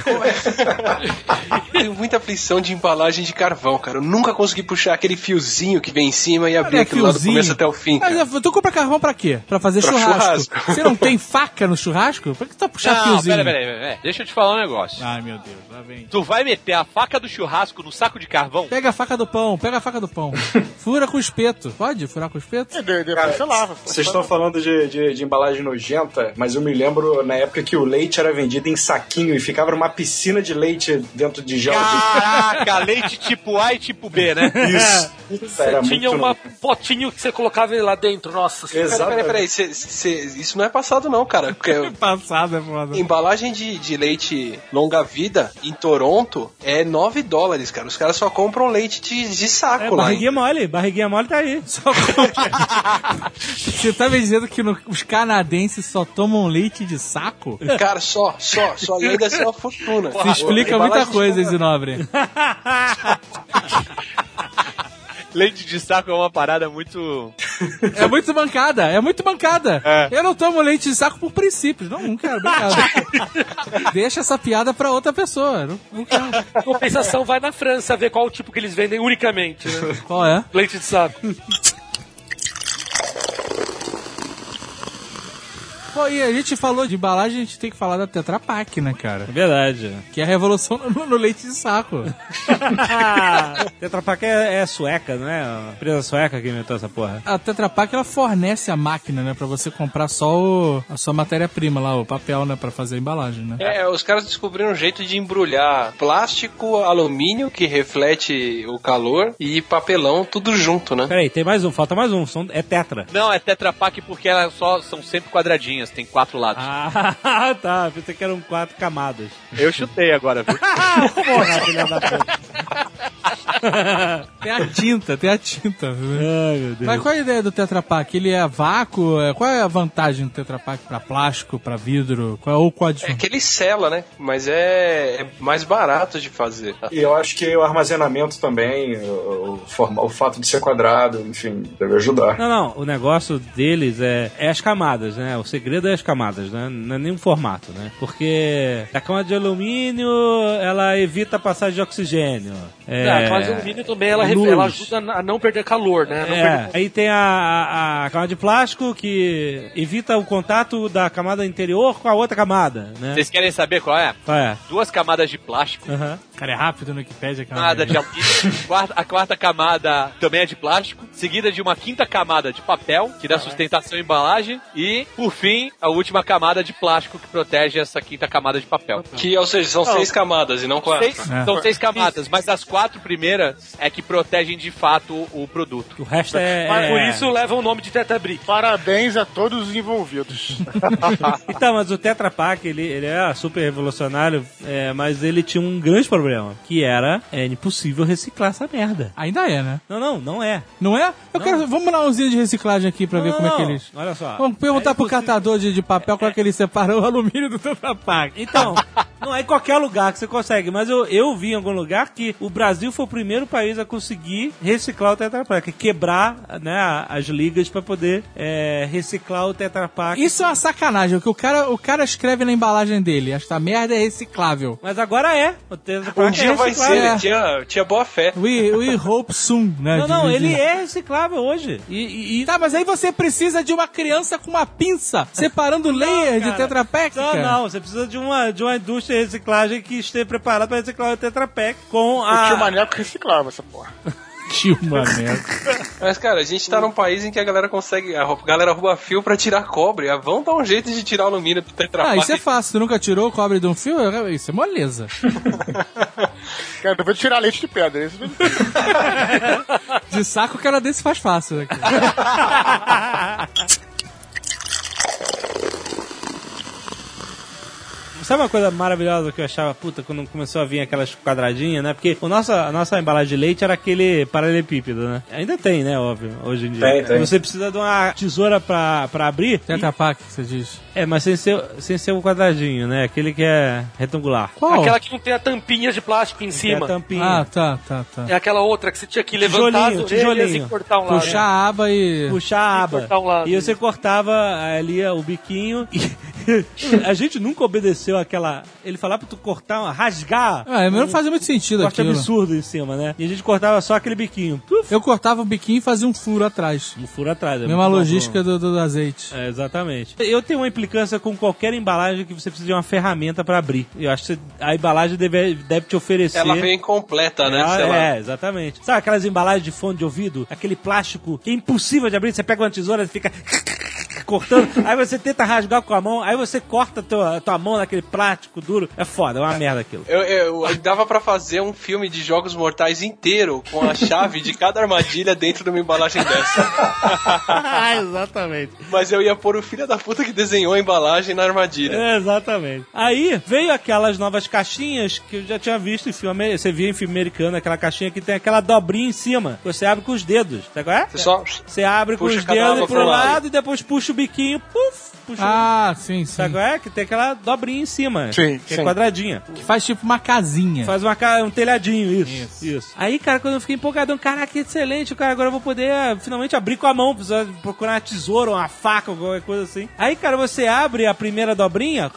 Speaker 6: Tenho muita aflição de embalagem de carvão, cara. Eu nunca consegui puxar aquele fiozinho que vem em cima e abrir
Speaker 5: Cara,
Speaker 6: aquilo lá do começo até o fim.
Speaker 5: Mas
Speaker 6: Cara.
Speaker 5: eu- tu compra carvão pra quê? Pra fazer
Speaker 6: Pra
Speaker 5: churrasco.
Speaker 6: churrasco.
Speaker 5: Você não tem faca no churrasco? Pra que tu tá puxando
Speaker 7: Não,
Speaker 5: fiozinho?
Speaker 7: peraí, peraí, peraí. Deixa eu te falar um negócio.
Speaker 5: Ai, meu Deus, lá vem.
Speaker 7: Tu vai meter a faca do churrasco no saco de carvão?
Speaker 5: Pega a faca do pão, pega a faca do pão. Fura com espeto. Pode furar com espeto?
Speaker 4: E de- depois cancelava.
Speaker 8: Vocês estão falando de, de, de embalagem nojenta, mas eu me lembro na época que o leite era vendido em saquinho e ficava uma piscina de leite dentro de gel.
Speaker 7: Caraca, leite tipo A e tipo B, né?
Speaker 8: Isso.
Speaker 3: Você
Speaker 8: Era
Speaker 3: tinha
Speaker 8: muito
Speaker 3: uma potinho que você colocava ele lá dentro, nossa.
Speaker 6: Peraí, peraí, peraí. cê- cê- isso não é passado, não, cara. Porque
Speaker 5: Passada, é foda.
Speaker 6: embalagem de, de leite longa vida em Toronto é 9 dólares, cara. Os caras só compram leite de, de saco
Speaker 2: É,
Speaker 6: lá.
Speaker 2: barriguinha mole, barriguinha mole tá aí.
Speaker 5: Você tá me dizendo que no- os canadenses só tomam leite de saco?
Speaker 6: Cara, só, só, só. E ainda assim é uma fortuna.
Speaker 5: Isso explica muita coisa, Zinobre.
Speaker 7: Leite de saco é uma parada muito.
Speaker 5: É muito bancada, é muito bancada. Eu não tomo leite de saco por princípios. Não, não quero, obrigado. Deixa essa piada pra outra pessoa. Não, não quero.
Speaker 3: Em Compensação vai na França ver qual o tipo que eles vendem unicamente, né?
Speaker 5: Qual é?
Speaker 3: Leite de saco.
Speaker 5: Pô, e a gente falou de embalagem, a gente tem que falar da Tetra Pak, né, cara?
Speaker 2: É verdade.
Speaker 5: Que é a revolução no, no leite de saco.
Speaker 2: Tetra Pak é, é sueca, não é? A empresa sueca que inventou essa porra.
Speaker 5: A Tetra Pak, ela fornece a máquina, né, pra você comprar só o- a sua matéria-prima lá, o papel, né, pra fazer a embalagem, né?
Speaker 6: É, os caras descobriram um jeito de embrulhar plástico, alumínio, que reflete o calor, e papelão, tudo junto, né?
Speaker 2: Peraí, tem mais um, falta mais um. são- é Tetra.
Speaker 7: Não, é Tetra Pak porque elas só são sempre quadradinhas, tem quatro lados.
Speaker 2: Ah, tá. Pensei que eram quatro camadas.
Speaker 7: Eu chutei agora, viu?
Speaker 2: Porra, filha da puta.
Speaker 5: Tem a tinta, tem a tinta. né?
Speaker 2: Ai, meu Deus.
Speaker 5: Mas qual é a ideia do Tetra Pak? Ele é vácuo? É- Qual é a vantagem do Tetra Pak pra plástico, pra vidro? Qual é o código?
Speaker 6: É que ele sela, né? Mas é, é mais barato de fazer.
Speaker 8: E eu acho que o armazenamento também, o, o forma- o fato de ser quadrado, enfim, deve ajudar.
Speaker 2: Não, não, o negócio deles é, é as camadas, né? O segredo é as camadas, né? Não é nenhum formato, né? Porque a camada de alumínio, ela evita a passagem de oxigênio. É,
Speaker 3: É, a camada
Speaker 7: um
Speaker 3: de alumínio também ela,
Speaker 2: luz.
Speaker 3: ela ajuda a não perder calor, né? A não perder
Speaker 2: É, aí tem a, a, a camada de plástico que evita o contato da camada interior com a outra camada, né?
Speaker 7: Vocês querem saber qual é?
Speaker 2: Qual é?
Speaker 7: Duas camadas de plástico,
Speaker 2: Aham.
Speaker 5: Cara, é rápido no Wikipedia. Cara.
Speaker 7: camada de alumínio, quarta- a quarta camada também é de plástico, seguida de uma quinta camada de papel, que dá
Speaker 3: Tá
Speaker 7: sustentação à embalagem, e, por fim, a última camada de plástico que protege essa quinta camada de papel.
Speaker 6: Que, ou seja, são seis camadas e não quatro.
Speaker 7: Seis-
Speaker 3: É.
Speaker 7: São seis camadas, mas as quatro primeiras é que protegem de fato o produto.
Speaker 2: O resto é...
Speaker 3: Mas por
Speaker 2: é-
Speaker 3: isso leva o nome de Teta Brick.
Speaker 4: Parabéns a todos os envolvidos.
Speaker 2: Então, mas o Tetra Pak, ele, ele é super revolucionário, é, mas ele tinha um grande problema, que era, é impossível reciclar essa merda.
Speaker 5: Ainda é, né?
Speaker 2: Não, não, não é.
Speaker 5: Não é? Eu quero. Vamos dar umzinho de reciclagem aqui pra ver
Speaker 2: Não,
Speaker 5: como é que
Speaker 2: não.
Speaker 5: eles.
Speaker 2: Olha só.
Speaker 5: Vamos perguntar
Speaker 2: É
Speaker 5: pro
Speaker 2: impossível.
Speaker 5: catador de, de papel qual é que ele separou o alumínio do Tetra Pak.
Speaker 2: Então, não é em qualquer lugar que você consegue, mas eu, eu vi em algum lugar que o Brasil foi o primeiro país a conseguir reciclar o Tetra Pak, quebrar né, a- as ligas pra poder é, reciclar o Tetra Pak.
Speaker 5: Isso é uma sacanagem, o que o cara, o cara escreve na embalagem dele. Esta merda é reciclável.
Speaker 2: Mas agora é. O Tetra Pak
Speaker 6: Um dia
Speaker 2: é
Speaker 6: vai ser,
Speaker 2: reciclável.
Speaker 5: é.
Speaker 6: né? tinha, tinha boa fé.
Speaker 5: We, we hope soon, né?
Speaker 2: Não,
Speaker 5: De-
Speaker 2: não,
Speaker 5: de-
Speaker 2: ele é reciclável hoje. E, e- e-
Speaker 5: Tá, mas aí você precisa de uma criança com uma pinça separando layer de
Speaker 2: cara.
Speaker 5: Tetra Pak,
Speaker 2: Não,
Speaker 5: cara.
Speaker 2: não, você precisa de uma, de uma indústria de reciclagem que esteja preparada para reciclar o Tetra Pak com
Speaker 7: Ah.
Speaker 4: O tio
Speaker 2: a...
Speaker 4: Maneco reciclava essa porra.
Speaker 5: Tio Maneco.
Speaker 6: Mas, cara, a gente tá num país em que a galera consegue. A rou- galera rouba fio pra tirar cobre. Ah, Vão dar um jeito de tirar alumínio do Tetra
Speaker 5: Ah,
Speaker 6: Pak.
Speaker 5: isso é fácil. Tu nunca tirou o cobre de um fio? Isso é moleza.
Speaker 4: Cara, eu vou tirar leite de pedra. Isso
Speaker 5: De saco, o cara desse faz fácil. Né, cara?
Speaker 2: Sabe uma coisa maravilhosa que eu achava, puta, quando começou a vir aquelas quadradinhas, né? Porque o nosso, a nossa embalagem de leite era aquele paralelepípedo, né? Ainda tem, né? Óbvio, hoje em dia.
Speaker 8: Tem, tem.
Speaker 2: Você precisa de uma tesoura pra, pra abrir.
Speaker 5: Tetra Pak, que você diz.
Speaker 2: É, mas sem ser, sem ser o quadradinho, né? Aquele que é retangular.
Speaker 5: Qual?
Speaker 3: Aquela que não tem a tampinha de plástico em
Speaker 2: Que é a
Speaker 3: cima.
Speaker 2: tampinha.
Speaker 5: Ah, tá, tá, tá.
Speaker 3: É aquela outra que você tinha que
Speaker 2: Tijolinho,
Speaker 3: levantar as orelhas
Speaker 2: tijolinho.
Speaker 3: e cortar um
Speaker 5: é.
Speaker 3: lado.
Speaker 5: Puxar a aba e...
Speaker 2: puxar a aba.
Speaker 3: cortar um lado,
Speaker 2: e
Speaker 3: né?
Speaker 2: você cortava ali ó, o biquinho e, a gente nunca obedeceu aquela. Ele falava pra tu cortar, uma- rasgar.
Speaker 5: Ah, mas não fazia muito sentido
Speaker 2: Corte
Speaker 5: aquilo.
Speaker 2: absurdo em cima, né? E a gente cortava só aquele biquinho. Puf,
Speaker 5: Eu cortava o biquinho e fazia um furo atrás.
Speaker 2: um furo atrás. é
Speaker 5: Mesma
Speaker 2: muito bom.
Speaker 5: logística do, do, do azeite.
Speaker 2: É, exatamente. Eu tenho uma implicância com qualquer embalagem que você precisa de uma ferramenta pra abrir. Eu acho que a embalagem deve, deve te oferecer.
Speaker 6: Ela vem completa, né?
Speaker 2: Ah,
Speaker 6: sei lá.
Speaker 2: é, exatamente. Sabe aquelas embalagens de fone de ouvido? Aquele plástico que é impossível de abrir, você pega uma tesoura e fica cortando, aí você tenta rasgar com a mão, aí você corta tua, tua mão naquele plástico duro. É foda, é uma merda aquilo.
Speaker 6: Eu, eu- eu- dava pra fazer um filme de Jogos Mortais inteiro com a chave de cada armadilha dentro de uma embalagem dessa.
Speaker 2: exatamente.
Speaker 6: Mas eu ia pôr o filho da puta que desenhou a embalagem na armadilha.
Speaker 2: É, exatamente. Aí veio aquelas novas caixinhas que eu já tinha visto em filme. Você via em filme americano aquela caixinha que tem aquela dobrinha em cima. que Você abre com os dedos. Tá qual é?
Speaker 6: Você só
Speaker 2: Você abre
Speaker 6: puxa
Speaker 2: com os
Speaker 6: cada
Speaker 2: dedos
Speaker 6: uma
Speaker 2: pro
Speaker 6: pro lado.
Speaker 2: lado. e depois puxa o biquinho, puf, puxa.
Speaker 5: Ah, sim, sim.
Speaker 2: Sabe qual é? Que tem aquela dobrinha em cima.
Speaker 4: Sim,
Speaker 2: que
Speaker 4: sim.
Speaker 2: é quadradinha.
Speaker 5: Que faz tipo uma casinha.
Speaker 2: Faz uma, ca- um telhadinho, isso, isso. Aí, cara, quando eu fiquei empolgadão, caraca, excelente, cara, agora eu vou poder ah, finalmente abrir com a mão, precisar procurar uma tesoura, uma faca, alguma coisa assim. Aí, cara, você abre a primeira dobrinha,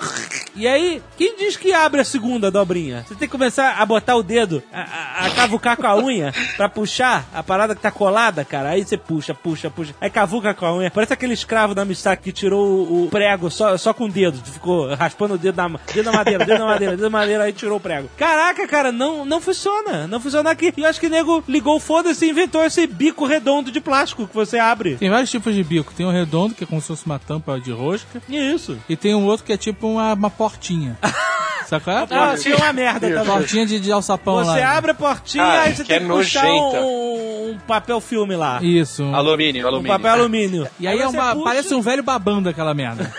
Speaker 2: e aí, quem diz que abre a segunda dobrinha? Você tem que começar a botar o dedo, a, a- a cavucar com a unha, pra puxar a parada que tá colada, cara. Aí você puxa, puxa, puxa. Aí cavuca com a unha. Parece aquele escravo da Mistake que tirou o, o prego só, só com o dedo. Ficou raspando o dedo da, ma- dedo da madeira, dedo da madeira, dedo da madeira, aí tirou o prego. Caraca, cara, não, não funciona. Não funciona aqui. E eu acho que o nego ligou o foda-se e inventou esse bico redondo de plástico que você abre.
Speaker 5: Tem vários tipos de bico. Tem um redondo, que é como se fosse uma tampa de rosca.
Speaker 2: E isso.
Speaker 5: E tem um outro que é tipo uma, uma portinha. Sabe qual é?
Speaker 2: Ah, tinha uma merda também.
Speaker 5: Portinha de, de alçapão lá.
Speaker 2: Você abre a portinha,
Speaker 6: Ah,
Speaker 2: aí você
Speaker 6: que
Speaker 2: tem
Speaker 6: é
Speaker 2: que puxar
Speaker 6: nojenta.
Speaker 2: um, um papel filme lá.
Speaker 5: Isso.
Speaker 24: Alumínio,
Speaker 2: Um
Speaker 24: alumínio.
Speaker 2: papel alumínio.
Speaker 5: E aí é
Speaker 2: você
Speaker 5: uma,
Speaker 2: puxa-
Speaker 5: parece um velho babando aquela merda.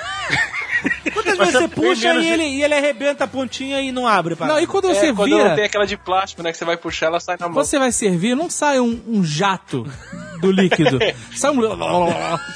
Speaker 2: Quantas vezes
Speaker 4: Mas
Speaker 2: você
Speaker 4: tem
Speaker 2: puxa
Speaker 4: menos
Speaker 2: e
Speaker 4: de-
Speaker 2: ele, e ele arrebenta a pontinha e não abre, pá.
Speaker 5: é Não, e quando você
Speaker 6: é, quando
Speaker 5: vira,
Speaker 6: não tem aquela de plástico, né? Que você vai puxar, ela sai na mão.
Speaker 5: quando você vai servir, não sai um, um jato do líquido. sai um...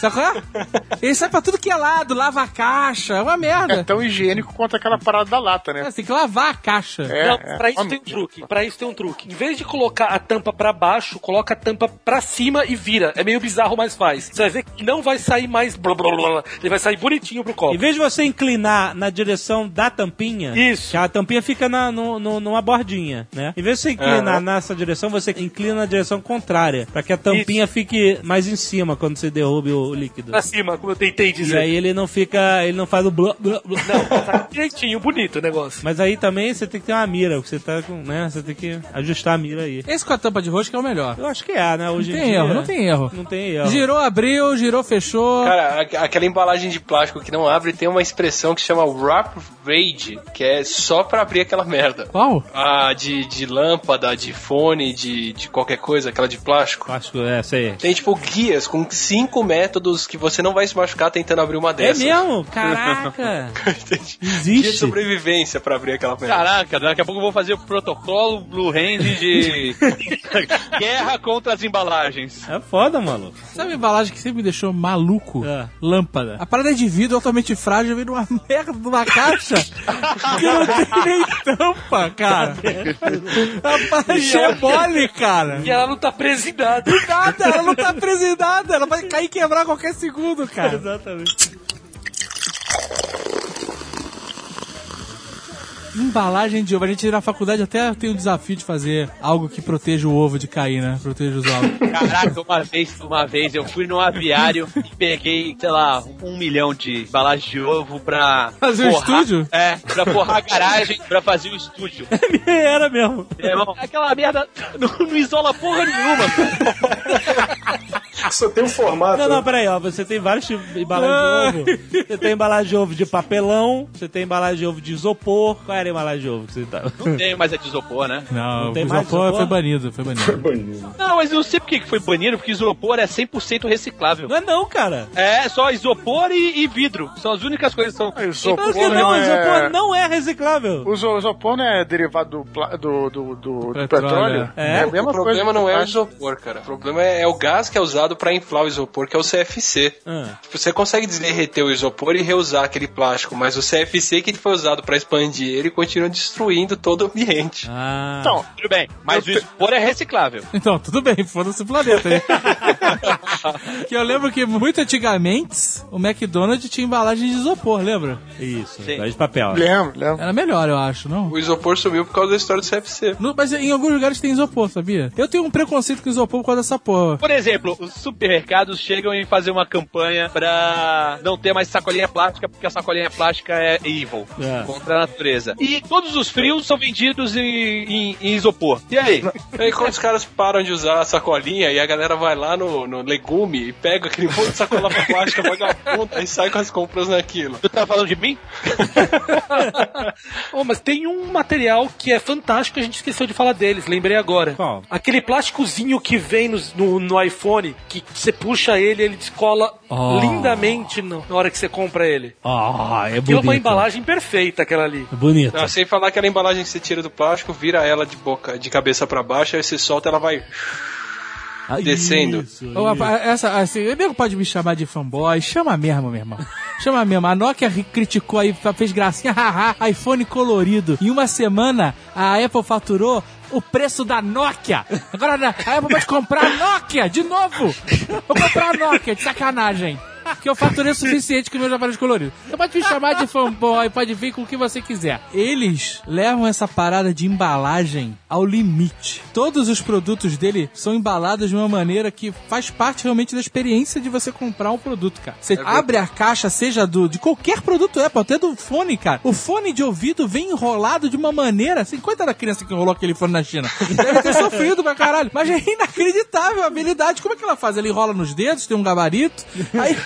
Speaker 5: Sabe qual é? Ele sai pra tudo que é lado, lava a caixa, é uma
Speaker 4: É
Speaker 5: merda.
Speaker 4: tão higiênico quanto aquela parada da lata,
Speaker 2: É.
Speaker 4: né?
Speaker 5: Você tem que lavar a caixa.
Speaker 4: É,
Speaker 25: não,
Speaker 4: é.
Speaker 25: pra isso
Speaker 4: Homem,
Speaker 25: tem um truque. Pra isso tem um truque. Em vez de colocar a tampa pra baixo, coloca a tampa pra cima e vira. É meio bizarro, mas faz. Você vai ver que não vai sair mais. Blá, blá, blá, blá. Ele vai sair bonitinho pro
Speaker 2: Em
Speaker 25: copo.
Speaker 2: vez de você inclinar na direção da tampinha,
Speaker 25: Isso.
Speaker 2: que a tampinha fica na, no- no- numa bordinha, né? Em vez de você inclinar nessa direção, você inclina na direção contrária, pra que a tampinha fique mais em cima quando você derrube o líquido.
Speaker 5: Assim.
Speaker 25: Pra cima, como eu tentei
Speaker 2: E
Speaker 25: dizer.
Speaker 2: aí ele não fica, ele não faz o blá, blá, blá.
Speaker 25: Não, tá direitinho, bonito o negócio.
Speaker 2: Mas aí também você tem que ter uma mira, porque você tá com, né? Você tem que ajustar a mira aí.
Speaker 5: Esse com a tampa de rosca é o melhor.
Speaker 2: Eu acho que é, né? Hoje
Speaker 5: Não
Speaker 2: em
Speaker 5: tem
Speaker 2: dia.
Speaker 5: erro, não tem erro.
Speaker 2: Não tem erro.
Speaker 5: Girou, abriu, girou, fechou.
Speaker 6: Cara, a- aquela embalagem de plástico que não abre tem uma expressão que chama Wrap Raid, que é só pra abrir aquela merda.
Speaker 5: Qual?
Speaker 6: Ah, de, de lâmpada, de fone, de, de qualquer coisa, aquela de plástico.
Speaker 2: Plástico, é, sei.
Speaker 6: Tem tipo guias com cinco métodos que você não vai se machucar tentando abrir uma
Speaker 2: É
Speaker 6: dessas.
Speaker 2: mesmo? Caraca!
Speaker 5: é
Speaker 6: Guia de
Speaker 2: Existe.
Speaker 6: sobrevivência pra abrir aquela merda.
Speaker 24: Caraca, daqui a pouco eu vou fazer o protocolo Blue Hand de guerra contra as embalagens.
Speaker 2: É foda, maluco.
Speaker 5: Sabe a embalagem que sempre me deixou maluco?
Speaker 2: É.
Speaker 5: Ah, Lâmpada. A parada é de vidro altamente frágil vem numa merda de uma caixa que não tem nem tampa, cara. A parada é mole, cara.
Speaker 25: E ela não tá presa em nada.
Speaker 5: Nada, ela não tá presa em nada, ela vai cair e quebrar a qualquer segundo, cara.
Speaker 2: Exatamente.
Speaker 5: Embalagem de ovo. A gente na faculdade até tem o desafio de fazer algo que proteja o ovo de cair, né? Proteja os ovos.
Speaker 24: Caraca, uma vez, uma vez eu fui num aviário e peguei, sei lá, um milhão de embalagens de ovo pra.
Speaker 5: Fazer um
Speaker 24: forrar-
Speaker 5: estúdio?
Speaker 24: É, pra forrar a garagem pra fazer um estúdio.
Speaker 2: Era mesmo.
Speaker 24: Meu irmão, Aquela merda não, não isola porra nenhuma. cara.
Speaker 8: Só tem um formato.
Speaker 2: Não, não, peraí, ó. Você tem vários tipos de embalagem
Speaker 5: Ah.
Speaker 2: de ovo. Você tem embalagem de ovo de papelão, você tem embalagem de ovo de isopor. Qual era a embalagem de ovo que você tá- tava?
Speaker 24: Não tem mais a de isopor, né?
Speaker 5: Não,
Speaker 2: Não
Speaker 5: o
Speaker 2: tem mais
Speaker 5: isopor
Speaker 2: isopor?
Speaker 5: foi banido, foi banido.
Speaker 8: Banido.
Speaker 24: Não, mas eu não sei por que que foi banido, porque isopor é 100% reciclável.
Speaker 2: Não é não, cara.
Speaker 24: É, só isopor e, e vidro. São as únicas coisas que são.
Speaker 4: o isopor
Speaker 2: Claro que não,
Speaker 4: não
Speaker 2: isopor
Speaker 4: é...
Speaker 2: não é reciclável.
Speaker 4: O iso- isopor não é derivado do, pla- do, do, do- do
Speaker 5: Petróleo.
Speaker 4: petróleo? né?
Speaker 2: É.
Speaker 3: né?
Speaker 4: a mesma
Speaker 6: O
Speaker 4: coisa.
Speaker 6: problema não é o
Speaker 4: Acho-
Speaker 6: isopor, cara. O problema é, é o gás que é usado usado para inflar o isopor, que é o CFC. Tipo, você consegue derreter o isopor e reusar aquele plástico, mas o CFC é que foi usado para expandir ele continua destruindo todo o ambiente.
Speaker 7: Então, tudo bem, mas o isopor é reciclável.
Speaker 5: Então, tudo bem, foda-se o planeta aí. que eu lembro que muito antigamente o McDonald's tinha embalagem de isopor, lembra?
Speaker 21: Isso,
Speaker 2: tá
Speaker 21: de papel.
Speaker 2: né?
Speaker 4: Lembro, lembro.
Speaker 5: Era melhor, eu acho, não?
Speaker 6: O isopor sumiu por causa da história do CFC.
Speaker 5: No- mas em alguns lugares tem isopor, sabia? Eu tenho um preconceito com isopor por causa dessa porra.
Speaker 7: Por exemplo, os supermercados chegam em fazer uma campanha pra não ter mais sacolinha plástica, porque a sacolinha plástica é evil,
Speaker 21: É.
Speaker 7: contra a natureza. E todos os frios são vendidos em, em- em isopor. E aí?
Speaker 6: E aí quando os caras param de usar a sacolinha e a galera vai lá no, no legume e pega aquele monte de sacola pra plástica, vagabunda e sai com as compras naquilo.
Speaker 7: Tu tá falando de mim?
Speaker 3: Oh, mas tem um material que é fantástico, a gente esqueceu de falar deles, lembrei agora.
Speaker 21: Qual?
Speaker 3: Aquele plásticozinho que vem nos- no, no iPhone, que você puxa ele, ele descola
Speaker 21: Oh.
Speaker 3: lindamente no- na hora que você compra ele.
Speaker 21: Ah,
Speaker 3: Aquilo
Speaker 21: é
Speaker 3: é
Speaker 21: bonito.
Speaker 3: uma embalagem perfeita, aquela ali.
Speaker 21: É bonito.
Speaker 5: Tá.
Speaker 6: Ah, sem falar aquela embalagem que você tira do plástico, vira ela de boca, de cabeça pra baixo, aí você solta, ela vai
Speaker 21: Ah,
Speaker 6: descendo.
Speaker 21: isso,
Speaker 5: Ô,
Speaker 21: isso.
Speaker 5: rapaz, essa, assim, o nego pode me chamar de fanboy, chama mesmo, meu irmão. Chama mesmo. A Nokia ri- criticou aí, fa- fez gracinha, haha, iPhone colorido. Em uma semana, a Apple faturou o preço da Nokia. Agora né, a Apple pode comprar a Nokia de novo. Vou comprar a Nokia, de sacanagem. Que eu faturei o suficiente com meus aparelhos coloridos. Você pode me chamar de fanboy, pode vir com o que você quiser. Eles levam essa parada de embalagem ao limite. Todos os produtos dele são embalados de uma maneira que faz parte realmente da experiência de você comprar um produto, cara. Você abre a caixa, seja do, de qualquer produto Apple, até do fone, cara. O fone de ouvido vem enrolado de uma maneira. Assim, coitada da criança que enrolou aquele fone na China. Deve ter sofrido pra caralho. Mas é inacreditável a habilidade. Como é que ela faz? Ela enrola nos dedos, tem um gabarito. Aí.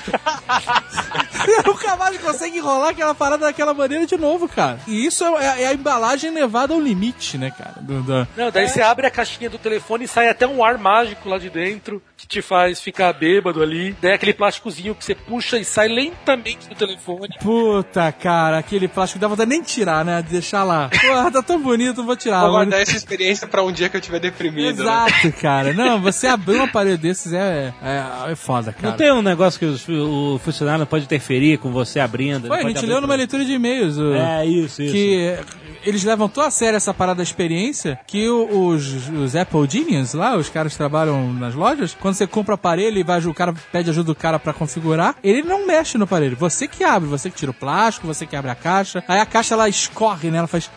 Speaker 5: Você nunca mais consegue enrolar aquela parada daquela maneira de novo, cara. E isso é, é a embalagem levada ao limite, né, cara? Do- do- É.
Speaker 3: Não, daí você abre a caixinha do telefone e sai até um ar mágico lá de dentro que te faz ficar bêbado ali. Daí aquele plásticozinho que você puxa e sai lentamente do telefone.
Speaker 5: Puta, cara, aquele plástico dá vontade de nem tirar, né? De deixar lá. Porra, tá tão bonito, vou tirar.
Speaker 6: Vou
Speaker 5: Agora-
Speaker 6: guardar essa experiência pra um dia que eu estiver deprimido. né?
Speaker 5: Exato, cara. Não, você abrir um aparelho desses é, é, é foda,
Speaker 21: Não
Speaker 5: cara.
Speaker 21: tem um negócio que os- o funcionário não pode interferir com você abrindo?
Speaker 5: Ué, a gente leu numa leitura de e-mails. o-
Speaker 21: É, isso, isso.
Speaker 5: que eles levam tão a sério essa parada da experiência que o- os, os Apple Genius lá, os caras que trabalham nas lojas, quando você compra o aparelho e vai, o cara pede ajuda do cara pra configurar, ele não mexe no aparelho. Você que abre, você que tira o plástico, você que abre a caixa. Aí a caixa ela escorre, né? Ela faz.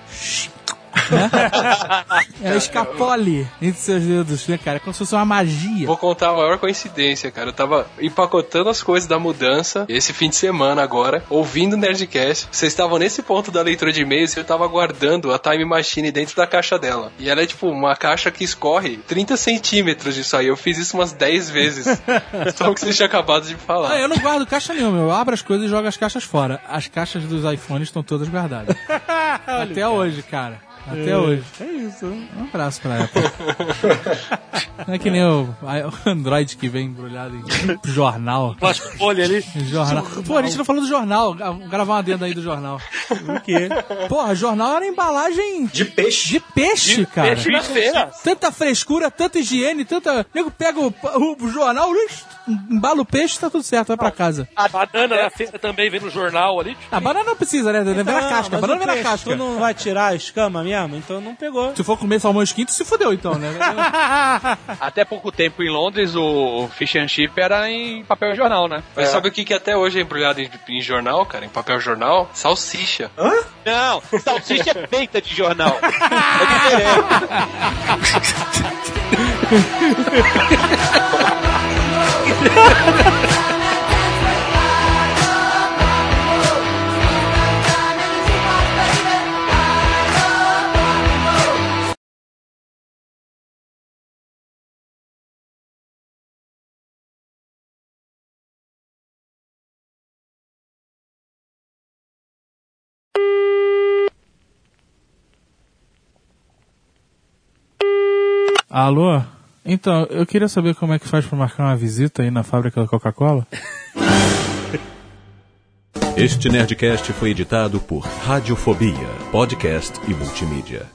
Speaker 5: né? Ela escapole entre seus dedos, né, cara? É como se fosse uma magia.
Speaker 6: Vou contar a maior coincidência, cara. Eu tava empacotando as coisas da mudança esse fim de semana agora, ouvindo o Nerdcast. Vocês estavam nesse ponto da leitura de e-mails e eu tava guardando a Time Machine dentro da caixa dela. E ela é tipo uma caixa que escorre 30 centímetros disso aí. Eu fiz isso umas 10 vezes. Só o que vocês tinham acabado de
Speaker 5: Ah,
Speaker 6: falar.
Speaker 5: eu não guardo caixa nenhuma, eu abro as coisas e jogo as caixas fora. As caixas dos iPhones estão todas guardadas. Até hoje, cara. Até hoje. É isso. Um abraço pra Apple. não é que nem o, o Android que vem embrulhado em jornal.
Speaker 3: Plástico bolha ali.
Speaker 5: Jornal. Pô, a gente não falou do jornal. Ah, Vamos gravar uma dentro aí do jornal.
Speaker 21: Por quê?
Speaker 5: Porra, jornal era embalagem
Speaker 8: De peixe.
Speaker 5: de peixe, cara.
Speaker 3: Peixe na feira.
Speaker 5: Tanta frescura, tanta higiene, tanta. O nego pega o, o jornal, embala o peixe, tá tudo certo, vai pra casa.
Speaker 3: A banana na feira também vem no jornal ali.
Speaker 5: A banana não precisa, né? Vem na casca. A banana vem na casca.
Speaker 2: né?
Speaker 21: Tu não vai tirar a escama mesmo? Então não pegou.
Speaker 5: Se for comer salmão esquinto, se fudeu então, né?
Speaker 7: Até pouco tempo em Londres, o fish and chip era em papel e jornal, né?
Speaker 6: Mas sabe o que, que até hoje é embrulhado em, em jornal, cara? Em papel jornal? Salsicha.
Speaker 7: Não, salsicha é feita de jornal.
Speaker 5: Alô? Então, eu queria saber como é que faz pra marcar uma visita aí na fábrica da Coca-Cola.
Speaker 1: Este Nerdcast foi editado por Radiofobia, podcast e multimídia.